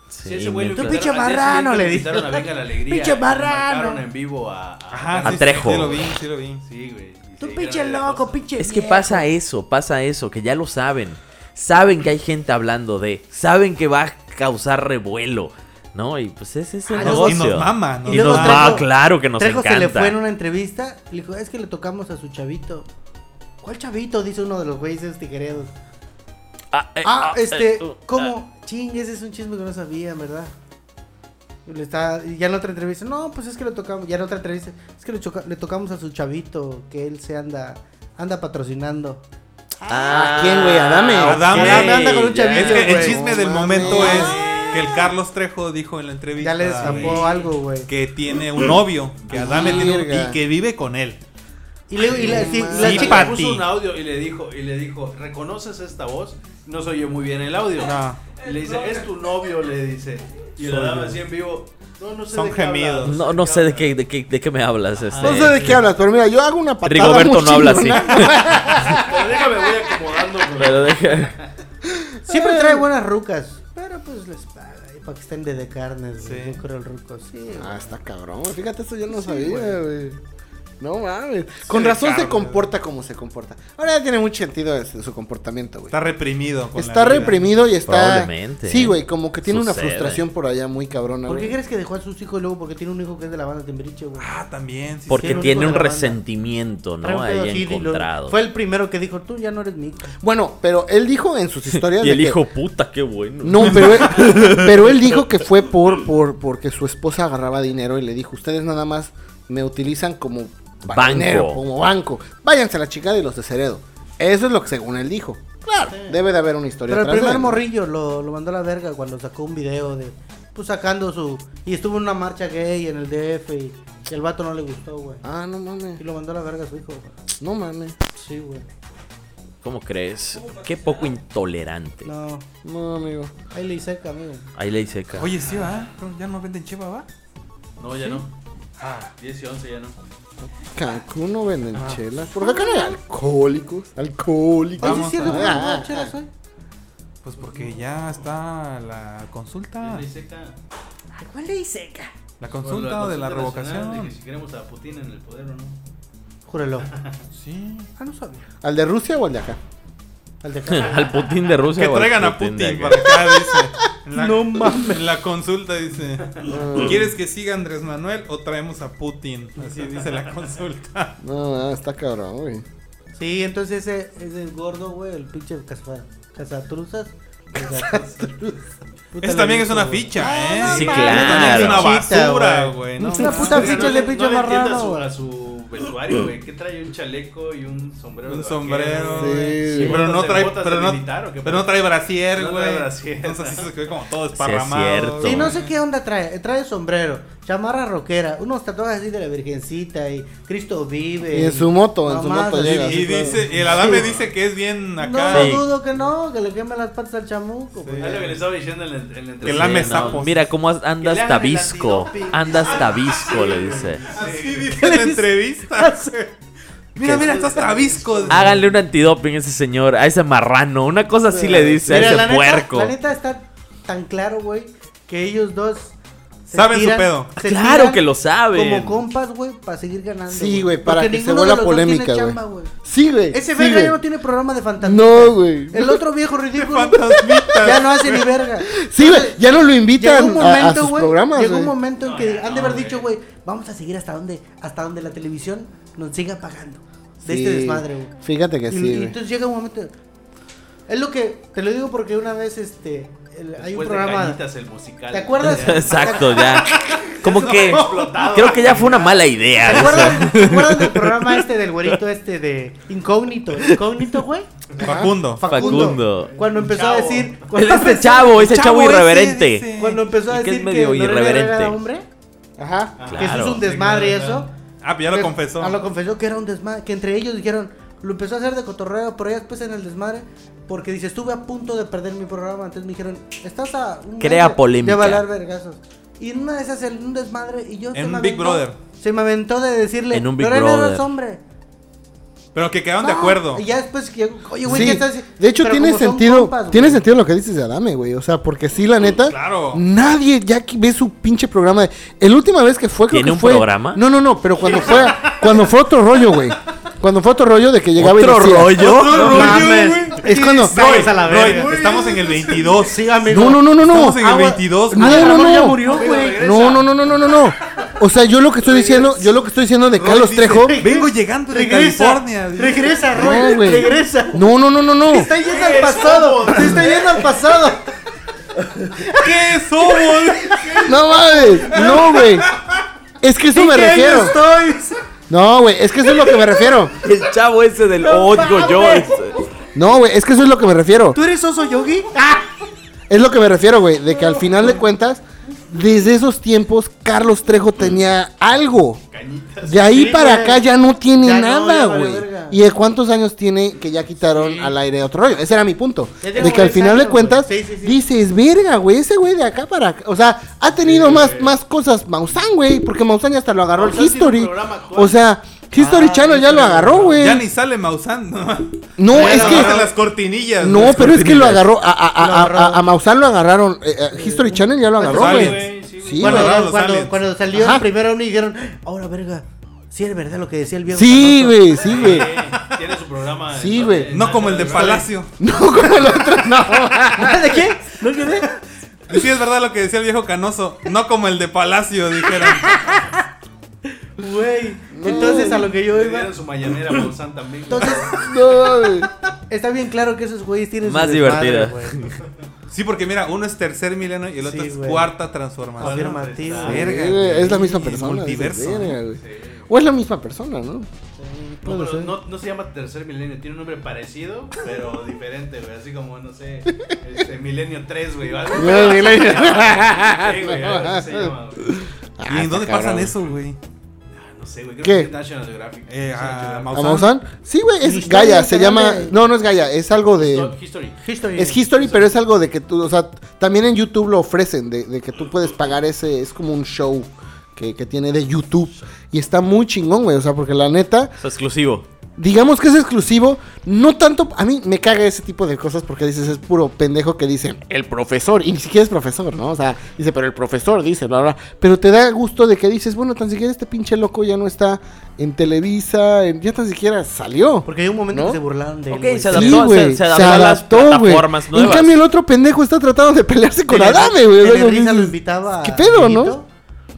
Speaker 3: Sí,
Speaker 4: Sí, ese güey lo
Speaker 3: mientras-
Speaker 5: Tú pinche
Speaker 4: invitaron- al día
Speaker 5: marrano,
Speaker 4: siguiente
Speaker 5: le
Speaker 4: lo invitaron a Venga la Alegría.
Speaker 5: Pinche
Speaker 4: y lo
Speaker 5: marrano.
Speaker 4: mandaron en vivo a. a-
Speaker 1: Ajá,
Speaker 3: A
Speaker 1: sí, sí,
Speaker 3: Trejo.
Speaker 1: Sí, lo vi, sí lo vi.
Speaker 4: Sí, güey. y
Speaker 5: Tú
Speaker 4: se
Speaker 5: pinche
Speaker 4: dijeron la
Speaker 5: loco,
Speaker 4: cosa.
Speaker 5: pinche
Speaker 3: Es que
Speaker 5: viejo.
Speaker 3: pasa eso, pasa eso, que ya lo saben. Saben que hay gente hablando de, saben que va a causar revuelo, ¿no? Y pues ese es el
Speaker 5: Ah, no,
Speaker 3: negocio.
Speaker 1: y nos mama, nos
Speaker 3: Y nos
Speaker 1: mama.
Speaker 3: mama, claro que nos
Speaker 5: Trejo
Speaker 3: encanta.
Speaker 5: se le fue en una entrevista y le dijo, es que le tocamos a su chavito. ¿Cuál chavito? Dice uno de los güeyes tijereados.
Speaker 3: Ah, eh,
Speaker 5: Ah,
Speaker 3: ah,
Speaker 5: este,
Speaker 3: eh, uh,
Speaker 5: ¿cómo? Ching, ese es un chisme que no sabía, ¿verdad? Y Le está, y ya en otra entrevista, no, pues es que le tocamos, ya en otra entrevista, es que le, choca- le tocamos a su chavito, que él se anda, anda patrocinando.
Speaker 3: Ah,
Speaker 6: ¿A quién, güey? Adame.
Speaker 1: Ah, Adame.
Speaker 3: ok,
Speaker 5: Adame anda con un
Speaker 3: ya.
Speaker 5: chavillo,
Speaker 1: Es que el
Speaker 5: güey.
Speaker 1: chisme
Speaker 2: No
Speaker 1: del
Speaker 2: mames.
Speaker 1: momento es
Speaker 5: Ah.
Speaker 1: que el Carlos Trejo dijo en la entrevista
Speaker 5: Ya le
Speaker 1: güey,
Speaker 5: destapó algo, güey.
Speaker 1: que tiene un novio, que Adame tiene un-
Speaker 2: Verga.
Speaker 1: y que vive con él.
Speaker 5: Y, le, y la, sí,
Speaker 2: mames.
Speaker 5: la
Speaker 1: Sí,
Speaker 5: chica-
Speaker 1: pa-
Speaker 4: Le
Speaker 1: Pati.
Speaker 4: puso un audio y le dijo, y le dijo, ¿reconoces esta voz? No soy yo muy bien el audio.
Speaker 1: No.
Speaker 4: Y le dice, es tu novio, le dice. Y la dama así en vivo. No, no sé
Speaker 1: Son
Speaker 4: de qué hablas,
Speaker 1: gemidos.
Speaker 3: No, no sé de qué, de qué, de qué me hablas. Este.
Speaker 2: Ah. No sé de qué hablas, pero mira, yo hago una patada.
Speaker 3: Rigoberto
Speaker 2: muy
Speaker 3: no habla así.
Speaker 2: chingona.
Speaker 4: Pero déjame, voy acomodando. güey.
Speaker 3: Pero deja-
Speaker 5: Siempre trae buenas rucas. Pero pues les paga. Y para que estén de, de carnes, güey.
Speaker 1: Sí.
Speaker 5: Yo creo el ruco, sí. güey.
Speaker 2: Ah, está cabrón. Fíjate, eso yo no sabía, güey. No mames. Con razón se
Speaker 1: Ricardo.
Speaker 2: comporta como se comporta. Ahora ya tiene mucho sentido ese- su comportamiento, güey.
Speaker 1: Está reprimido. con la
Speaker 2: Está
Speaker 1: vida.
Speaker 2: reprimido y está.
Speaker 3: Probablemente,
Speaker 2: Sí,
Speaker 3: ¿eh?
Speaker 2: güey, como que tiene una
Speaker 3: Sucede.
Speaker 2: frustración por allá muy cabrona,
Speaker 5: ¿Por qué
Speaker 2: güey.
Speaker 5: crees que dejó a sus hijos luego? Porque tiene un hijo que es de la banda Timbiriche, güey.
Speaker 1: Ah, también. sí,
Speaker 3: Porque
Speaker 1: cierto.
Speaker 3: tiene un
Speaker 5: de la banda.
Speaker 3: resentimiento,
Speaker 5: Trae
Speaker 3: ¿no?
Speaker 5: un pedo
Speaker 3: Ahí
Speaker 5: así y lo-
Speaker 3: encontrado.
Speaker 5: Fue el primero que dijo, tú ya no eres mi hijo.
Speaker 2: Bueno, pero él dijo en sus historias.
Speaker 3: Y
Speaker 2: de
Speaker 3: el
Speaker 2: que-
Speaker 3: hijo, puta, qué bueno.
Speaker 2: No, pero él, pero él dijo que fue por, por porque su esposa agarraba dinero y le dijo, ustedes nada más me utilizan como banero, como banco. Váyanse a la chica de los de Ceredo. Eso es lo que según él dijo. Claro, debe de haber una historia.
Speaker 5: Pero el
Speaker 2: atrás de
Speaker 5: primer
Speaker 2: él.
Speaker 5: morrillo lo, lo mandó a la verga cuando sacó un video de. Pues sacando su. Y estuvo en una marcha gay en el DF y, y el vato no le gustó, güey.
Speaker 2: Ah, no mames.
Speaker 5: Y lo mandó a la verga a su hijo, güey.
Speaker 2: No mames.
Speaker 5: Sí, güey.
Speaker 3: ¿Cómo crees? Qué poco intolerante.
Speaker 5: No.
Speaker 2: No, amigo.
Speaker 5: Ahí le hice amigo.
Speaker 3: Ahí le dice acá.
Speaker 1: Oye, sí, va. Ya no venden cheva, va.
Speaker 4: No, ya no. Ah, 10 y 11 ya no.
Speaker 2: Cancún no venden chelas. Porque acá no hay alcohólicos. Alcohólicos.
Speaker 5: Ah. Oye, sí
Speaker 1: Vamos a-
Speaker 5: es cierto, ¿por qué no
Speaker 2: Ah,
Speaker 5: hay chelas hoy?
Speaker 1: Pues porque ya está la consulta.
Speaker 4: Y le dice acá,
Speaker 1: La
Speaker 4: por
Speaker 1: consulta de la
Speaker 4: consulta nacional, de
Speaker 1: revocación.
Speaker 4: que Si queremos a Putin en el poder o no.
Speaker 5: Júrelo.
Speaker 1: Sí.
Speaker 5: Ah, no sabía.
Speaker 2: ¿Al de Rusia o al de acá?
Speaker 5: Al de acá.
Speaker 3: Al Putin de Rusia.
Speaker 1: Que
Speaker 3: o al
Speaker 1: traigan a
Speaker 3: de
Speaker 1: Putin
Speaker 3: acá.
Speaker 1: para acá, dice. En la-
Speaker 5: No mames.
Speaker 1: En la consulta dice:
Speaker 5: Mm.
Speaker 2: Ah,
Speaker 1: ¿Quieres que siga Andrés Manuel o traemos a Putin? Así dice la consulta.
Speaker 2: No, ah, está cabrón, güey.
Speaker 5: Sí, entonces ese, ese es gordo, güey, el pinche casa, cazatruzas. Puta,
Speaker 1: Esa
Speaker 5: le
Speaker 1: también es
Speaker 5: gusta,
Speaker 1: una
Speaker 5: güey.
Speaker 1: ficha, ¿eh?
Speaker 3: Sí,
Speaker 1: Esa
Speaker 3: claro.
Speaker 1: también Es una
Speaker 5: Fichita,
Speaker 1: basura,
Speaker 5: güey.
Speaker 1: güey.
Speaker 5: Es una
Speaker 1: mames.
Speaker 5: puta
Speaker 4: Oiga,
Speaker 5: ficha
Speaker 4: no
Speaker 5: de
Speaker 4: le-
Speaker 5: pinche
Speaker 4: no le entiendo
Speaker 5: marrano,
Speaker 4: a su-
Speaker 5: güey.
Speaker 4: A su vestuario, güey. ¿Qué trae un chaleco y un sombrero?
Speaker 1: Un
Speaker 4: de
Speaker 1: sombrero,
Speaker 4: vaquero,
Speaker 2: Sí,
Speaker 1: güey.
Speaker 2: güey.
Speaker 1: Sí, pero no
Speaker 4: Botas de-
Speaker 1: trae,
Speaker 4: botas de
Speaker 1: pero no,
Speaker 4: militar, ¿o qué
Speaker 1: pero no trae brasier,
Speaker 4: No
Speaker 1: güey.
Speaker 4: trae brasier.
Speaker 1: Entonces así se ve como todo esparramado.
Speaker 3: cierto.
Speaker 1: güey.
Speaker 5: Sí, no sé qué onda trae. Trae sombrero, chamarra rockera, unos tatuajes así de la Virgencita y Cristo vive.
Speaker 2: Y en su moto, en
Speaker 5: Nomás
Speaker 2: su moto
Speaker 5: así.
Speaker 1: Y,
Speaker 2: llega.
Speaker 1: y dice, y el Adame dice que es bien acá.
Speaker 5: No
Speaker 3: Sí.
Speaker 5: dudo que no, que le queme las patas al chamuco. pues. güey.
Speaker 4: Es lo que le estaba diciendo en la, en la entrevista.
Speaker 1: Que lame
Speaker 3: Sí, no,
Speaker 1: sapos.
Speaker 3: Mira cómo as-
Speaker 4: Que le
Speaker 3: andas
Speaker 4: hagan el
Speaker 3: tabisco.
Speaker 4: antidoping.
Speaker 3: Andas tabisco, le dice.
Speaker 1: Así dice en la entrevista. mira, mira, estás trabisco.
Speaker 3: Háganle un antidoping a ese señor, a ese marrano. Una cosa así le dice a
Speaker 5: Mira, la
Speaker 3: ese
Speaker 5: neta-
Speaker 3: puerco.
Speaker 5: La neta está tan claro, güey, que ellos dos. se
Speaker 1: Saben su pedo.
Speaker 5: se
Speaker 3: Claro
Speaker 5: tiran
Speaker 3: que lo saben.
Speaker 5: Como compas, güey, para seguir ganando.
Speaker 2: Sí, güey, para
Speaker 5: Porque
Speaker 2: que se
Speaker 5: ninguno
Speaker 2: vuelva
Speaker 5: de los dos tiene
Speaker 2: polémica,
Speaker 5: chamba,
Speaker 2: güey. Sí, güey.
Speaker 5: Ese
Speaker 2: sí,
Speaker 5: verga
Speaker 2: güey.
Speaker 5: ya no tiene programa de fantasía.
Speaker 2: No, güey.
Speaker 5: El otro viejo ridículo
Speaker 1: Fantasmitas.
Speaker 5: ya no hace ni verga.
Speaker 2: Sí, güey, ya no lo
Speaker 5: Llegó
Speaker 2: invitan
Speaker 5: un
Speaker 2: a- a,
Speaker 5: momento,
Speaker 2: sus
Speaker 5: güey.
Speaker 2: programas,
Speaker 5: Llegó
Speaker 2: güey.
Speaker 5: un momento en que han de haber
Speaker 4: güey.
Speaker 5: dicho, güey, vamos a seguir hasta donde, hasta donde la televisión nos siga pagando. De
Speaker 2: Sí,
Speaker 5: este desmadre, güey.
Speaker 2: Fíjate que
Speaker 5: Y-
Speaker 2: sí,
Speaker 5: y
Speaker 2: güey.
Speaker 5: entonces llega un momento. Es lo que. Te lo digo porque una vez este. el- hay un
Speaker 4: Después
Speaker 5: programa.
Speaker 4: de Cañitas, el musical.
Speaker 5: ¿Te acuerdas?
Speaker 3: Exacto, ya. Como que
Speaker 4: explotado.
Speaker 3: creo que ya fue una mala
Speaker 5: ¿Te
Speaker 3: idea.
Speaker 5: acuerdas, ¿Te acuerdas del programa este del güerito este de Incógnito? Incógnito, güey.
Speaker 2: Ah,
Speaker 1: Facundo.
Speaker 3: Facundo.
Speaker 5: Cuando empezó a
Speaker 4: Chavo.
Speaker 5: decir.
Speaker 3: El-
Speaker 5: Cuando,
Speaker 3: Este chavo, ese chavo,
Speaker 1: Chavo ese,
Speaker 3: irreverente.
Speaker 1: dice.
Speaker 5: cuando empezó a
Speaker 3: Y que es
Speaker 5: decir que,
Speaker 3: medio
Speaker 5: Lorena
Speaker 3: irreverente.
Speaker 5: Herrera era hombre,
Speaker 2: Ajá.
Speaker 4: Ah,
Speaker 5: que eso es
Speaker 3: Claro.
Speaker 5: un desmadre y
Speaker 4: Sí,
Speaker 5: eso.
Speaker 1: Ah, pero ya lo
Speaker 5: Pues,
Speaker 1: confesó.
Speaker 5: Ah, lo confesó que era un desmadre. Que entre ellos dijeron, lo empezó a hacer de cotorreo, pero ya después en el desmadre. Porque dice, estuve a punto de perder mi programa. Entonces me dijeron, estás a. un
Speaker 3: Crea
Speaker 5: año
Speaker 3: polémica.
Speaker 5: De avalar vergazos. Y en una de esas, en un desmadre. Y yo.
Speaker 1: En un Big Brother.
Speaker 5: Se me aventó de decirle,
Speaker 3: En un Big
Speaker 5: "Lorena,
Speaker 3: Brother.
Speaker 5: eres hombre.
Speaker 1: Pero que quedaron de
Speaker 5: No,
Speaker 1: acuerdo.
Speaker 5: Y ya después que yo, oye, güey, ¿qué
Speaker 2: Sí,
Speaker 5: estás haciendo?"
Speaker 2: de hecho
Speaker 5: Pero
Speaker 2: tiene
Speaker 5: como son
Speaker 2: sentido,
Speaker 5: compas, güey.
Speaker 2: tiene sentido lo que dices de Adame, güey, o sea, porque sí la neta,
Speaker 1: claro.
Speaker 2: nadie ya que ve su pinche programa. De, el última vez que fue creo
Speaker 3: ¿Tiene
Speaker 2: que
Speaker 3: un
Speaker 2: fue-
Speaker 3: programa?
Speaker 2: No, no, no, pero cuando fue cuando fue otro rollo, güey. Cuando fue otro rollo de que llegaba
Speaker 3: ¿Otro
Speaker 2: y decía,
Speaker 3: rollo?
Speaker 1: Otro
Speaker 6: No
Speaker 1: rollo,
Speaker 6: mames.
Speaker 1: güey.
Speaker 2: Es cuando
Speaker 1: Roy,
Speaker 6: Vayas a la
Speaker 1: Roy,
Speaker 6: verga.
Speaker 1: estamos en el 22.
Speaker 6: Sí, amigo.
Speaker 2: No, no, no, no, no. Ah,
Speaker 1: Estamos en el 22.
Speaker 2: No,
Speaker 1: güey.
Speaker 2: no, no.
Speaker 6: ya murió,
Speaker 4: Amigo,
Speaker 6: güey.
Speaker 4: regresa.
Speaker 2: No, no, no, no, no, no, no. O sea, yo lo que estoy diciendo, yo lo que estoy diciendo de
Speaker 1: Roy
Speaker 2: Carlos
Speaker 1: dice,
Speaker 2: Trejo,
Speaker 1: Vengo llegando de
Speaker 6: Regresa.
Speaker 1: California. dice.
Speaker 6: Regresa,
Speaker 2: No,
Speaker 6: Roy.
Speaker 2: güey.
Speaker 6: regresa.
Speaker 2: no, no, no, no, no.
Speaker 5: Está yendo al pasado. Se está yendo al pasado.
Speaker 1: ¿Qué somos?
Speaker 2: No mames, no, güey. Es que eso me refiero. No, güey, es que eso es lo que me refiero.
Speaker 3: El chavo ese del odio yo. ese.
Speaker 2: No, güey, es que eso es lo que me refiero. Ah.
Speaker 5: ¿Tú eres oso yogi?
Speaker 2: Es lo que me refiero, güey, de que al final de cuentas, desde esos tiempos, Carlos Trejo tenía algo. De ahí
Speaker 6: Sí,
Speaker 2: para
Speaker 6: güey.
Speaker 2: acá ya no tiene
Speaker 5: Ya no, ya
Speaker 2: nada,
Speaker 5: valió
Speaker 2: güey.
Speaker 5: verga.
Speaker 2: ¿Y de cuántos años tiene que ya quitaron al aire otro rollo? Ese era mi punto.
Speaker 5: Ya tiene
Speaker 2: De que al
Speaker 5: como
Speaker 2: final
Speaker 5: 10
Speaker 2: de
Speaker 5: años,
Speaker 2: cuentas,
Speaker 6: güey. Sí, sí, sí.
Speaker 2: dices, verga, güey, ese güey de acá para acá. O sea, ha tenido más, más cosas Maussan, güey, porque Maussan ya hasta lo agarró el
Speaker 6: Maussan tiene un
Speaker 2: History.
Speaker 6: programa actual.
Speaker 2: O sea, History
Speaker 6: Ah,
Speaker 2: Channel ya lo agarró, güey.
Speaker 1: Ya ni sale Maussan. No,
Speaker 2: No,
Speaker 1: Ya
Speaker 2: es
Speaker 1: nada
Speaker 2: que...
Speaker 1: más en las cortinillas.
Speaker 2: No,
Speaker 1: güey.
Speaker 2: pero es que lo
Speaker 3: cortinillas.
Speaker 2: agarró. A, a, a, a, a Maussan lo agarraron. eh, eh, History Channel ya lo agarró,
Speaker 1: Salen.
Speaker 2: güey.
Speaker 4: Sí, güey.
Speaker 2: Sí,
Speaker 5: cuando,
Speaker 1: güey.
Speaker 5: cuando,
Speaker 1: Los
Speaker 5: cuando,
Speaker 1: aliens.
Speaker 5: salió
Speaker 2: Ajá.
Speaker 5: el primer ovni dijeron, ahora verga, sí es verdad lo que decía el viejo.
Speaker 2: Sí,
Speaker 5: Canoso".
Speaker 2: güey, sí, güey.
Speaker 4: Tiene su programa.
Speaker 2: Sí,
Speaker 4: en-
Speaker 2: güey.
Speaker 4: en-
Speaker 1: No como el de Palacio.
Speaker 2: No, como el otro, no.
Speaker 5: ¿De qué? ¿No entendí?
Speaker 1: Sí, es verdad lo que decía el viejo Canoso. No como el de Palacio, dijeron.
Speaker 5: Güey. Entonces, a lo que yo
Speaker 4: Le
Speaker 5: iba.
Speaker 4: dieron su mañanera a Maussan también. güey.
Speaker 5: Entonces,
Speaker 2: No, güey.
Speaker 5: está bien claro que esos güeyes tienen su
Speaker 3: Más
Speaker 5: desmadre,
Speaker 3: divertida.
Speaker 5: güey.
Speaker 1: Sí, porque mira, uno es tercer milenio y el otro
Speaker 5: Sí,
Speaker 1: es
Speaker 5: güey.
Speaker 1: cuarta transformación.
Speaker 5: Afirmativo.
Speaker 1: Verga,
Speaker 2: Eh,
Speaker 1: güey.
Speaker 2: Es la misma persona.
Speaker 1: Multiverso.
Speaker 2: sí, verga, güey. O es la misma persona, ¿no?
Speaker 4: No, pero no, no se llama tercer milenio, tiene un nombre parecido, pero diferente, güey. Así como, no sé, este, milenio 3, güey. o algo. Sí, güey, algo así se llama, güey.
Speaker 2: Ah,
Speaker 1: ¿Y en dónde pasan eso, güey?
Speaker 4: Ah, No sé, güey. Creo
Speaker 2: ¿Qué?
Speaker 4: que es National Geographic.
Speaker 1: Eh, a
Speaker 4: National
Speaker 2: ¿A
Speaker 1: Maussan.
Speaker 2: Maussan? Sí, güey, es
Speaker 5: Historia
Speaker 2: Gaia. Se
Speaker 5: literal
Speaker 2: llama.
Speaker 5: de-
Speaker 2: No, no es Gaia. Es algo de.
Speaker 4: Geographic. History.
Speaker 5: History.
Speaker 2: Es History, pero es algo de que tú, o sea, también en YouTube lo ofrecen, de, de que tú puedes pagar ese, es como un show que, que tiene de YouTube. Y está muy chingón, güey, o sea, porque la neta,
Speaker 3: Es exclusivo.
Speaker 2: digamos que es exclusivo, no tanto, a mí me caga ese tipo de cosas porque dices, es puro pendejo que dice, el profesor, y ni siquiera es profesor, ¿no? O sea, dice, pero el profesor dice, bla, bla, bla. pero te da gusto de que dices, bueno, tan siquiera este pinche loco ya no está en Televisa, en- ya tan siquiera salió.
Speaker 5: Porque hay un momento
Speaker 2: ¿No?
Speaker 5: que se burlaron de él,
Speaker 3: Ok,
Speaker 5: güey.
Speaker 2: Sí,
Speaker 3: se adaptó,
Speaker 2: güey,
Speaker 3: se, se adaptó a las
Speaker 2: adaptó, güey.
Speaker 3: plataformas
Speaker 2: En
Speaker 3: nuevas.
Speaker 2: cambio, el otro pendejo está tratando de pelearse con
Speaker 5: Televisa-
Speaker 2: Adame, güey. O sea,
Speaker 5: Televisa lo
Speaker 2: dices,
Speaker 5: invitaba.
Speaker 2: ¿Qué
Speaker 5: a
Speaker 2: pedo,
Speaker 5: Benito,
Speaker 2: no?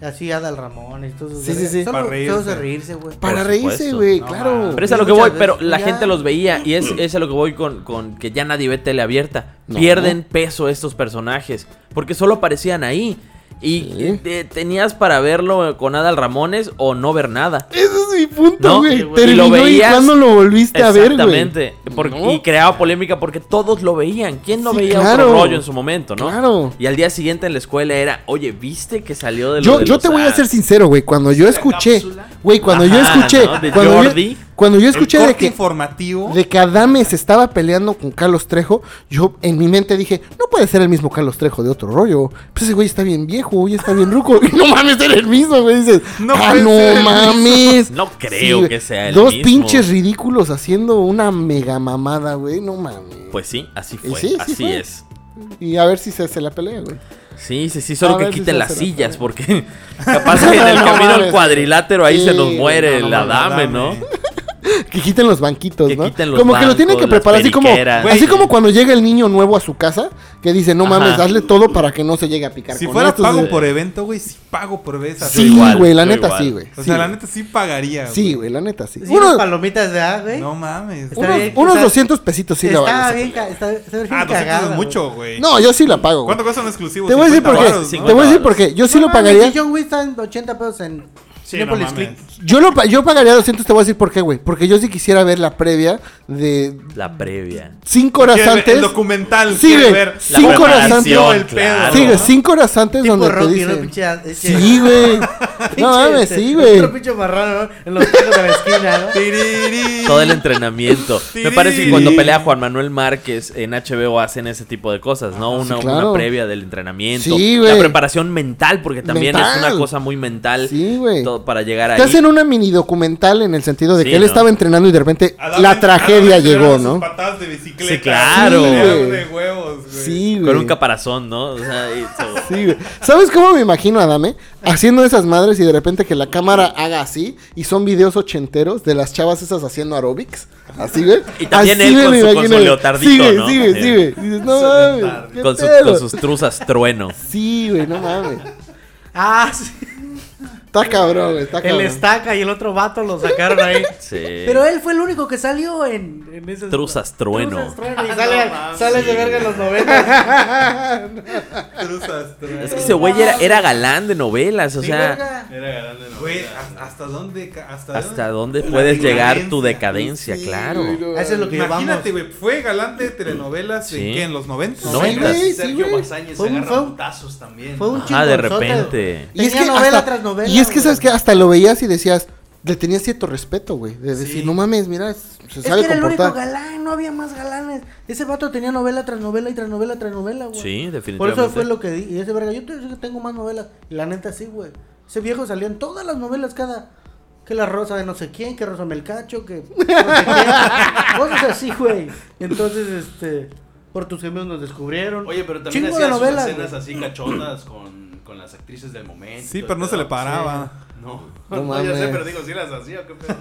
Speaker 5: Así Adal Ramón y todo eso.
Speaker 2: Sí, sí, sí.
Speaker 1: Para
Speaker 5: Solo, solo
Speaker 1: reírse.
Speaker 5: de reírse, güey.
Speaker 2: Para
Speaker 3: Por
Speaker 2: reírse,
Speaker 3: supuesto.
Speaker 2: güey,
Speaker 1: No,
Speaker 2: claro.
Speaker 1: mames.
Speaker 3: Pero es a lo que
Speaker 5: Muchas
Speaker 3: voy, pero
Speaker 5: veces
Speaker 3: la
Speaker 5: ya.
Speaker 3: gente los veía y es, es a lo que voy con, con que ya nadie ve tele abierta.
Speaker 2: No.
Speaker 3: Pierden peso estos personajes porque solo aparecían ahí. Y
Speaker 2: Sí.
Speaker 3: te- tenías para verlo con Adal Ramones o no ver nada.
Speaker 2: Ese es mi punto,
Speaker 3: No,
Speaker 2: güey.
Speaker 3: sí, güey.
Speaker 2: Terminó
Speaker 3: Y lo
Speaker 2: y
Speaker 3: veías-
Speaker 2: cuando lo volviste a ver, güey.
Speaker 3: Exactamente. Por-
Speaker 2: No.
Speaker 3: Y creaba polémica porque todos lo veían. ¿Quién no
Speaker 2: Sí,
Speaker 3: veía
Speaker 2: claro.
Speaker 3: otro rollo en su momento, no?
Speaker 2: Claro.
Speaker 3: Y al día siguiente en la escuela era, oye, ¿viste que salió de lo
Speaker 2: Yo,
Speaker 3: de
Speaker 2: yo
Speaker 3: los
Speaker 2: te voy a
Speaker 3: ads?"
Speaker 2: ser sincero, güey. Cuando yo escuché, güey, cuando yo
Speaker 3: Ajá,
Speaker 2: escuché,
Speaker 3: ¿no? De
Speaker 2: cuando, yo,
Speaker 3: Jordi.
Speaker 2: cuando yo
Speaker 1: El
Speaker 2: escuché
Speaker 1: corte
Speaker 2: de que,
Speaker 1: informativo.
Speaker 2: de que Adame se estaba peleando con Carlos Trejo, yo en mi mente dije, no puede ser el mismo Carlos Trejo de otro rollo. Pues ese güey está bien viejo, ya está bien ruco. Y no mames, era el mismo, güey. Dices,
Speaker 1: No
Speaker 2: ah,
Speaker 1: puede ser el
Speaker 2: no
Speaker 1: mismo".
Speaker 2: mames.
Speaker 3: No creo
Speaker 2: Sí,
Speaker 3: que sea el
Speaker 2: Dos
Speaker 3: mismo.
Speaker 2: pinches ridículos haciendo una mega mamada, güey. No mames.
Speaker 3: Pues sí, así
Speaker 2: Y
Speaker 3: fue.
Speaker 2: sí, sí
Speaker 3: así
Speaker 2: fue.
Speaker 3: es.
Speaker 2: Y a ver si se, se la pelea, güey.
Speaker 3: Sí, sí, sí, solo
Speaker 2: A
Speaker 3: que
Speaker 2: ver si
Speaker 3: quiten
Speaker 2: se
Speaker 3: las
Speaker 2: hace la
Speaker 3: sillas,
Speaker 2: tarea.
Speaker 3: porque capaz que en el
Speaker 2: No
Speaker 3: camino
Speaker 2: mames.
Speaker 3: al cuadrilátero ahí se nos
Speaker 2: Sí,
Speaker 3: muere
Speaker 2: no, no
Speaker 3: la
Speaker 1: mames,
Speaker 3: dame,
Speaker 1: dame.
Speaker 3: ¿no?
Speaker 2: Que quiten los banquitos,
Speaker 3: Que
Speaker 2: ¿no?
Speaker 3: quiten los
Speaker 2: como que lo tienen que
Speaker 3: bancos, las
Speaker 2: preparar así como,
Speaker 3: periqueras.
Speaker 2: así
Speaker 1: Güey.
Speaker 2: como cuando llega el niño nuevo a su casa, que dice, no mames,
Speaker 3: Ajá.
Speaker 2: hazle todo para que no se llegue a picar.
Speaker 1: Si
Speaker 2: con
Speaker 1: fuera
Speaker 2: estos
Speaker 1: pago
Speaker 2: de-
Speaker 1: por evento, güey, sí pago por ver esa
Speaker 2: Sí,
Speaker 1: serie.
Speaker 3: igual,
Speaker 2: güey, la
Speaker 3: yo
Speaker 2: neta
Speaker 3: igual.
Speaker 2: sí, güey.
Speaker 1: O
Speaker 2: sí,
Speaker 1: sea, la
Speaker 2: güey.
Speaker 1: neta sí pagaría.
Speaker 2: Sí, güey, la neta sí.
Speaker 5: Sí,
Speaker 2: Uno-
Speaker 5: unos palomitas de ah, güey.
Speaker 1: No mames.
Speaker 5: Está
Speaker 2: unos
Speaker 5: bien,
Speaker 2: unos
Speaker 5: quizás-
Speaker 2: 200 pesitos sí la
Speaker 5: Estaba
Speaker 2: valen.
Speaker 5: bien, ca- está, está bien
Speaker 1: Ah, 200
Speaker 5: cagada.
Speaker 1: es
Speaker 5: güey.
Speaker 1: mucho, güey.
Speaker 2: No, yo sí la pago. güey.
Speaker 1: ¿Cuánto cuestan exclusivos?
Speaker 2: Te voy a decir por
Speaker 1: 50
Speaker 2: qué.
Speaker 1: varos, ¿no?
Speaker 2: Te voy a decir por
Speaker 3: varos.
Speaker 2: qué. Yo sí lo
Speaker 5: No mames,
Speaker 2: pagaría.
Speaker 5: si John Wick está en 80 pesos en
Speaker 1: Sí, no
Speaker 5: Cinépolis Click.
Speaker 1: mames.
Speaker 2: Yo lo pa- yo pagaría 200, te voy a decir por qué, güey. Porque yo sí quisiera ver la previa de
Speaker 3: La previa.
Speaker 2: 5 horas
Speaker 1: Quiere ver El
Speaker 2: antes.
Speaker 1: documental.
Speaker 2: Sí,
Speaker 1: quiere
Speaker 2: güey.
Speaker 1: ver
Speaker 2: La Cinco horas antes.
Speaker 3: preparación,
Speaker 1: El pedo.
Speaker 3: claro.
Speaker 2: Sí, güey, 5 horas antes
Speaker 5: Tipo
Speaker 2: donde te
Speaker 5: Rocky, ¿no?
Speaker 2: dicen.
Speaker 5: Pinche- ese-
Speaker 2: Sí, güey.
Speaker 5: pinche,
Speaker 2: No mames,
Speaker 5: este,
Speaker 2: sí, güey.
Speaker 5: Otro pinche marrano, ¿no? En los pinos de la esquina, ¿no?
Speaker 1: Tiriri.
Speaker 3: Todo el entrenamiento. Me parece que cuando pelea Juan Manuel Márquez en HBO hacen ese tipo de cosas, ¿no? Una,
Speaker 2: Ah, sí, claro.
Speaker 3: una previa del entrenamiento.
Speaker 2: Sí, güey.
Speaker 3: la preparación mental, porque también es
Speaker 2: Mental.
Speaker 3: una cosa muy mental.
Speaker 2: Sí, güey.
Speaker 3: todo Para llegar ahí.
Speaker 2: Te hacen una mini documental en el sentido de
Speaker 3: Sí,
Speaker 2: que él
Speaker 3: ¿no?
Speaker 2: estaba entrenando y de repente
Speaker 1: Adame-
Speaker 2: la tragedia
Speaker 1: Adame
Speaker 2: llegó,
Speaker 1: sus
Speaker 2: ¿no?
Speaker 1: Patadas de bicicleta.
Speaker 3: Sí, claro.
Speaker 1: Sí,
Speaker 2: Sí, güey.
Speaker 1: de huevos, güey.
Speaker 2: Sí, güey.
Speaker 3: Con un caparazón, ¿no? O sea, y-
Speaker 2: Sí, güey. ¿Sabes cómo me imagino a Adame? Haciendo esas madres y de repente que la cámara haga así y son videos ochenteros de las chavas esas haciendo aeróbics. Así, güey.
Speaker 3: Y también
Speaker 2: Así,
Speaker 3: él
Speaker 2: güey,
Speaker 3: con
Speaker 2: me
Speaker 3: su- con
Speaker 2: imagino,
Speaker 3: su
Speaker 2: güey.
Speaker 3: leotardito,
Speaker 2: Sí, güey,
Speaker 3: ¿no?
Speaker 2: sí, güey, sí, güey. Dices, no mames. ¿qué
Speaker 3: con, su-
Speaker 2: pedo?
Speaker 3: con sus truzas trueno.
Speaker 2: Sí, güey, no mames.
Speaker 5: Ah, sí.
Speaker 2: Está cabrón, güey, está
Speaker 6: El
Speaker 2: cabrón.
Speaker 6: estaca y el otro vato lo sacaron ahí.
Speaker 3: Sí.
Speaker 5: Pero él fue el único que salió en, en en esas-
Speaker 3: Truzas trueno.
Speaker 5: Truzas trueno. Y
Speaker 6: Ah,
Speaker 5: sale,
Speaker 6: no mames.
Speaker 5: sale de
Speaker 3: Sí.
Speaker 5: verga en los 90.
Speaker 1: Cruzas, trueno.
Speaker 3: Es que ese güey era, era galán de novelas, o
Speaker 5: Sí,
Speaker 3: sea,
Speaker 5: verga.
Speaker 4: Era galán de novela.
Speaker 1: Güey, ¿has- ¿hasta dónde? ca- ¿Hasta,
Speaker 3: ¿hasta dónde puedes
Speaker 1: La
Speaker 3: llegar tu
Speaker 1: decadencia.
Speaker 3: decadencia? Claro.
Speaker 2: güey, no.
Speaker 5: Eso es lo que llevamos.
Speaker 1: Imagínate, güey, fue galante de telenovelas
Speaker 3: Sí.
Speaker 1: en qué, en los 90.
Speaker 3: No,
Speaker 2: Sí, güey, sí,
Speaker 4: Sergio
Speaker 2: güey.
Speaker 4: Bazañez
Speaker 5: Fue
Speaker 4: se
Speaker 5: un- fue
Speaker 4: agarra
Speaker 5: un-
Speaker 4: putazos también.
Speaker 5: Fue un
Speaker 3: Ajá, Ah, de
Speaker 5: chingonzote.
Speaker 3: repente.
Speaker 2: Y es que
Speaker 5: Tenía novela
Speaker 2: hasta-
Speaker 5: tras novela,
Speaker 2: Y es que,
Speaker 5: güey.
Speaker 2: ¿sabes que Hasta lo veías y decías, le tenías cierto respeto, güey. De decir,
Speaker 1: Sí.
Speaker 2: no mames, mira, se
Speaker 5: Es
Speaker 2: sabe
Speaker 5: que era el único
Speaker 2: comportar.
Speaker 5: galán, no había más galanes. Ese vato tenía novela tras novela y tras novela tras novela, güey.
Speaker 3: Sí, definitivamente.
Speaker 5: Por eso fue lo que di. Y ese verga, yo te- yo tengo más novelas. Y la neta sí, güey. Ese viejo salía en todas las novelas cada. Que la rosa de no sé quién, que Rosa Melcacho, que. no sé quién. Cosas así, güey. Y entonces, este. Por tus gemelos nos descubrieron.
Speaker 4: Oye, pero también
Speaker 5: Chingo
Speaker 4: hacía
Speaker 5: de
Speaker 4: sus
Speaker 5: novelas,
Speaker 4: escenas
Speaker 5: güey.
Speaker 4: así cachondas con, con las actrices del momento.
Speaker 1: Sí, pero no se le paraba.
Speaker 4: No,
Speaker 2: No
Speaker 4: no, ya
Speaker 2: mames.
Speaker 4: sé, pero digo, sí las hacía. ¿qué pedo?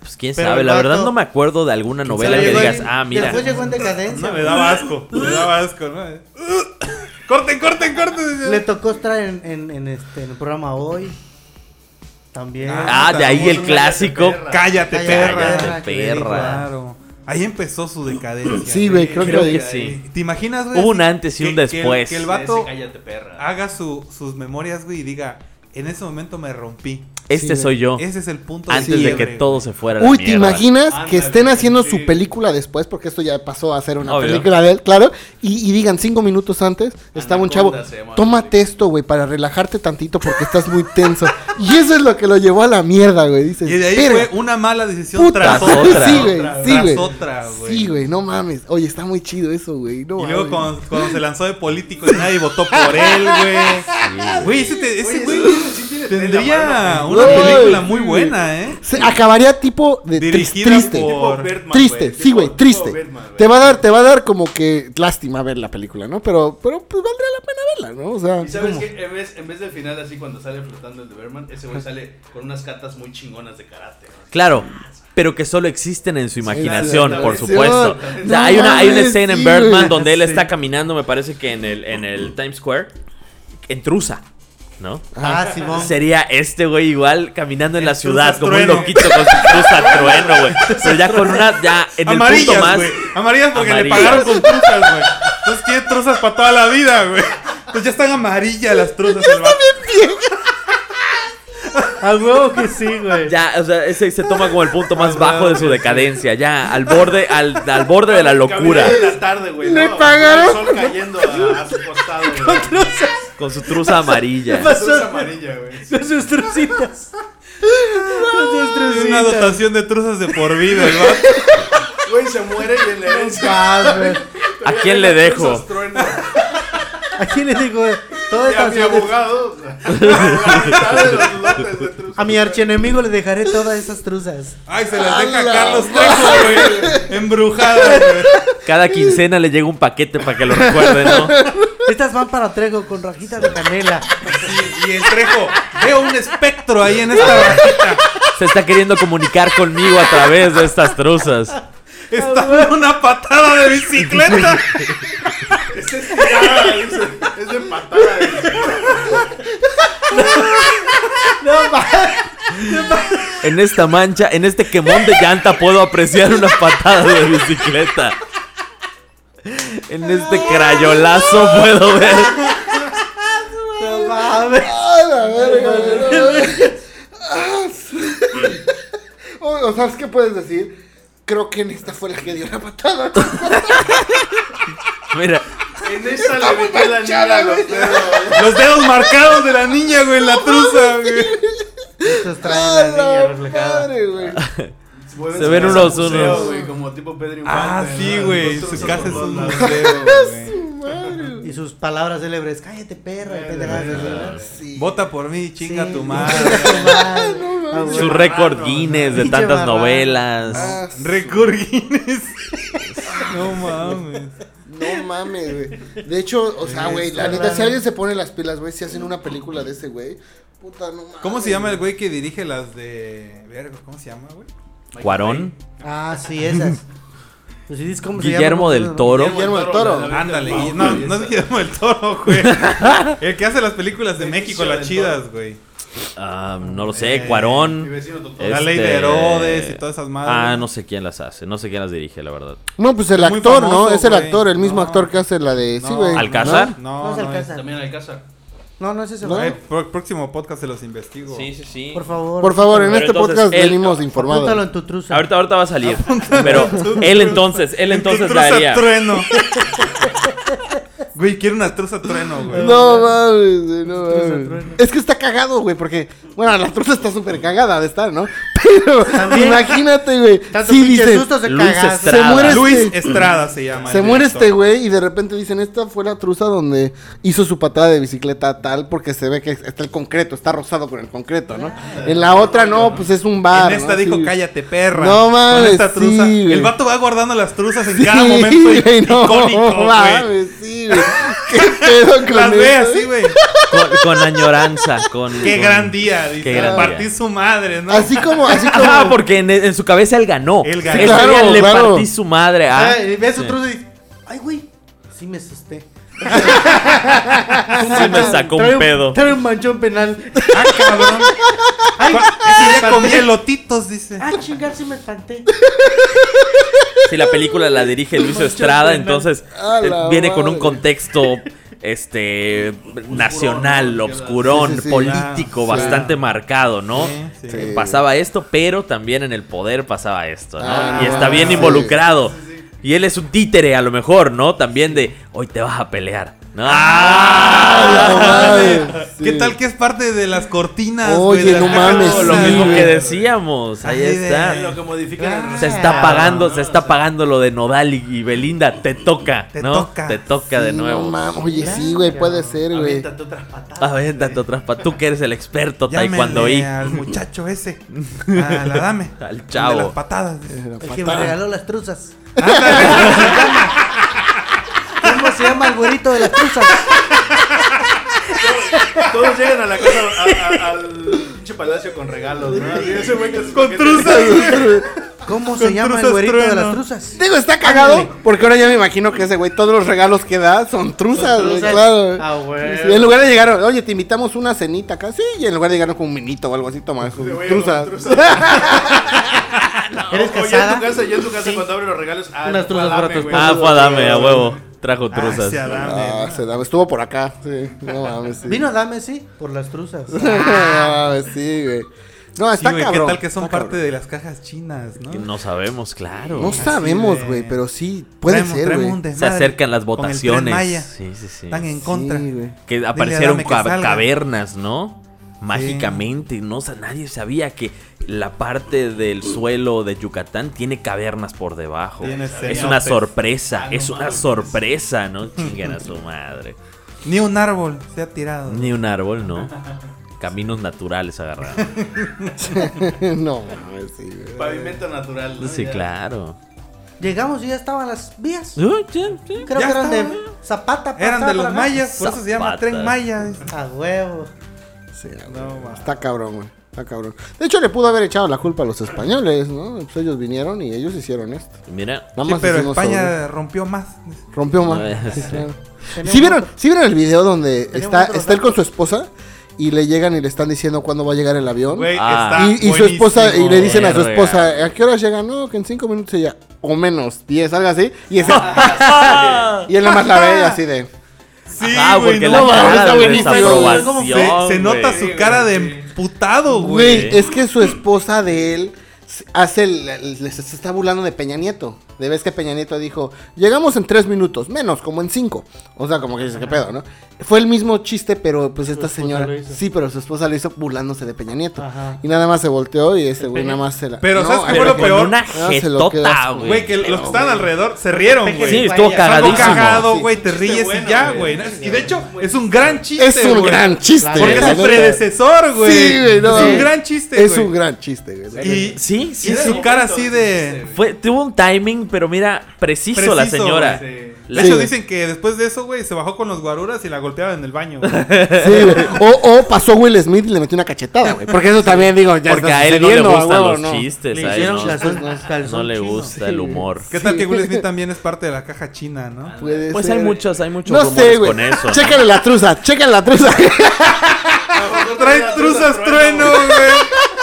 Speaker 3: Pues quién
Speaker 5: Pero
Speaker 3: sabe,
Speaker 5: el
Speaker 3: la
Speaker 5: vato-
Speaker 3: verdad no me acuerdo de alguna novela
Speaker 5: Pero
Speaker 3: que
Speaker 5: llegó en-
Speaker 3: digas, ah, mira.
Speaker 5: Después llegó en decadencia.
Speaker 1: No, me
Speaker 5: güey.
Speaker 1: daba asco. Me daba asco, ¿no? corten, corten, corten.
Speaker 5: Le tocó estar en, en, en este, en el programa hoy. También.
Speaker 3: Ah, de ahí el
Speaker 4: Una
Speaker 3: clásico.
Speaker 4: perra.
Speaker 1: Cállate,
Speaker 5: Cállate,
Speaker 1: perra.
Speaker 3: perra, que le dijo, perra.
Speaker 1: Claro. Ahí empezó su decadencia.
Speaker 2: Sí, güey, creo,
Speaker 3: Creo
Speaker 2: que,
Speaker 3: que sí.
Speaker 1: ¿Te imaginas, güey?
Speaker 3: Hubo un
Speaker 1: así
Speaker 3: antes y un
Speaker 1: que-
Speaker 3: después.
Speaker 1: Que el, que el
Speaker 4: Ese
Speaker 1: vato Ah,
Speaker 4: cállate perra.
Speaker 1: haga su- sus memorias, güey, y diga, en ese momento me rompí.
Speaker 3: Este
Speaker 2: Sí,
Speaker 3: soy yo.
Speaker 1: Ese es el punto
Speaker 3: Antes
Speaker 2: sí,
Speaker 3: de que
Speaker 1: quiebre,
Speaker 3: todo se fuera. a la
Speaker 2: Uy, ¿te
Speaker 3: mierda.
Speaker 2: imaginas
Speaker 4: Ándale,
Speaker 2: que estén haciendo
Speaker 4: sí.
Speaker 2: su película después? Porque esto ya pasó a ser una
Speaker 3: Obvio.
Speaker 2: película de él, claro. Y, y digan, cinco minutos antes, estaba un chavo.
Speaker 4: Anaconda se llamaba la
Speaker 2: Tómate
Speaker 4: película".
Speaker 2: esto, güey, para relajarte tantito porque estás muy tenso. y eso es lo que lo llevó a la mierda, güey. Dices,
Speaker 1: Y de ahí
Speaker 2: "Verga".
Speaker 1: fue una mala decisión
Speaker 2: Puta,
Speaker 1: tras
Speaker 3: sí,
Speaker 1: otra.
Speaker 3: sí,
Speaker 2: güey,
Speaker 1: otra,
Speaker 2: sí,
Speaker 1: tras
Speaker 2: güey.
Speaker 1: otra, güey.
Speaker 2: Sí, güey, no mames. Oye, está muy chido eso, güey. No
Speaker 1: Y luego
Speaker 2: mames.
Speaker 1: cuando, cuando se lanzó de político y nadie votó por él, güey. Güey, ese, te- ese güey tendría una
Speaker 2: güey.
Speaker 1: película muy
Speaker 2: Sí,
Speaker 1: buena, ¿eh?
Speaker 2: Se acabaría tipo de tris-
Speaker 1: Dirigida
Speaker 2: triste.
Speaker 1: por-
Speaker 4: Tipo Birdman,
Speaker 2: Triste,
Speaker 4: güey,
Speaker 2: sí,
Speaker 4: tipo-
Speaker 2: güey,
Speaker 4: tipo
Speaker 2: triste.
Speaker 4: Birdman, güey.
Speaker 2: te va a dar, te va a dar como que lástima ver la película, ¿no? Pero, pero pues valdría la pena verla, ¿no? O sea,
Speaker 4: Y sabes
Speaker 2: ¿cómo?
Speaker 4: que en vez, en vez del final así cuando sale flotando el de Berman, ese güey sale con unas catas muy chingonas de karate. ¿no?
Speaker 3: Claro, pero que solo existen en su imaginación,
Speaker 4: claro,
Speaker 3: por
Speaker 4: claro.
Speaker 3: supuesto.
Speaker 4: No
Speaker 3: O sea, hay, una, hay una
Speaker 2: mames,
Speaker 3: escena en
Speaker 2: sí,
Speaker 3: Birdman
Speaker 2: güey.
Speaker 3: donde él
Speaker 1: Sí.
Speaker 3: está caminando, me parece que en el, en el Times Square, en Trusa, ¿no?
Speaker 5: Ah, Simón.
Speaker 3: Sería este güey igual caminando en la
Speaker 1: truzas
Speaker 3: ciudad como
Speaker 1: trueno.
Speaker 3: un loquito con su trusa trueno, güey. Pero ya con una, ya en el punto
Speaker 1: Amarillas,
Speaker 3: más.
Speaker 1: güey. Amarillas porque
Speaker 3: Amarillas.
Speaker 1: le pagaron con truzas, güey. Entonces tiene truzas para toda la vida, güey. Entonces ya están amarillas las truzas. el vato.
Speaker 6: A huevo que sí, güey.
Speaker 3: Ya, o sea, ese se toma como el punto más
Speaker 1: Ah,
Speaker 3: bajo de su decadencia, ya al borde, al, al borde de la locura,
Speaker 4: Caminando en la tarde, güey.
Speaker 2: Le
Speaker 4: ¿no?
Speaker 2: pagaron.
Speaker 4: El sol cayendo a, a su costado, güey.
Speaker 3: con su trusa amarilla.
Speaker 4: Luz amarilla, güey.
Speaker 6: Con sus trucitas. Con sus
Speaker 1: Tiene una
Speaker 6: trucitas.
Speaker 1: dotación de truzas de por vida, el vato.
Speaker 4: Güey, se muere y en la herencia.
Speaker 3: ¿A quién le dejo?
Speaker 4: Esos truenos.
Speaker 5: ¿A quién le digo? eh? Toda
Speaker 4: Y
Speaker 5: esta
Speaker 4: a mi abogado. la mitad de los lotes de truza.
Speaker 5: A mi archienemigo le dejaré todas esas truzas.
Speaker 1: Ay, se las deja Carlos Trejo, güey. Embrujadas, güey.
Speaker 3: Cada quincena le llega un paquete para que lo recuerden, ¿no?
Speaker 5: Estas van para Trego con rajitas de canela.
Speaker 1: Y, y el Trejo, veo un espectro ahí en esta bajita.
Speaker 3: Se está queriendo comunicar conmigo a través de estas truzas.
Speaker 1: Está dando una patada de bicicleta.
Speaker 4: Es estirada, dice. Es de patada. dice.
Speaker 3: En esta mancha, en este quemón de llanta puedo apreciar una patada de bicicleta. En este crayolazo puedo ver.
Speaker 5: No mames.
Speaker 2: Ay, la verga, güey, no mames. Ah, sí. o, o sabes qué puedes decir. Creo que en esta fue la que dio la patada.
Speaker 3: Mira,
Speaker 4: En esa le metió la niña
Speaker 2: manchada,
Speaker 4: los
Speaker 2: güey.
Speaker 4: dedos.
Speaker 1: Los dedos marcados de la niña, güey, en la truza, güey.
Speaker 5: Estos
Speaker 2: Ay,
Speaker 5: traen la niña
Speaker 2: Ah, la
Speaker 5: reflejada.
Speaker 2: madre, güey.
Speaker 4: Vuelven
Speaker 3: Se
Speaker 4: su
Speaker 3: ven
Speaker 4: casa
Speaker 3: unos-
Speaker 4: a museo,
Speaker 3: unos-
Speaker 4: güey, como tipo Pedro Infante.
Speaker 1: Ah, sí,
Speaker 4: ¿no?
Speaker 1: güey.
Speaker 4: Los
Speaker 1: Su
Speaker 4: trozos
Speaker 1: casa es
Speaker 4: por
Speaker 1: un
Speaker 4: los lados.
Speaker 1: museo, güey.
Speaker 5: Y sus palabras célebres. Cállate, perra. y pendejadas así, ¿no?
Speaker 2: Sí.
Speaker 1: Vota por mí, chinga
Speaker 5: Sí,
Speaker 1: tu madre.
Speaker 5: chinga tu madre. Ah, güey.
Speaker 3: su récord Guinness de tantas novelas.
Speaker 2: Ah,
Speaker 1: Record Guinness. No mames.
Speaker 2: No mames, güey. De hecho, o sea, güey, la neta, si alguien se pone las pilas, güey, si hacen una película de ese güey, puta, no mames.
Speaker 1: ¿Cómo se llama el güey que dirige las de. Verga, ¿cómo se llama, güey?
Speaker 3: Cuarón,
Speaker 5: Ah, sí, esas. Pues, ¿sí dices cómo se
Speaker 3: Guillermo
Speaker 5: llama?
Speaker 3: del Toro.
Speaker 2: Guillermo del Toro.
Speaker 4: la- la-
Speaker 1: Ándale,
Speaker 4: la-
Speaker 1: Gui- no, no es Guillermo del Toro, güey. El que hace las películas de
Speaker 4: Benicio
Speaker 1: México, las
Speaker 4: del
Speaker 1: chidas,
Speaker 4: Toro.
Speaker 1: güey.
Speaker 3: ah, no lo sé, Cuarón.
Speaker 4: Mi vecino Totó.
Speaker 1: La ley de Herodes y todas esas madres.
Speaker 3: Este, Ah, no sé quién las hace, no sé quién las dirige, la verdad.
Speaker 2: No, pues el
Speaker 1: Muy
Speaker 2: actor, ¿no?
Speaker 1: famoso,
Speaker 2: Es el
Speaker 1: güey.
Speaker 2: actor, el mismo
Speaker 1: No.
Speaker 2: actor que hace la de. Sí,
Speaker 1: No.
Speaker 2: güey.
Speaker 3: ¿Alcázar?
Speaker 1: No,
Speaker 5: No se
Speaker 1: no es.
Speaker 5: alcanza.
Speaker 4: También Alcázar.
Speaker 5: No, no es ese,
Speaker 2: No.
Speaker 5: güey.
Speaker 1: Eh, pro- próximo podcast se los investigo.
Speaker 3: sí, sí.
Speaker 5: Por favor.
Speaker 2: Por favor, en
Speaker 3: Pero
Speaker 2: este
Speaker 3: entonces
Speaker 2: podcast
Speaker 3: él-
Speaker 2: venimos
Speaker 5: Apúntalo
Speaker 2: informados.
Speaker 5: en tu truza.
Speaker 3: Ahorita, ahorita va a salir. Pero él entonces, él entonces
Speaker 1: truza
Speaker 3: daría.
Speaker 1: trueno. güey, quiero una truza trueno, güey.
Speaker 2: No mames, güey, no mames. Es que está cagado, güey, porque, bueno, la truza está súper cagada de estar, ¿no? Pero imagínate, güey.
Speaker 5: Tanto
Speaker 2: Sí,
Speaker 5: pinche
Speaker 2: dicen,
Speaker 5: susto se
Speaker 3: Luis
Speaker 5: cagas.
Speaker 3: Estrada.
Speaker 2: Se muere-
Speaker 1: Luis
Speaker 2: este-
Speaker 1: Estrada se llama.
Speaker 2: Se
Speaker 1: el
Speaker 2: muere
Speaker 1: director.
Speaker 2: este güey y de repente dicen, esta fue la truza donde hizo su patada de bicicleta tal porque se ve que está el concreto, está rozado con el concreto, ¿no? En la otra no, pues es un bar.
Speaker 1: En esta
Speaker 2: ¿no?
Speaker 1: dijo,
Speaker 2: Sí.
Speaker 1: cállate, perra.
Speaker 2: No
Speaker 1: Con
Speaker 2: mames,
Speaker 1: esta truza.
Speaker 2: sí, güey.
Speaker 1: el vato va guardando las truzas en
Speaker 2: Sí,
Speaker 1: cada momento
Speaker 2: güey, no,
Speaker 1: icónico, güey.
Speaker 2: mames, sí, güey. ¿Qué pedo con
Speaker 1: Las ve
Speaker 2: eso?
Speaker 1: así, güey.
Speaker 3: Con, con añoranza, con.
Speaker 1: Qué
Speaker 3: con-
Speaker 1: gran día, dice.
Speaker 3: Qué gran
Speaker 1: partí
Speaker 3: día.
Speaker 1: su madre, ¿no?
Speaker 2: Así como, así como.
Speaker 3: Ah, porque en, en su cabeza él ganó.
Speaker 1: Él ganó.
Speaker 3: Ese
Speaker 2: Claro,
Speaker 3: día le
Speaker 2: claro.
Speaker 3: partí su madre. ah.
Speaker 5: Ah, y ves
Speaker 3: Sí.
Speaker 5: su truza y dices, ay, güey, sí me asusté.
Speaker 3: Sí me sacó
Speaker 5: Trae
Speaker 3: un pedo.
Speaker 5: Trae un manchón penal.
Speaker 1: Ah, cabrón.
Speaker 5: Ay,
Speaker 1: Ese día comí elotitos, dice.
Speaker 5: ah, chingar, sí me espanté.
Speaker 3: Si la película la dirige Luis Estrada, entonces
Speaker 2: A la
Speaker 3: eh, viene con un
Speaker 2: madre.
Speaker 3: contexto este nacional, obscurón,
Speaker 2: Sí, sí, Ah, sí.
Speaker 3: político,
Speaker 1: Claro,
Speaker 3: bastante marcado, ¿no?
Speaker 1: Sí, sí.
Speaker 3: Eh, Pasaba esto, pero también en el poder pasaba esto, ¿no?
Speaker 2: Ah,
Speaker 3: y está bien
Speaker 2: sí.
Speaker 3: involucrado. Y él es un títere a lo mejor, ¿no? También de hoy te vas a pelear. ¿no?
Speaker 1: Ah,
Speaker 2: no
Speaker 1: mames.
Speaker 2: mames,
Speaker 1: ¿Qué
Speaker 2: sí.
Speaker 1: tal que es parte de las cortinas?
Speaker 2: Oye,
Speaker 1: güey, de las
Speaker 2: no
Speaker 1: cajas
Speaker 2: mames,
Speaker 1: de
Speaker 3: lo
Speaker 1: bolsa,
Speaker 2: sí,
Speaker 3: mismo
Speaker 1: güey?
Speaker 3: que decíamos, ahí
Speaker 1: Así de-
Speaker 3: está.
Speaker 4: Lo que modifica
Speaker 3: Se está pagando, se está pagando lo de Nodal y, y Belinda, te toca,
Speaker 1: Te
Speaker 3: ¿no?
Speaker 1: toca.
Speaker 3: Te toca de
Speaker 2: Sí, no
Speaker 3: nuevo.
Speaker 2: mames, oye, sí, güey, puede ser, güey.
Speaker 4: Aviéntate otras patadas.
Speaker 3: Avéntate otras pa- tú que eres el experto
Speaker 1: Llámenle
Speaker 3: taekwondoí.
Speaker 1: al muchacho ese. A la dame.
Speaker 3: Al chavo.
Speaker 1: De las patadas. dice.
Speaker 5: El que me regaló las truzas.
Speaker 1: Ándale.
Speaker 5: ¿Cómo se llama el güerito de las truzas?
Speaker 4: Ah. Todos llegan a la casa, a- a- al pinche palacio con regalos, ¿no? Y ese güey que se-
Speaker 1: Con
Speaker 4: que-
Speaker 1: truzas.
Speaker 5: ¿Cómo se
Speaker 1: Con
Speaker 5: llama el
Speaker 1: truzas
Speaker 5: güerito de
Speaker 1: trueno.
Speaker 5: las truzas?
Speaker 2: Digo, está cagado porque ahora ya me imagino que ese güey todos los regalos que da son truzas, güey,
Speaker 6: truzas.
Speaker 2: claro.
Speaker 6: Ah, güey.
Speaker 2: Sí, en lugar de llegar, oye, te invitamos una cenita acá, sí, y en lugar de llegar con un minito o algo así, toma sus
Speaker 4: güey,
Speaker 2: truzas.
Speaker 4: con truzas.
Speaker 6: ¿Eres
Speaker 4: Oye, en
Speaker 6: casada?
Speaker 4: tu casa, yo en tu casa cuando abre los regalos. Ah,
Speaker 6: Unas
Speaker 4: fue
Speaker 6: truzas
Speaker 4: Adame,
Speaker 6: para tus
Speaker 4: güey.
Speaker 3: Ah, fue Adame, a huevo. Trajo
Speaker 1: Ah,
Speaker 3: truzas.
Speaker 1: sí, a dame,
Speaker 2: Ah,
Speaker 1: ¿no?
Speaker 2: se da- estuvo por acá, sí, no mames, sí.
Speaker 5: Vino a dame, sí, por las truzas.
Speaker 2: Ah, no mames, sí, güey. No,
Speaker 1: Sí,
Speaker 2: está
Speaker 1: güey, ¿Qué
Speaker 2: cabrón.
Speaker 1: tal que son
Speaker 2: está
Speaker 1: parte
Speaker 2: cabrón.
Speaker 1: de las cajas chinas, no?
Speaker 3: No sabemos, claro.
Speaker 2: No sabemos,
Speaker 1: de-
Speaker 2: güey, pero sí, puede
Speaker 1: Traemos-
Speaker 2: ser,
Speaker 1: traemos
Speaker 2: güey.
Speaker 1: un
Speaker 3: Se
Speaker 1: desmadre
Speaker 3: acercan las
Speaker 1: con el Tren Maya.
Speaker 3: votaciones. Sí, sí, sí.
Speaker 1: Están en contra.
Speaker 2: Sí, güey.
Speaker 3: Que
Speaker 1: a
Speaker 3: aparecieron
Speaker 1: Dame que
Speaker 3: ca-
Speaker 1: salga.
Speaker 3: cavernas, ¿no? Mágicamente, no sa- nadie sabía que la parte del suelo de Yucatán tiene cavernas por debajo.
Speaker 1: Tiene
Speaker 3: Es
Speaker 1: cenotes.
Speaker 3: una sorpresa,
Speaker 4: Ah, no
Speaker 3: es una
Speaker 4: mames.
Speaker 3: sorpresa, ¿no? Chingan a su madre.
Speaker 1: Ni un árbol se ha tirado.
Speaker 3: Ni un árbol, ¿no? Caminos naturales agarrados.
Speaker 2: no mames, sí, güey.
Speaker 4: Pavimento natural. ¿no?
Speaker 3: Sí,
Speaker 4: Ah, Ya.
Speaker 3: claro.
Speaker 5: Llegamos y ya estaban las vías.
Speaker 3: Uh, sí, sí.
Speaker 5: Creo
Speaker 1: Ya
Speaker 5: que eran
Speaker 1: estaba.
Speaker 5: de Zapata. para
Speaker 1: Eran de
Speaker 5: acá, para
Speaker 1: los
Speaker 5: acá.
Speaker 1: mayas, por eso se llama
Speaker 3: Zapata.
Speaker 1: tren maya.
Speaker 5: A huevo.
Speaker 2: Sí, güey.
Speaker 1: No, ma.
Speaker 2: Está cabrón, güey. Está cabrón. De hecho, le pudo haber echado la culpa a los españoles, ¿no? Pues ellos vinieron y ellos hicieron esto.
Speaker 3: Mira,
Speaker 2: Nada
Speaker 1: Sí,
Speaker 2: más
Speaker 1: pero
Speaker 2: hicimos
Speaker 1: España
Speaker 2: sobre-
Speaker 1: rompió más.
Speaker 2: rompió más.
Speaker 3: No,
Speaker 2: Sí,
Speaker 3: sí.
Speaker 2: claro.
Speaker 5: Tenemos
Speaker 2: ¿Sí vieron,
Speaker 5: otro.
Speaker 2: sí vieron el video donde está,
Speaker 5: otro
Speaker 2: está él con su esposa y le llegan y le están diciendo cuándo va a llegar el avión?
Speaker 1: Güey,
Speaker 3: Ah.
Speaker 1: está
Speaker 2: y, y su esposa, y
Speaker 1: buenísimo.
Speaker 2: le dicen a su
Speaker 3: Verga.
Speaker 2: esposa, ¿a qué hora llega? No, que en cinco minutos ella, o menos, diez, algo así. Y, ese, y él nada más la ve y así de.
Speaker 1: Sí,
Speaker 3: ah,
Speaker 1: güey,
Speaker 3: porque
Speaker 1: no
Speaker 3: la
Speaker 1: mames.
Speaker 2: mames,
Speaker 3: cara
Speaker 2: está
Speaker 3: de
Speaker 2: buenísimo.
Speaker 3: desaprobación,
Speaker 1: Se, se
Speaker 3: güey.
Speaker 1: nota su cara de emputado, güey.
Speaker 2: Güey, es que su esposa de él se- hace el- el- les- se está burlando de Peña Nieto. De vez que Peña Nieto dijo, llegamos en tres minutos, menos, como en cinco. O sea, como que dice, ¿qué pedo, no? Fue el mismo chiste, pero pues esta
Speaker 6: esposa
Speaker 2: señora.
Speaker 6: lo hizo.
Speaker 2: Sí, pero su esposa lo hizo burlándose de Peña Nieto.
Speaker 6: Ajá.
Speaker 2: Y nada más se volteó y ese güey nada más se la.
Speaker 1: Pero, ¿sabes qué
Speaker 2: ay,
Speaker 1: fue
Speaker 3: Pero
Speaker 1: lo
Speaker 2: güey.
Speaker 3: con
Speaker 1: peor.
Speaker 3: una
Speaker 2: Ah, se lo
Speaker 3: jetota,
Speaker 2: quedas,
Speaker 3: güey.
Speaker 1: Güey, que los que estaban alrededor se rieron, güey.
Speaker 3: Sí,
Speaker 1: Es
Speaker 3: estuvo
Speaker 1: algo
Speaker 3: cagadísimo.
Speaker 1: cagado,
Speaker 2: Sí.
Speaker 1: güey, te ríes
Speaker 4: bueno,
Speaker 1: y ya,
Speaker 4: güey.
Speaker 1: güey. Y de hecho, es un gran chiste,
Speaker 2: Es un
Speaker 1: güey.
Speaker 2: gran chiste.
Speaker 1: Porque es
Speaker 2: la
Speaker 1: su
Speaker 2: neta.
Speaker 1: predecesor, güey.
Speaker 2: Sí, güey, no,
Speaker 1: Es un
Speaker 2: güey.
Speaker 1: gran chiste,
Speaker 2: Es
Speaker 1: güey.
Speaker 2: un gran chiste, güey.
Speaker 1: Y,
Speaker 3: Sí,
Speaker 1: y
Speaker 3: sí,
Speaker 4: Era
Speaker 1: su
Speaker 3: sí.
Speaker 4: el
Speaker 1: cara
Speaker 4: momento
Speaker 1: así
Speaker 4: donde
Speaker 1: de-
Speaker 4: dijiste, güey.
Speaker 3: Fue, tuvo un timing, pero mira, preciso, la
Speaker 1: Preciso,
Speaker 3: señora.
Speaker 4: güey, sí.
Speaker 1: de
Speaker 3: La-
Speaker 2: Sí,
Speaker 1: hecho,
Speaker 2: güey.
Speaker 1: dicen que después de eso, güey, se bajó con los guaruras y la golpeaban en el baño. güey.
Speaker 2: Sí, güey. O, o pasó Will Smith y le metió una cachetada, güey. Porque eso también, digo, ya
Speaker 3: porque
Speaker 2: está
Speaker 3: a él no le
Speaker 2: sucediendo, a
Speaker 3: gustan
Speaker 2: huevo,
Speaker 3: los
Speaker 2: no.
Speaker 3: chistes, a
Speaker 5: Le
Speaker 3: él
Speaker 5: hicieron
Speaker 3: no,
Speaker 5: calzón-
Speaker 3: no
Speaker 5: calzón
Speaker 3: le
Speaker 5: chino.
Speaker 3: gusta el humor.
Speaker 1: ¿Qué tal que Will Smith también es parte de la caja china, no?
Speaker 2: Puede
Speaker 3: Pues
Speaker 2: ser,
Speaker 3: hay
Speaker 2: güey.
Speaker 3: muchos, hay muchos
Speaker 2: No sé,
Speaker 3: rumores
Speaker 2: güey.
Speaker 3: con eso.
Speaker 2: Chécale la truza, chécale la truza.
Speaker 1: Trae truzas trueno, güey.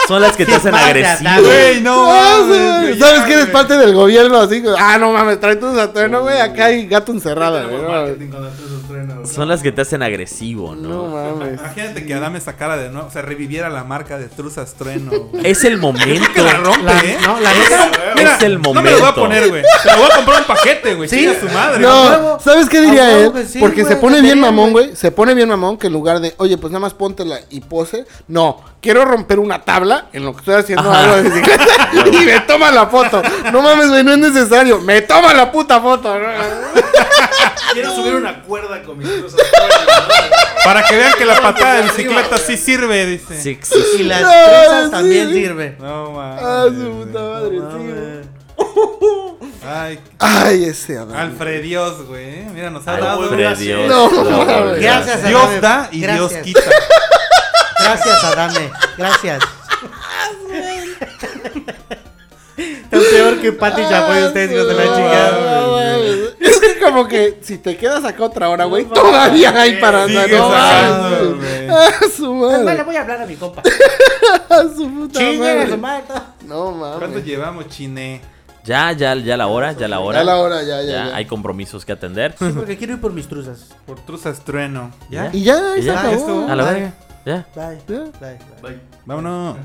Speaker 3: Son las que te hacen
Speaker 6: Pasa,
Speaker 3: agresivo.
Speaker 6: dale.
Speaker 1: Ah, Güey, no mames, güey,
Speaker 2: ¿Sabes
Speaker 1: ya,
Speaker 2: que eres
Speaker 1: güey.
Speaker 2: parte del gobierno? Así que, ah, no mames, trae tus no güey. Acá hay gato encerrada, güey.
Speaker 4: Tenemos
Speaker 2: no mames.
Speaker 4: marketing con las truzas trueno, güey.
Speaker 3: Son las que te hacen agresivo,
Speaker 2: No
Speaker 3: ¿no?
Speaker 2: mames.
Speaker 1: Ah, Imagínate que Adame sacara de nuevo, o sea, reviviera la marca de truzas trueno. güey.
Speaker 3: Es el momento.
Speaker 1: Que la rompe,
Speaker 6: La-
Speaker 1: ¿eh?
Speaker 6: no, la neta.
Speaker 1: Mira,
Speaker 3: es el
Speaker 1: No me lo voy a
Speaker 3: momento.
Speaker 1: poner, güey. Te lo voy a comprar un paquete, güey.
Speaker 5: Sí.
Speaker 1: Chinga su madre. güey.
Speaker 2: No,
Speaker 5: huevo.
Speaker 2: ¿sabes qué
Speaker 5: A
Speaker 2: diría
Speaker 5: huevo
Speaker 2: él?
Speaker 5: que sí,
Speaker 2: Porque se
Speaker 5: güey,
Speaker 2: pone
Speaker 5: que
Speaker 2: bien
Speaker 5: sí,
Speaker 2: mamón,
Speaker 5: güey.
Speaker 2: güey. Se pone bien mamón que en lugar de, oye, pues nada más póntela y pose. No, quiero romper una tabla en lo que estoy haciendo
Speaker 3: Ajá.
Speaker 2: algo de bicicleta y me toma la foto. No mames, güey, no es necesario. Me toma la puta foto. ¿no?
Speaker 4: Quiero subir una cuerda con mis truzas trueno.
Speaker 1: Para que vean que la patada de bicicleta sí sirve, dice.
Speaker 3: Sí, sí, sí.
Speaker 6: Y las
Speaker 2: No,
Speaker 6: trenzas
Speaker 2: sí.
Speaker 6: también sirven.
Speaker 1: No mames.
Speaker 2: Ah, su
Speaker 1: güey.
Speaker 2: puta madre, sí, güey.
Speaker 6: Mames.
Speaker 1: Ay,
Speaker 2: Ay, ese Adán.
Speaker 1: Alfred Dios, güey. eh. Mira, nos ha dado.
Speaker 3: Alfred, Dios.
Speaker 2: No,
Speaker 3: lo
Speaker 2: mames.
Speaker 3: volvió a
Speaker 6: Gracias,
Speaker 3: hacer.
Speaker 1: Dios da y
Speaker 6: Gracias.
Speaker 1: Dios quita.
Speaker 6: Gracias, Adame. Gracias. Está peor que Pati Chapoy ustedes hijos de
Speaker 5: Ah,
Speaker 6: la
Speaker 2: No,
Speaker 6: chingada.
Speaker 2: no, mames. Es que como que si te quedas acá otra hora, güey, todavía hay para andar.
Speaker 1: Sigue
Speaker 2: No
Speaker 1: sacando,
Speaker 2: mames.
Speaker 1: güey.
Speaker 2: Ah, su
Speaker 5: Además, le
Speaker 2: madre.
Speaker 5: voy a hablar a mi compa.
Speaker 2: Ah, su puta
Speaker 5: Chinguen a su
Speaker 2: madre.
Speaker 5: madre.
Speaker 2: No mames.
Speaker 1: ¿Cuánto llevamos, Chine?
Speaker 3: Ya, ya, ya la hora, ya la hora.
Speaker 2: Ya la hora, ya, ya,
Speaker 3: Ya,
Speaker 2: ya.
Speaker 3: hay compromisos que atender.
Speaker 5: Sí, porque quiero ir por mis truzas.
Speaker 1: Por truzas trueno.
Speaker 3: ¿Ya?
Speaker 2: Y ya, ahí
Speaker 3: Y
Speaker 2: se
Speaker 3: ya,
Speaker 2: acabó.
Speaker 1: estuvo.
Speaker 3: A la verga. Ya.
Speaker 5: Bye.
Speaker 2: Ya.
Speaker 5: Bye. bye.
Speaker 4: Bye.
Speaker 1: Vámonos.